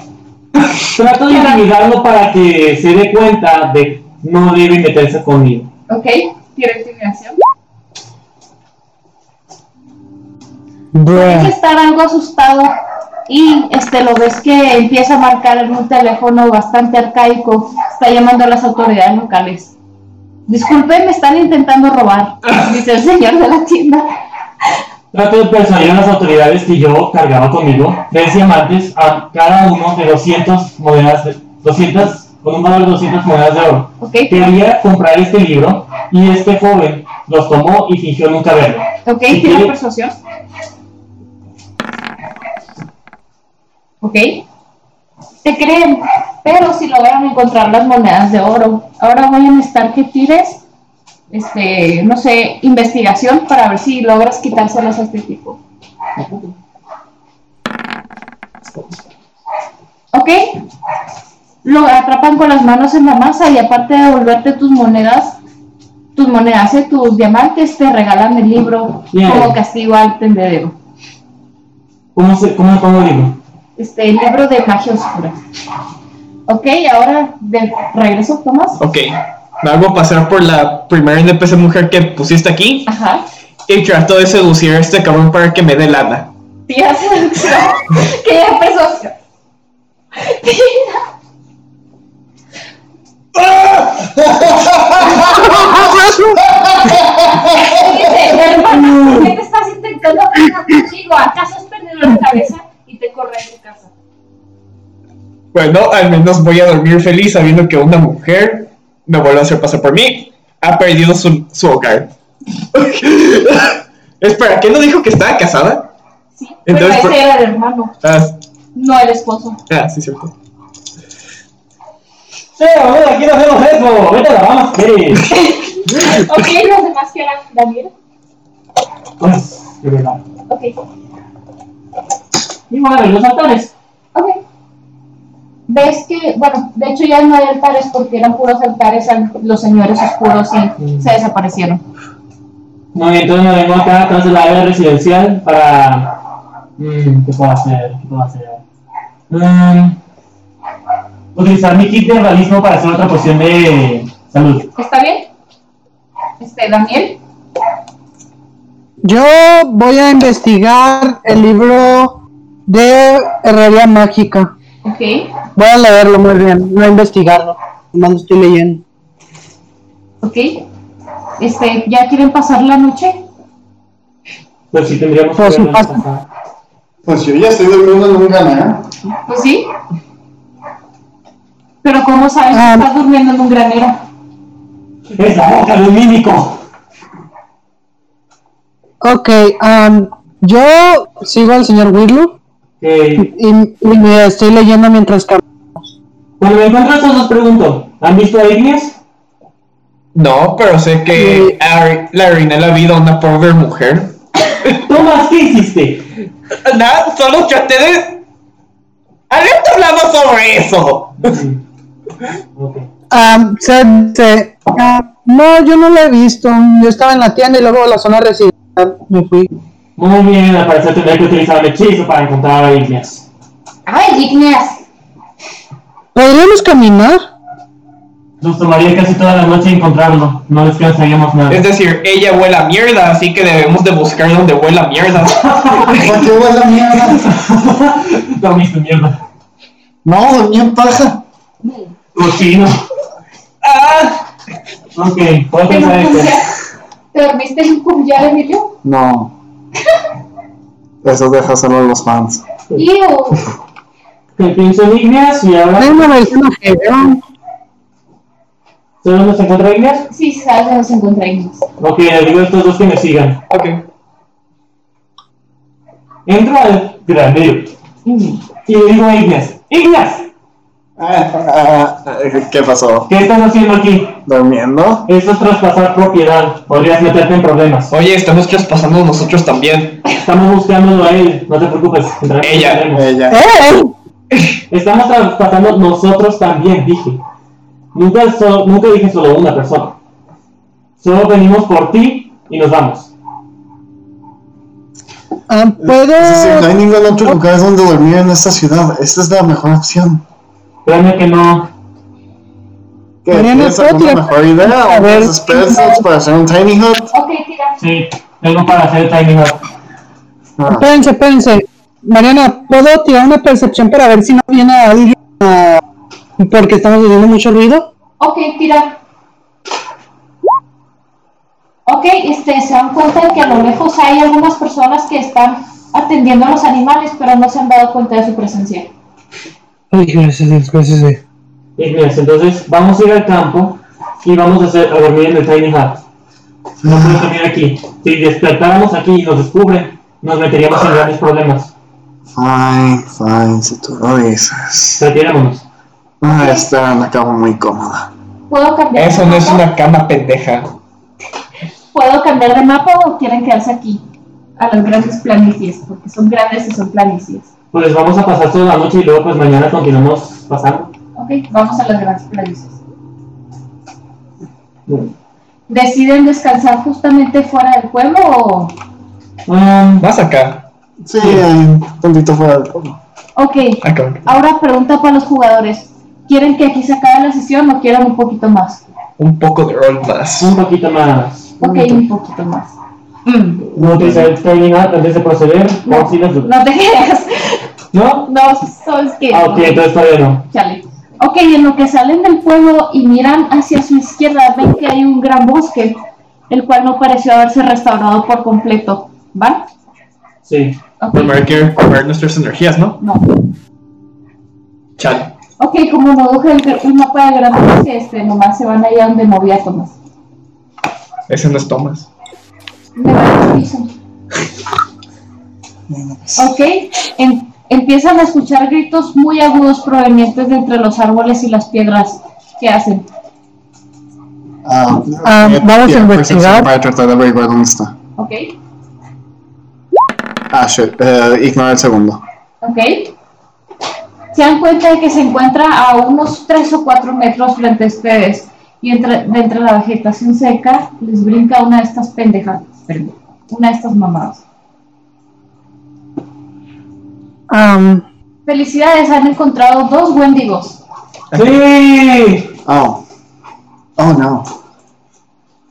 J: Trato de intimidarlo para que se dé cuenta de que no debe meterse conmigo.
H: ¿Ok? ¿Tiene intimidación? Parece estar algo asustado y este lo ves que empieza a marcar en un teléfono bastante arcaico. Está llamando a las autoridades locales. Disculpe, me están intentando robar, dice el señor de la tienda.
J: Trato de persuadir a las autoridades que yo cargaba conmigo tres diamantes a cada uno de 200 monedas, de- 200, con un valor de 200 monedas de oro.
H: Ok.
J: Quería comprar este libro y este joven los tomó y fingió nunca verlo.
H: Ok,
J: Si
H: tiene
J: quiere-
H: persuasión. Ok. Te creen, pero si lograron encontrar las monedas de oro, ahora voy a necesitar que tires, este, no sé, investigación para ver si logras quitárselas a este tipo. Ok. Lo atrapan con las manos en la masa y aparte de devolverte tus monedas, tus monedas y tus diamantes te regalan el libro
J: Bien.
H: como castigo al tendedero.
J: ¿Cómo se cómo, cómo digo?
H: Este el libro de magia oscura. Ok, ahora de regreso, Tomás.
I: Ok. Me hago pasar por la primera NPC mujer que pusiste aquí
H: Ajá.
I: y trato de seducir a este cabrón para que me dé lana.
H: (laughs) Tira seducción. que ya empezó. Tira. Dice, hermano, ¿por ¿qué te estás intentando casar conmigo? ¿Acaso has perdido la cabeza? Y te corre de tu casa.
I: Bueno, al menos voy a dormir feliz sabiendo que una mujer me vuelve a hacer pasar por mí. Ha perdido su, su hogar. (laughs) Espera, ¿qué no dijo que estaba casada?
H: Sí,
I: Entonces,
H: pero
I: por-
H: ese era el hermano,
I: Ah,
H: no el esposo.
I: ah, sí, cierto.
J: ¡Eh, hola, aquí no hacemos eso! ¡Vete a la mamá! Sí.
H: Ok, los demás que eran Daniel.
J: (laughs) Pues, de verdad.
H: Ok,
J: Y bueno, los altares.
H: ok. Ves que, bueno, de hecho ya no hay altares porque eran puros altares a los señores oscuros y se desaparecieron.
J: Muy bien, entonces nos vengo acá atrás de la área residencial para. mm, ¿Qué puedo hacer? ¿Qué puedo hacer? Mm, utilizar mi kit de herbalismo para hacer otra poción de salud.
H: ¿Está bien? Este, Daniel.
B: Yo voy a investigar el libro de Herrería mágica.
H: Ok.
B: Voy a leerlo muy bien, no a investigarlo. Nomás lo estoy leyendo.
H: Ok. Este, ¿ya quieren pasar la noche?
J: Pues sí, tendríamos que ver la casa.
F: Pues yo ya estoy durmiendo en un granero.
H: Pues sí. Pero ¿cómo sabes que estás durmiendo en un granero?
J: ¡Es la boca de un mímico!
B: Ok, am, yo sigo al señor Wirlu
J: Ok.
B: y, y me estoy leyendo mientras cam-
J: Cuando me encuentro estos dos pregunto, ¿han visto a Ignis?
I: No, pero sé que ar- le arruiné la vida a una pobre mujer.
J: Tomás, ¿qué hiciste?
I: Nada, solo traté de. ¡Habíamos hablado sobre eso!
B: am, um, se- se- am, no, yo no lo he visto. Yo estaba en la tienda y luego a la zona residencial me fui.
J: Muy bien, al parecer tendré que utilizar un hechizo para encontrar a Ignis.
H: ¡Ay, Igneas!
B: ¿Podríamos caminar?
J: Nos tomaría casi toda la noche encontrarlo, no descansaríamos nada.
I: Es decir, ella huela a mierda, así que debemos de buscar donde huela a mierda.
F: ¿Por qué huele a mierda?
J: (laughs) No, mi mierda.
F: No, dormí en paja.
J: Cochino.
I: ¡Ah!
J: Ok, puedo
H: ¿Te,
J: pensar en que...
H: ¿Te dormiste en un cumbial, Emilio?
G: No. Eso deja solo a los fans.
H: ¡Iu!
J: que pienso en Ignis y ahora...
B: Tengo una Eh, versión ajedrón.
J: ¿Sabes dónde se encuentra Ignis?
H: Sí, sabes dónde se encuentra Igneas.
J: Ok, le digo a estos dos que me sigan.
I: (laughs) Ok.
J: Entro al granero y le digo a Ignis, ¡Ignis!
G: Ah, ah, ¿Qué pasó?
J: ¿Qué estás haciendo aquí?
G: ¿Durmiendo?
J: Eso es traspasar propiedad. Podrías meterte en problemas.
I: Oye, estamos traspasando nosotros también.
J: Estamos buscándolo a él. No te preocupes. entraremos en
I: Ella,
J: problemas.
G: Ella.
B: ¡Eh!
J: Estamos traspasando nosotros también, dije. Nunca, so- nunca dije solo una persona. Solo venimos por ti y nos vamos.
B: Am,
G: Sí, no hay
B: um, ¿Puedo?
G: ningún otro lugar donde dormir en esta ciudad. Esta es la mejor opción.
J: Créeme que no.
G: ¿Qué?
B: Mariana,
G: ¿Tienes
B: ¿puedo
G: alguna
B: tirar-
G: mejor idea?
B: A
G: ¿O
B: ver.
G: unos pesos para hacer un tiny hut?
H: Ok, tira.
J: Sí, tengo para hacer timing out.
G: Ah,
B: Espérense, espérense. Mariana, ¿puedo tirar una percepción para ver si no viene alguien ah, porque estamos oyendo mucho ruido?
H: Ok, tira. Ok, este, se dan cuenta de que a lo lejos hay algunas personas que están atendiendo a los animales, pero no se han dado cuenta de su presencia.
B: Ay, gracias, Dios, gracias. Dios.
J: Ignis, entonces vamos a ir al campo y vamos a, hacer, a dormir en el tiny hut. No puedes dormir aquí. Si despertáramos aquí y nos descubren, nos meteríamos en grandes problemas.
G: Ah, Fine, fine, si tú lo dices.
J: Retirémonos.
G: Ah, está en la cama muy cómoda.
H: ¿Puedo cambiar
I: Eso
H: de
I: no
H: mapa?
I: es una cama pendeja.
H: ¿Puedo cambiar de mapa o quieren quedarse aquí? A las grandes planicies, porque son grandes y son planicies.
J: Pues vamos a pasar toda la noche y luego pues mañana continuamos pasando.
H: Ok, vamos a las grandes planicies. ¿Deciden descansar justamente fuera del pueblo o...?
J: Um,
I: Más acá.
G: Sí, un tantito fuera del pueblo.
H: Ok,
I: Acá.
H: Ahora pregunta para los jugadores. ¿Quieren que aquí se acabe la sesión o quieren un poquito más?
I: Un poco de rol más.
J: un poquito más.
H: Ok, un poquito más.
J: No utilizar el training app antes de proceder.
H: No,
J: ¿O sí las-
H: no te (laughs) creas.
J: ¿No?
H: No, sabes que...
J: Ah, ok, entonces todavía no.
H: Chale. Ok, en lo que salen del pueblo y miran hacia su izquierda, ven que hay un gran bosque, el cual no pareció haberse restaurado por completo. ¿Van?
J: Sí.
H: Ok.
I: Primero hay que recuperar nuestras energías, ¿no?
H: No.
I: Chale.
H: Ok, como no dije el, el mapa de grandes, este, nomás se van allá donde movía Tomás.
I: Ese no es Thomas.
H: Me va el piso. Ok, en- empiezan a escuchar gritos muy agudos provenientes de entre los árboles y las piedras. ¿Qué hacen?
G: Ah,
B: Ah,
G: eh,
B: vamos a
G: tiene
B: investigar.
G: Para tratar de averiguar dónde está.
H: Ok,
G: Ah, shit. eh, ignora el segundo.
H: ok. Se dan cuenta de que se encuentra a unos 3 o 4 metros frente a ustedes y entre, de entre la vegetación seca les brinca una de estas pendejas, perdón, una de estas mamadas.
B: Am,
H: Felicidades, han encontrado dos wendigos.
J: ¡Sí!
G: Oh. Oh, no.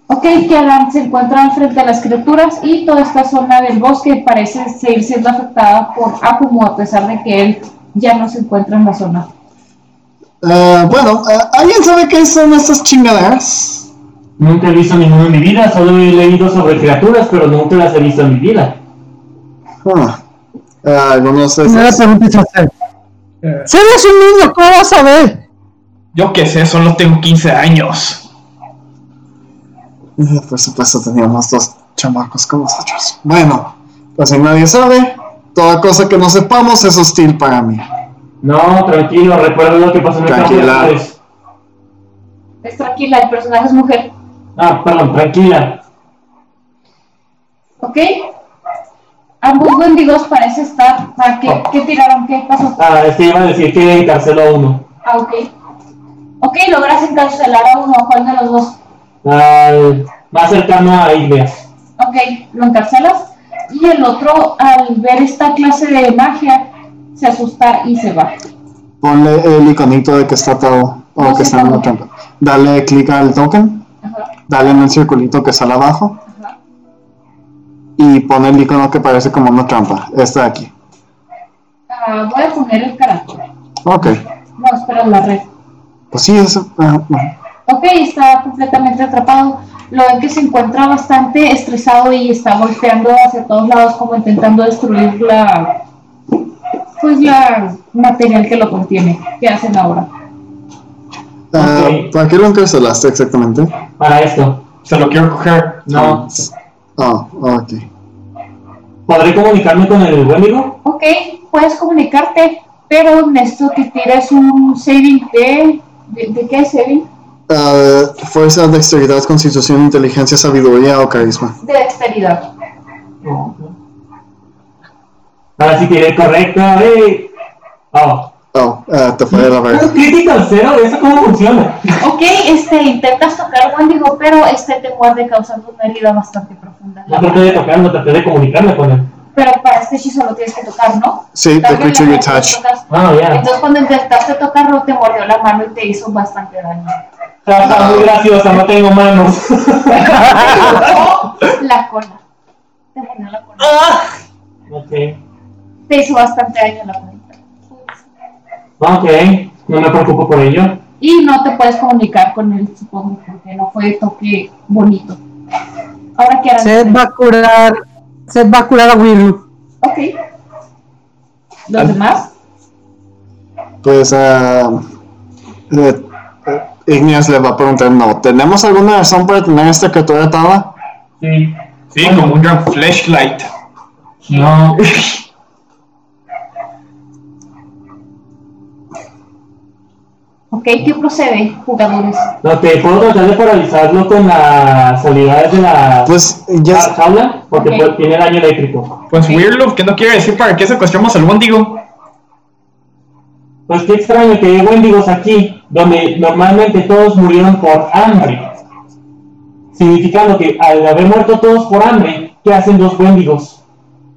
H: Ok, Kellan se encuentran frente a las criaturas y toda esta zona del bosque parece seguir siendo afectada por Akumu a pesar de que él ya no se encuentra en la zona.
G: Ah, bueno, ah, ¿alguien sabe qué son estas chingaderas?
J: Nunca he visto ninguno en mi vida, solo he leído sobre criaturas, pero nunca las he visto en mi vida.
G: Ah, ah, algunos de
B: No le
G: esos-
B: preguntes a usted. Si eres un niño, ¿cómo vas a ver?
I: Yo qué sé, solo tengo 15 años.
G: Eh, Por supuesto, teníamos dos chamacos como nosotros. Bueno, pues si nadie sabe, toda cosa que no sepamos es hostil para mí.
J: No, tranquilo, recuerda lo que pasó en el campo de
G: Tranquila.
J: flores.
H: Es tranquila, el personaje es mujer.
J: Ah, perdón, tranquila.
H: Ok. Ambos bendigos parece estar. ah, ¿qué, qué tiraron? ¿Qué pasó?
J: Ah, es que iba a decir que encarceló a uno.
H: Ah, ok. Ok, logras encarcelar a uno, ¿a ¿cuál de los dos?
J: Al más cercano a Igneas.
H: Ok, lo encarcelas. Y el otro, al ver esta clase de magia, se asusta y se va.
G: Ponle el iconito de que está atado o que está en la trampa. Dale clic al token, dale en el circulito que sale abajo y pon el icono que parece como una trampa. Este de aquí.
H: Ah, voy a poner el carácter.
G: Ok,
H: No, espera la red.
G: pues sí, eso. ah, bueno.
H: Ok, está completamente atrapado. Lo ven que se encuentra bastante estresado y está volteando hacia todos lados como intentando destruir la pues la material que lo contiene. ¿Qué hacen ahora?
G: Ah, ¿Para qué lo encarcelaste exactamente?
J: Para esto.
I: Se lo quiero coger.
J: No.
G: Ah, ok.
J: ¿Podré comunicarme con el bendigo?
H: Ok, puedes comunicarte, pero necesito que tires un saving de... ¿De, de qué es saving?
G: Ah, fuerza, dexteridad, constitución, inteligencia, sabiduría o carisma.
H: De dexteridad.
J: Ahora sí tiré correcto, ¡eh! Oh.
G: Oh, ah, te fue de la verga.
J: ¿Un crítico al cero? ¿Eso cómo funciona?
H: Ok, este, intentas tocar Wendigo, pero este te muerde causando una herida bastante profunda.
J: No traté de tocarlo, traté de comunicarme con él.
H: Pero para este hechizo lo tienes que tocar, ¿no?
G: Sí,
H: Tal
G: the
H: vez
G: creature
H: la
G: you
H: vez que lo
G: touch.
H: tocas.
J: Ah, ya.
H: Entonces cuando intentaste tocarlo te mordió la mano y te hizo bastante
G: (laughs)
H: daño.
J: Jaja, muy graciosa, no tengo manos. (laughs)
H: La cola. Te mordió la cola.
J: ok.
H: Te hizo bastante daño la cola.
J: Ok, no me preocupo por ello.
H: Y no te puedes comunicar con él, supongo, porque no fue toque bonito. Ahora que harán.
B: Seth va a curar. Seth va a curar a Wirlu.
H: Ok. ¿Los demás?
G: Pues, ah, eh, eh, Igneas le va a preguntar, no, ¿tenemos alguna razón para tener esta criatura atada?
J: Sí.
I: Sí, como un gran flashlight.
J: No.
H: Ok, ¿qué procede, jugadores?
J: Ok, ¿puedo tratar de paralizarlo con las habilidades de la
G: Pues, eh, ya,
H: Ah,
J: la jaula? Porque
H: Ok.
J: pues, tiene daño eléctrico.
I: Pues Weirdloop, ¿qué no quiere decir para qué secuestramos al Wendigo?
J: Pues qué extraño que hay Wendigos aquí, donde normalmente todos murieron por hambre. Significando que al haber muerto todos por hambre, ¿qué hacen dos Wendigos?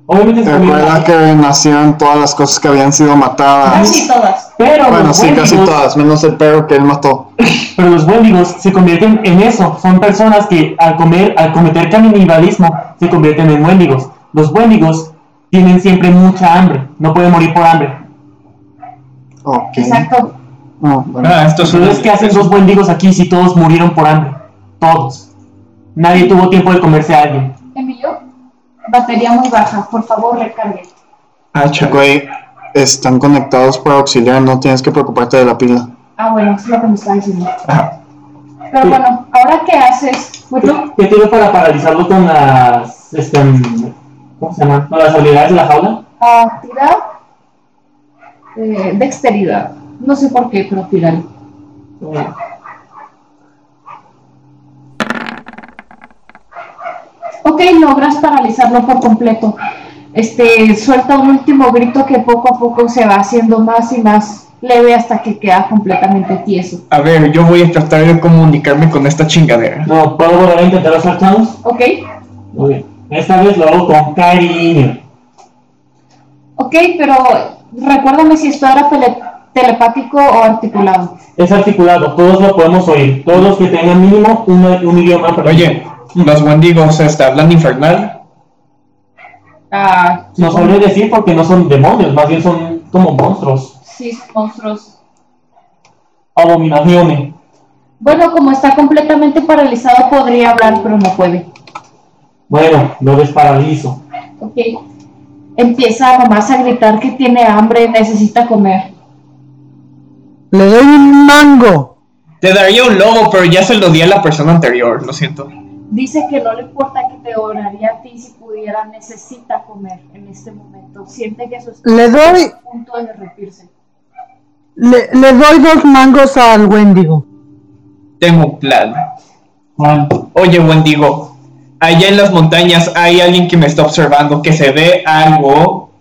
J: Obviamente se comieron
G: recuerda
J: la-
G: que nacieron todas las cosas que habían sido
H: Casi
G: matadas.
H: todas.
J: Pero
G: Bueno,
J: los
G: sí, casi
J: Wendigos-
G: todas, menos el perro que él mató.
J: Pero los Wendigos se convierten en eso. Son personas que al comer, al cometer canibalismo, se convierten en Wendigos. Los Wendigos tienen siempre mucha hambre. No pueden morir por hambre.
G: Ok.
H: Exacto.
G: Ah, bueno.
I: Ah, esto es un-
J: Entonces, ¿qué hacen dos Wendigos aquí si todos murieron por hambre? Todos. Nadie tuvo tiempo de comerse a alguien.
H: Emilio, batería muy baja. Por favor, recargue.
I: Ah, chaco.
G: Güey, están conectados para auxiliar, no tienes que preocuparte de la pila.
H: Ah, bueno, es lo que me está diciendo.
I: Ajá.
H: Pero bueno, ¿ahora qué haces? Bueno,
J: ¿Qué tiro para paralizarlo con las. Este, ¿Cómo se llama? Con las habilidades de la jaula.
H: a tirar eh, dexteridad. No sé por qué, pero tirar. Ok, logras paralizarlo por completo. Este, suelta un último grito que poco a poco se va haciendo más y más leve hasta que queda completamente tieso.
I: A ver, yo voy a tratar de comunicarme con esta chingadera.
J: No, ¿puedo volver a intentar los arcanos?
H: Ok,
J: Muy bien. Esta vez lo hago con cariño.
H: ok, pero recuérdame si esto era pele- telepático o articulado.
J: Es articulado, todos lo podemos oír. Todos los que tengan mínimo un, un idioma.
I: Oye, los Wendigos este, hablan infernal.
H: Ah,
J: No sabría decir porque no son demonios, más bien son como monstruos,
H: sí, monstruos.
J: abominaciones.
H: Bueno, como está completamente paralizado, podría hablar, pero no puede.
J: Bueno, lo desparalizo.
H: Ok. Empieza nomás a gritar que tiene hambre, necesita comer.
B: Le doy un mango.
I: Te daría un lobo, pero ya se lo di a la persona anterior, lo siento.
H: Dice que no le importa que te oraría a ti si pudiera, necesita comer en este momento. Siente que su
B: Le
H: estómago
B: doy-
H: está a punto de derretirse.
B: Le, le doy dos mangos al Wendigo.
I: Tengo un plan. Oye, Wendigo, allá en las montañas hay alguien que me está observando, que se ve algo.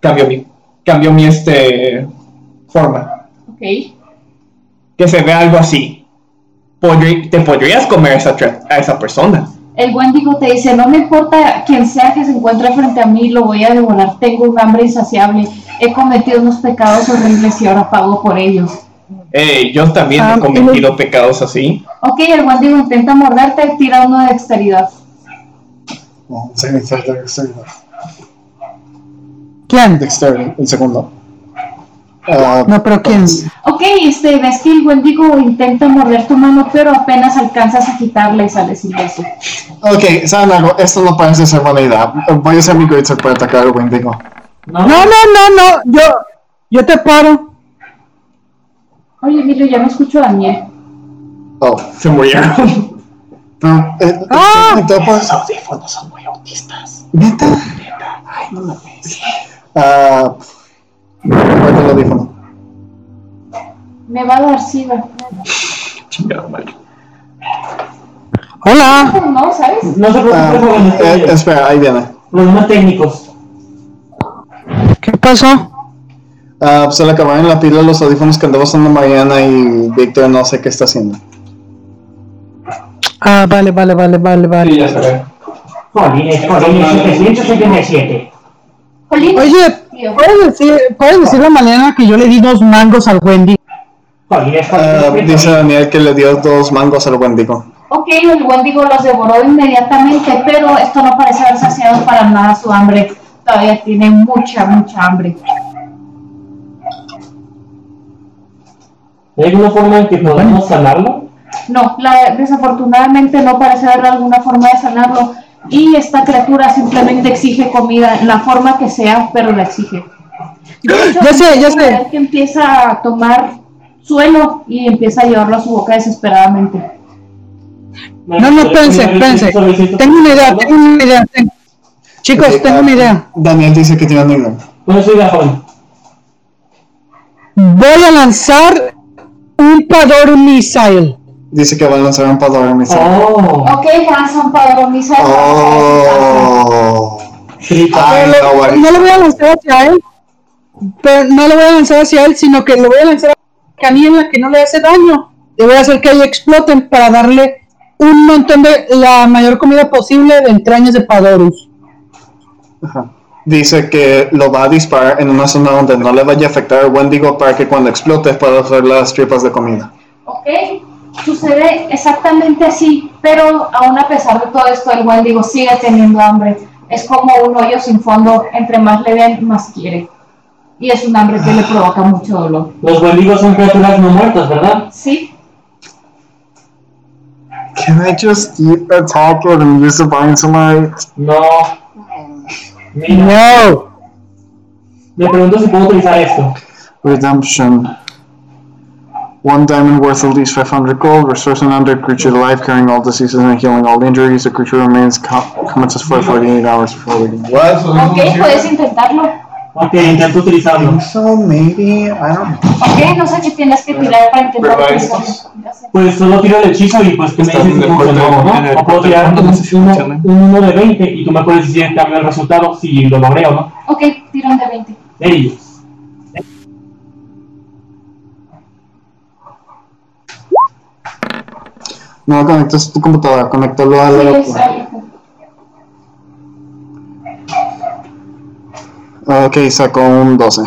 I: Cambió mi, cambió mi este forma.
H: Ok.
I: Que se ve algo así. Podri- te podrías comer a esa, tra- a esa persona.
H: El Wendigo te dice, no me importa quién sea que se encuentre frente a mí, lo voy a devorar. Tengo un hambre insaciable. He cometido unos pecados horribles y ahora pago por ellos.
I: Eh, yo también he cometido pecados así.
H: Ok, el Wendigo intenta morderte, tira uno de dexteridad.
G: Sí, dexterity, dexterity.
B: ¿Quién?
G: Dexterity, el segundo. Ah,
B: No, pero ¿quién?
H: Ok, este, ves que el Wendigo intenta morder tu mano, pero apenas alcanzas a quitarle y sales ileso.
G: Ok, ¿saben algo? Esto no parece ser buena idea. Voy a usar mi greatsword para atacar al Wendigo.
B: No, no, no, no. Yo, yo te paro.
H: Oye, Emilio, ya no escucho a Daniel.
G: Oh.
I: Se (laughs) murieron.
G: Pero, eh, pues?
B: ¡Ah!
G: ¿te puedes-
I: audífonos son muy autistas.
G: ¿Neta? Ah, guarda el audífono.
H: Me va a dar sida.
I: Chingado, madre.
B: Hola.
H: No, ¿sabes?
J: No se
G: Ah,
J: preocupe, joven, está
G: eh,
J: bien.
G: espera, ahí viene.
J: Problemas técnicos.
B: ¿Qué pasó?
G: Ah, se le acabaron la pila los audífonos que andaba usando Mariana y Víctor no sé qué está haciendo.
B: Ah, vale, vale, vale, vale, vale.
I: ya se ve.
J: Jolines, jolines, 777.
H: Jolín,
B: Oye,
H: tío.
B: ¿puedes decir, puedes decirle a Mariana que yo le di dos mangos al Wendigo?
J: Jolines,
G: Ah, dice
J: jolines.
G: Daniel que le dio dos mangos al Wendigo.
H: Ok, el Wendigo los devoró inmediatamente, pero esto no parece haber saciado para nada su hambre. Todavía tiene mucha, mucha hambre.
J: ¿Hay alguna forma en que podamos sanarlo?
H: No, la- desafortunadamente no parece haber alguna forma de sanarlo. Y esta criatura simplemente exige comida, en la forma que sea, pero la exige. De hecho,
B: Ya sé, ya
H: es una
B: sé.
H: vez Que empieza a tomar suelo y empieza a llevarlo a su boca desesperadamente.
B: No, no, espérense, espérense. Tengo una idea, tengo una idea. tengo- Chicos,
G: Ok,
B: tengo
G: ah,
B: una idea.
G: Daniel dice que tiene negro.
J: Bueno, soy la joven.
B: Voy a lanzar un Pador Missile.
G: Dice que va a lanzar un padre a
J: Oh,
H: Ok, lanza un padronizado.
G: Oh.
J: sí,
G: Ay,
B: Pero
G: Oh. no,
B: no
G: güey.
B: lo voy a lanzar hacia él. Pero no lo voy a lanzar hacia él, sino que lo voy a lanzar a la canilla que no le hace daño. Le voy a hacer que ahí exploten para darle un montón de la mayor comida posible de entrañas de Padorus.
G: Ajá. Dice que lo va a disparar en una zona donde no le vaya a afectar al Wendigo para que cuando explote pueda hacer las tripas de comida.
H: Ok, sucede exactamente así, pero aún a pesar de todo esto, el Wendigo sigue teniendo hambre. Es como un hoyo sin fondo, entre más le den, más quiere. Y es un hambre que le provoca mucho dolor.
J: los Wendigos son criaturas no muertas, ¿verdad?
H: ¿Sí?
G: Can I just eat a taco and use the vine somewhere?
J: No. Mira,
B: No.
J: me pregunto si puedo utilizar esto.
G: Redemption. One diamond worth at least 500 gold. Restores an undead creature to life, curing all diseases and healing all injuries. The creature remains com- comatose for 48 hours before waking. What?
H: Ok, puedes intentarlo.
J: Ok, intento utilizarlo.
G: So maybe I don't.
H: Ok, no sé qué tienes que tirar para intentar
I: Pero
H: utilizarlo.
I: estos-
H: Ya sé.
J: Pues solo tiro el hechizo y pues que me
I: Está
J: dices
I: en
J: si
I: el
J: funciona
I: cuarto,
J: o
I: en el
J: no. O puedo
I: cuarto,
J: tirar
I: ¿cuánto?
J: un
I: No sé si funciona.
J: 1 de 20 y tú me puedes decir en cambio el resultado si lo logré o no.
H: Ok, tirón de 20.
J: Ey,
G: No conectas tu computadora, conectalo a
H: Sí,
G: la.
H: es algo.
G: Ok, sacó un 12.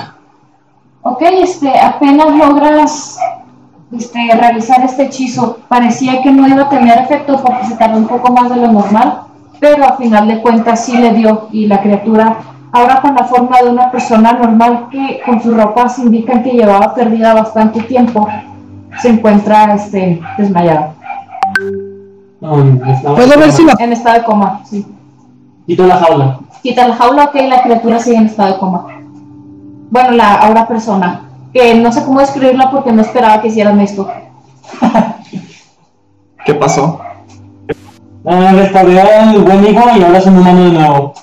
H: Ok, este, apenas logras este, realizar este hechizo. Parecía que no iba a tener efecto porque se tardó un poco más de lo normal, pero a final de cuentas sí le dio y la criatura, ahora con la forma de una persona normal que con sus ropas indican que llevaba perdida bastante tiempo, se encuentra este, desmayada.
B: Puedo Pues ver si la-
H: En estado de coma, sí.
J: Quito la jaula.
H: Quita la jaula, ok, la criatura sigue en estado de coma. Bueno, la ahora persona, que no sé cómo describirla porque no esperaba que hicieran esto.
G: ¿Qué pasó?
J: Ah, restauré al buen hijo y ahora es un humano de nuevo.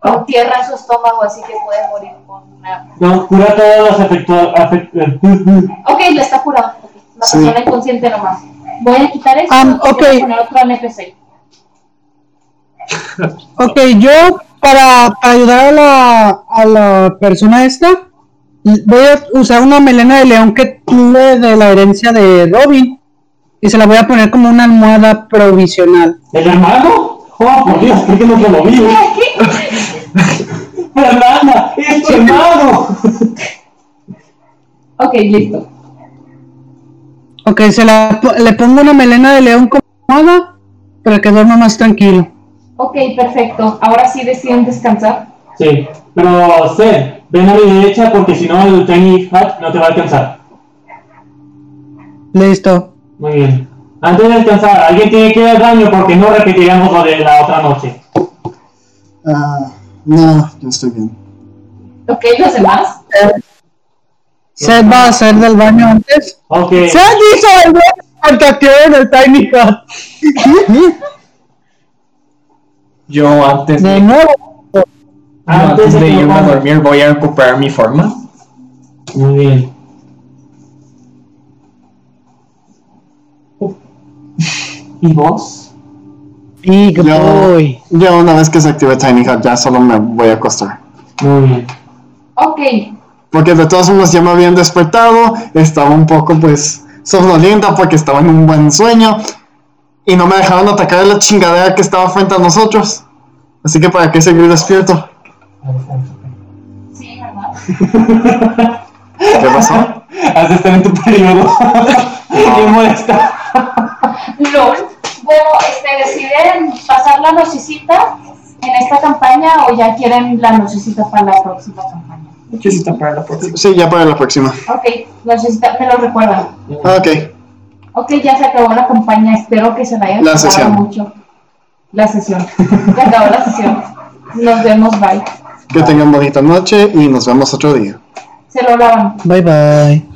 H: Con tierra en su estómago, así que puede morir con una...
J: No, cura todas las afectuadas. eh,
H: Ok, le está curado. La
J: Sí.
H: persona inconsciente nomás. Voy a quitar esto
B: Ah,
H: y voy
B: ok.
H: a poner otro NPC.
B: Ok, yo para, para ayudar a la, a la persona esta, voy a usar una melena de león que tuve de la herencia de Robin y se la voy a poner como una almohada provisional.
J: (laughs) ¿El hermano? Oh, por Dios, ¿por qué no te
H: (laughs)
J: lo vi? ¡Fernanda! ¡Es tu hermano! (laughs)
H: Ok, listo.
B: Ok, se la, po- le pongo una melena de león como almohada para que duerma más tranquilo.
H: Ok, perfecto. Ahora sí deciden descansar.
J: Sí, pero sé, ven a mi derecha porque si no el Tiny Hat no te va a alcanzar.
B: Listo.
J: Muy bien. Antes de alcanzar, alguien tiene que ir al baño porque no repetiremos lo de la otra noche.
G: Ah, no, yo estoy bien.
H: Ok, los demás.
B: Seth va a hacer del baño antes.
J: Ok.
B: Seth hizo el baño porque activó en el Tiny Hut.
I: Yo antes
B: de nuevo.
I: Antes de
J: que
I: irme a
J: vamos.
I: dormir voy a recuperar mi forma.
J: Muy bien. (laughs) ¿Y vos?
B: Big
G: Yo, yo una vez que se active Tiny Hut ya solo me voy a acostar.
J: Muy bien.
H: Ok,
G: Porque de todas formas ya me habían despertado, estaba un poco pues somnolienta porque estaba en un buen sueño y no me dejaron atacar la chingadera que estaba frente a nosotros. Así que para qué seguir despierto.
J: (laughs)
H: sí, ¿verdad? (laughs)
G: ¿Qué (laughs) pasó?
I: Has de estar en tu
J: (laughs)
I: periodo. Bien molesta.
H: LOL. Bueno, este, ¿deciden pasar la nochecita en esta campaña o ya quieren la nochecita para la próxima campaña?
G: Sí, ya para la próxima.
H: Ok, nochecita, me lo recuerdan.
G: Ok,
H: Ok, ya se acabó la campaña, espero que se la hayan
G: La
H: gustado
G: sesión.
H: mucho. La sesión. (laughs) Se acabó la sesión. Nos vemos, bye.
G: que tengan bonita noche y nos vemos otro día.
H: Se lo lavan.
B: Bye bye.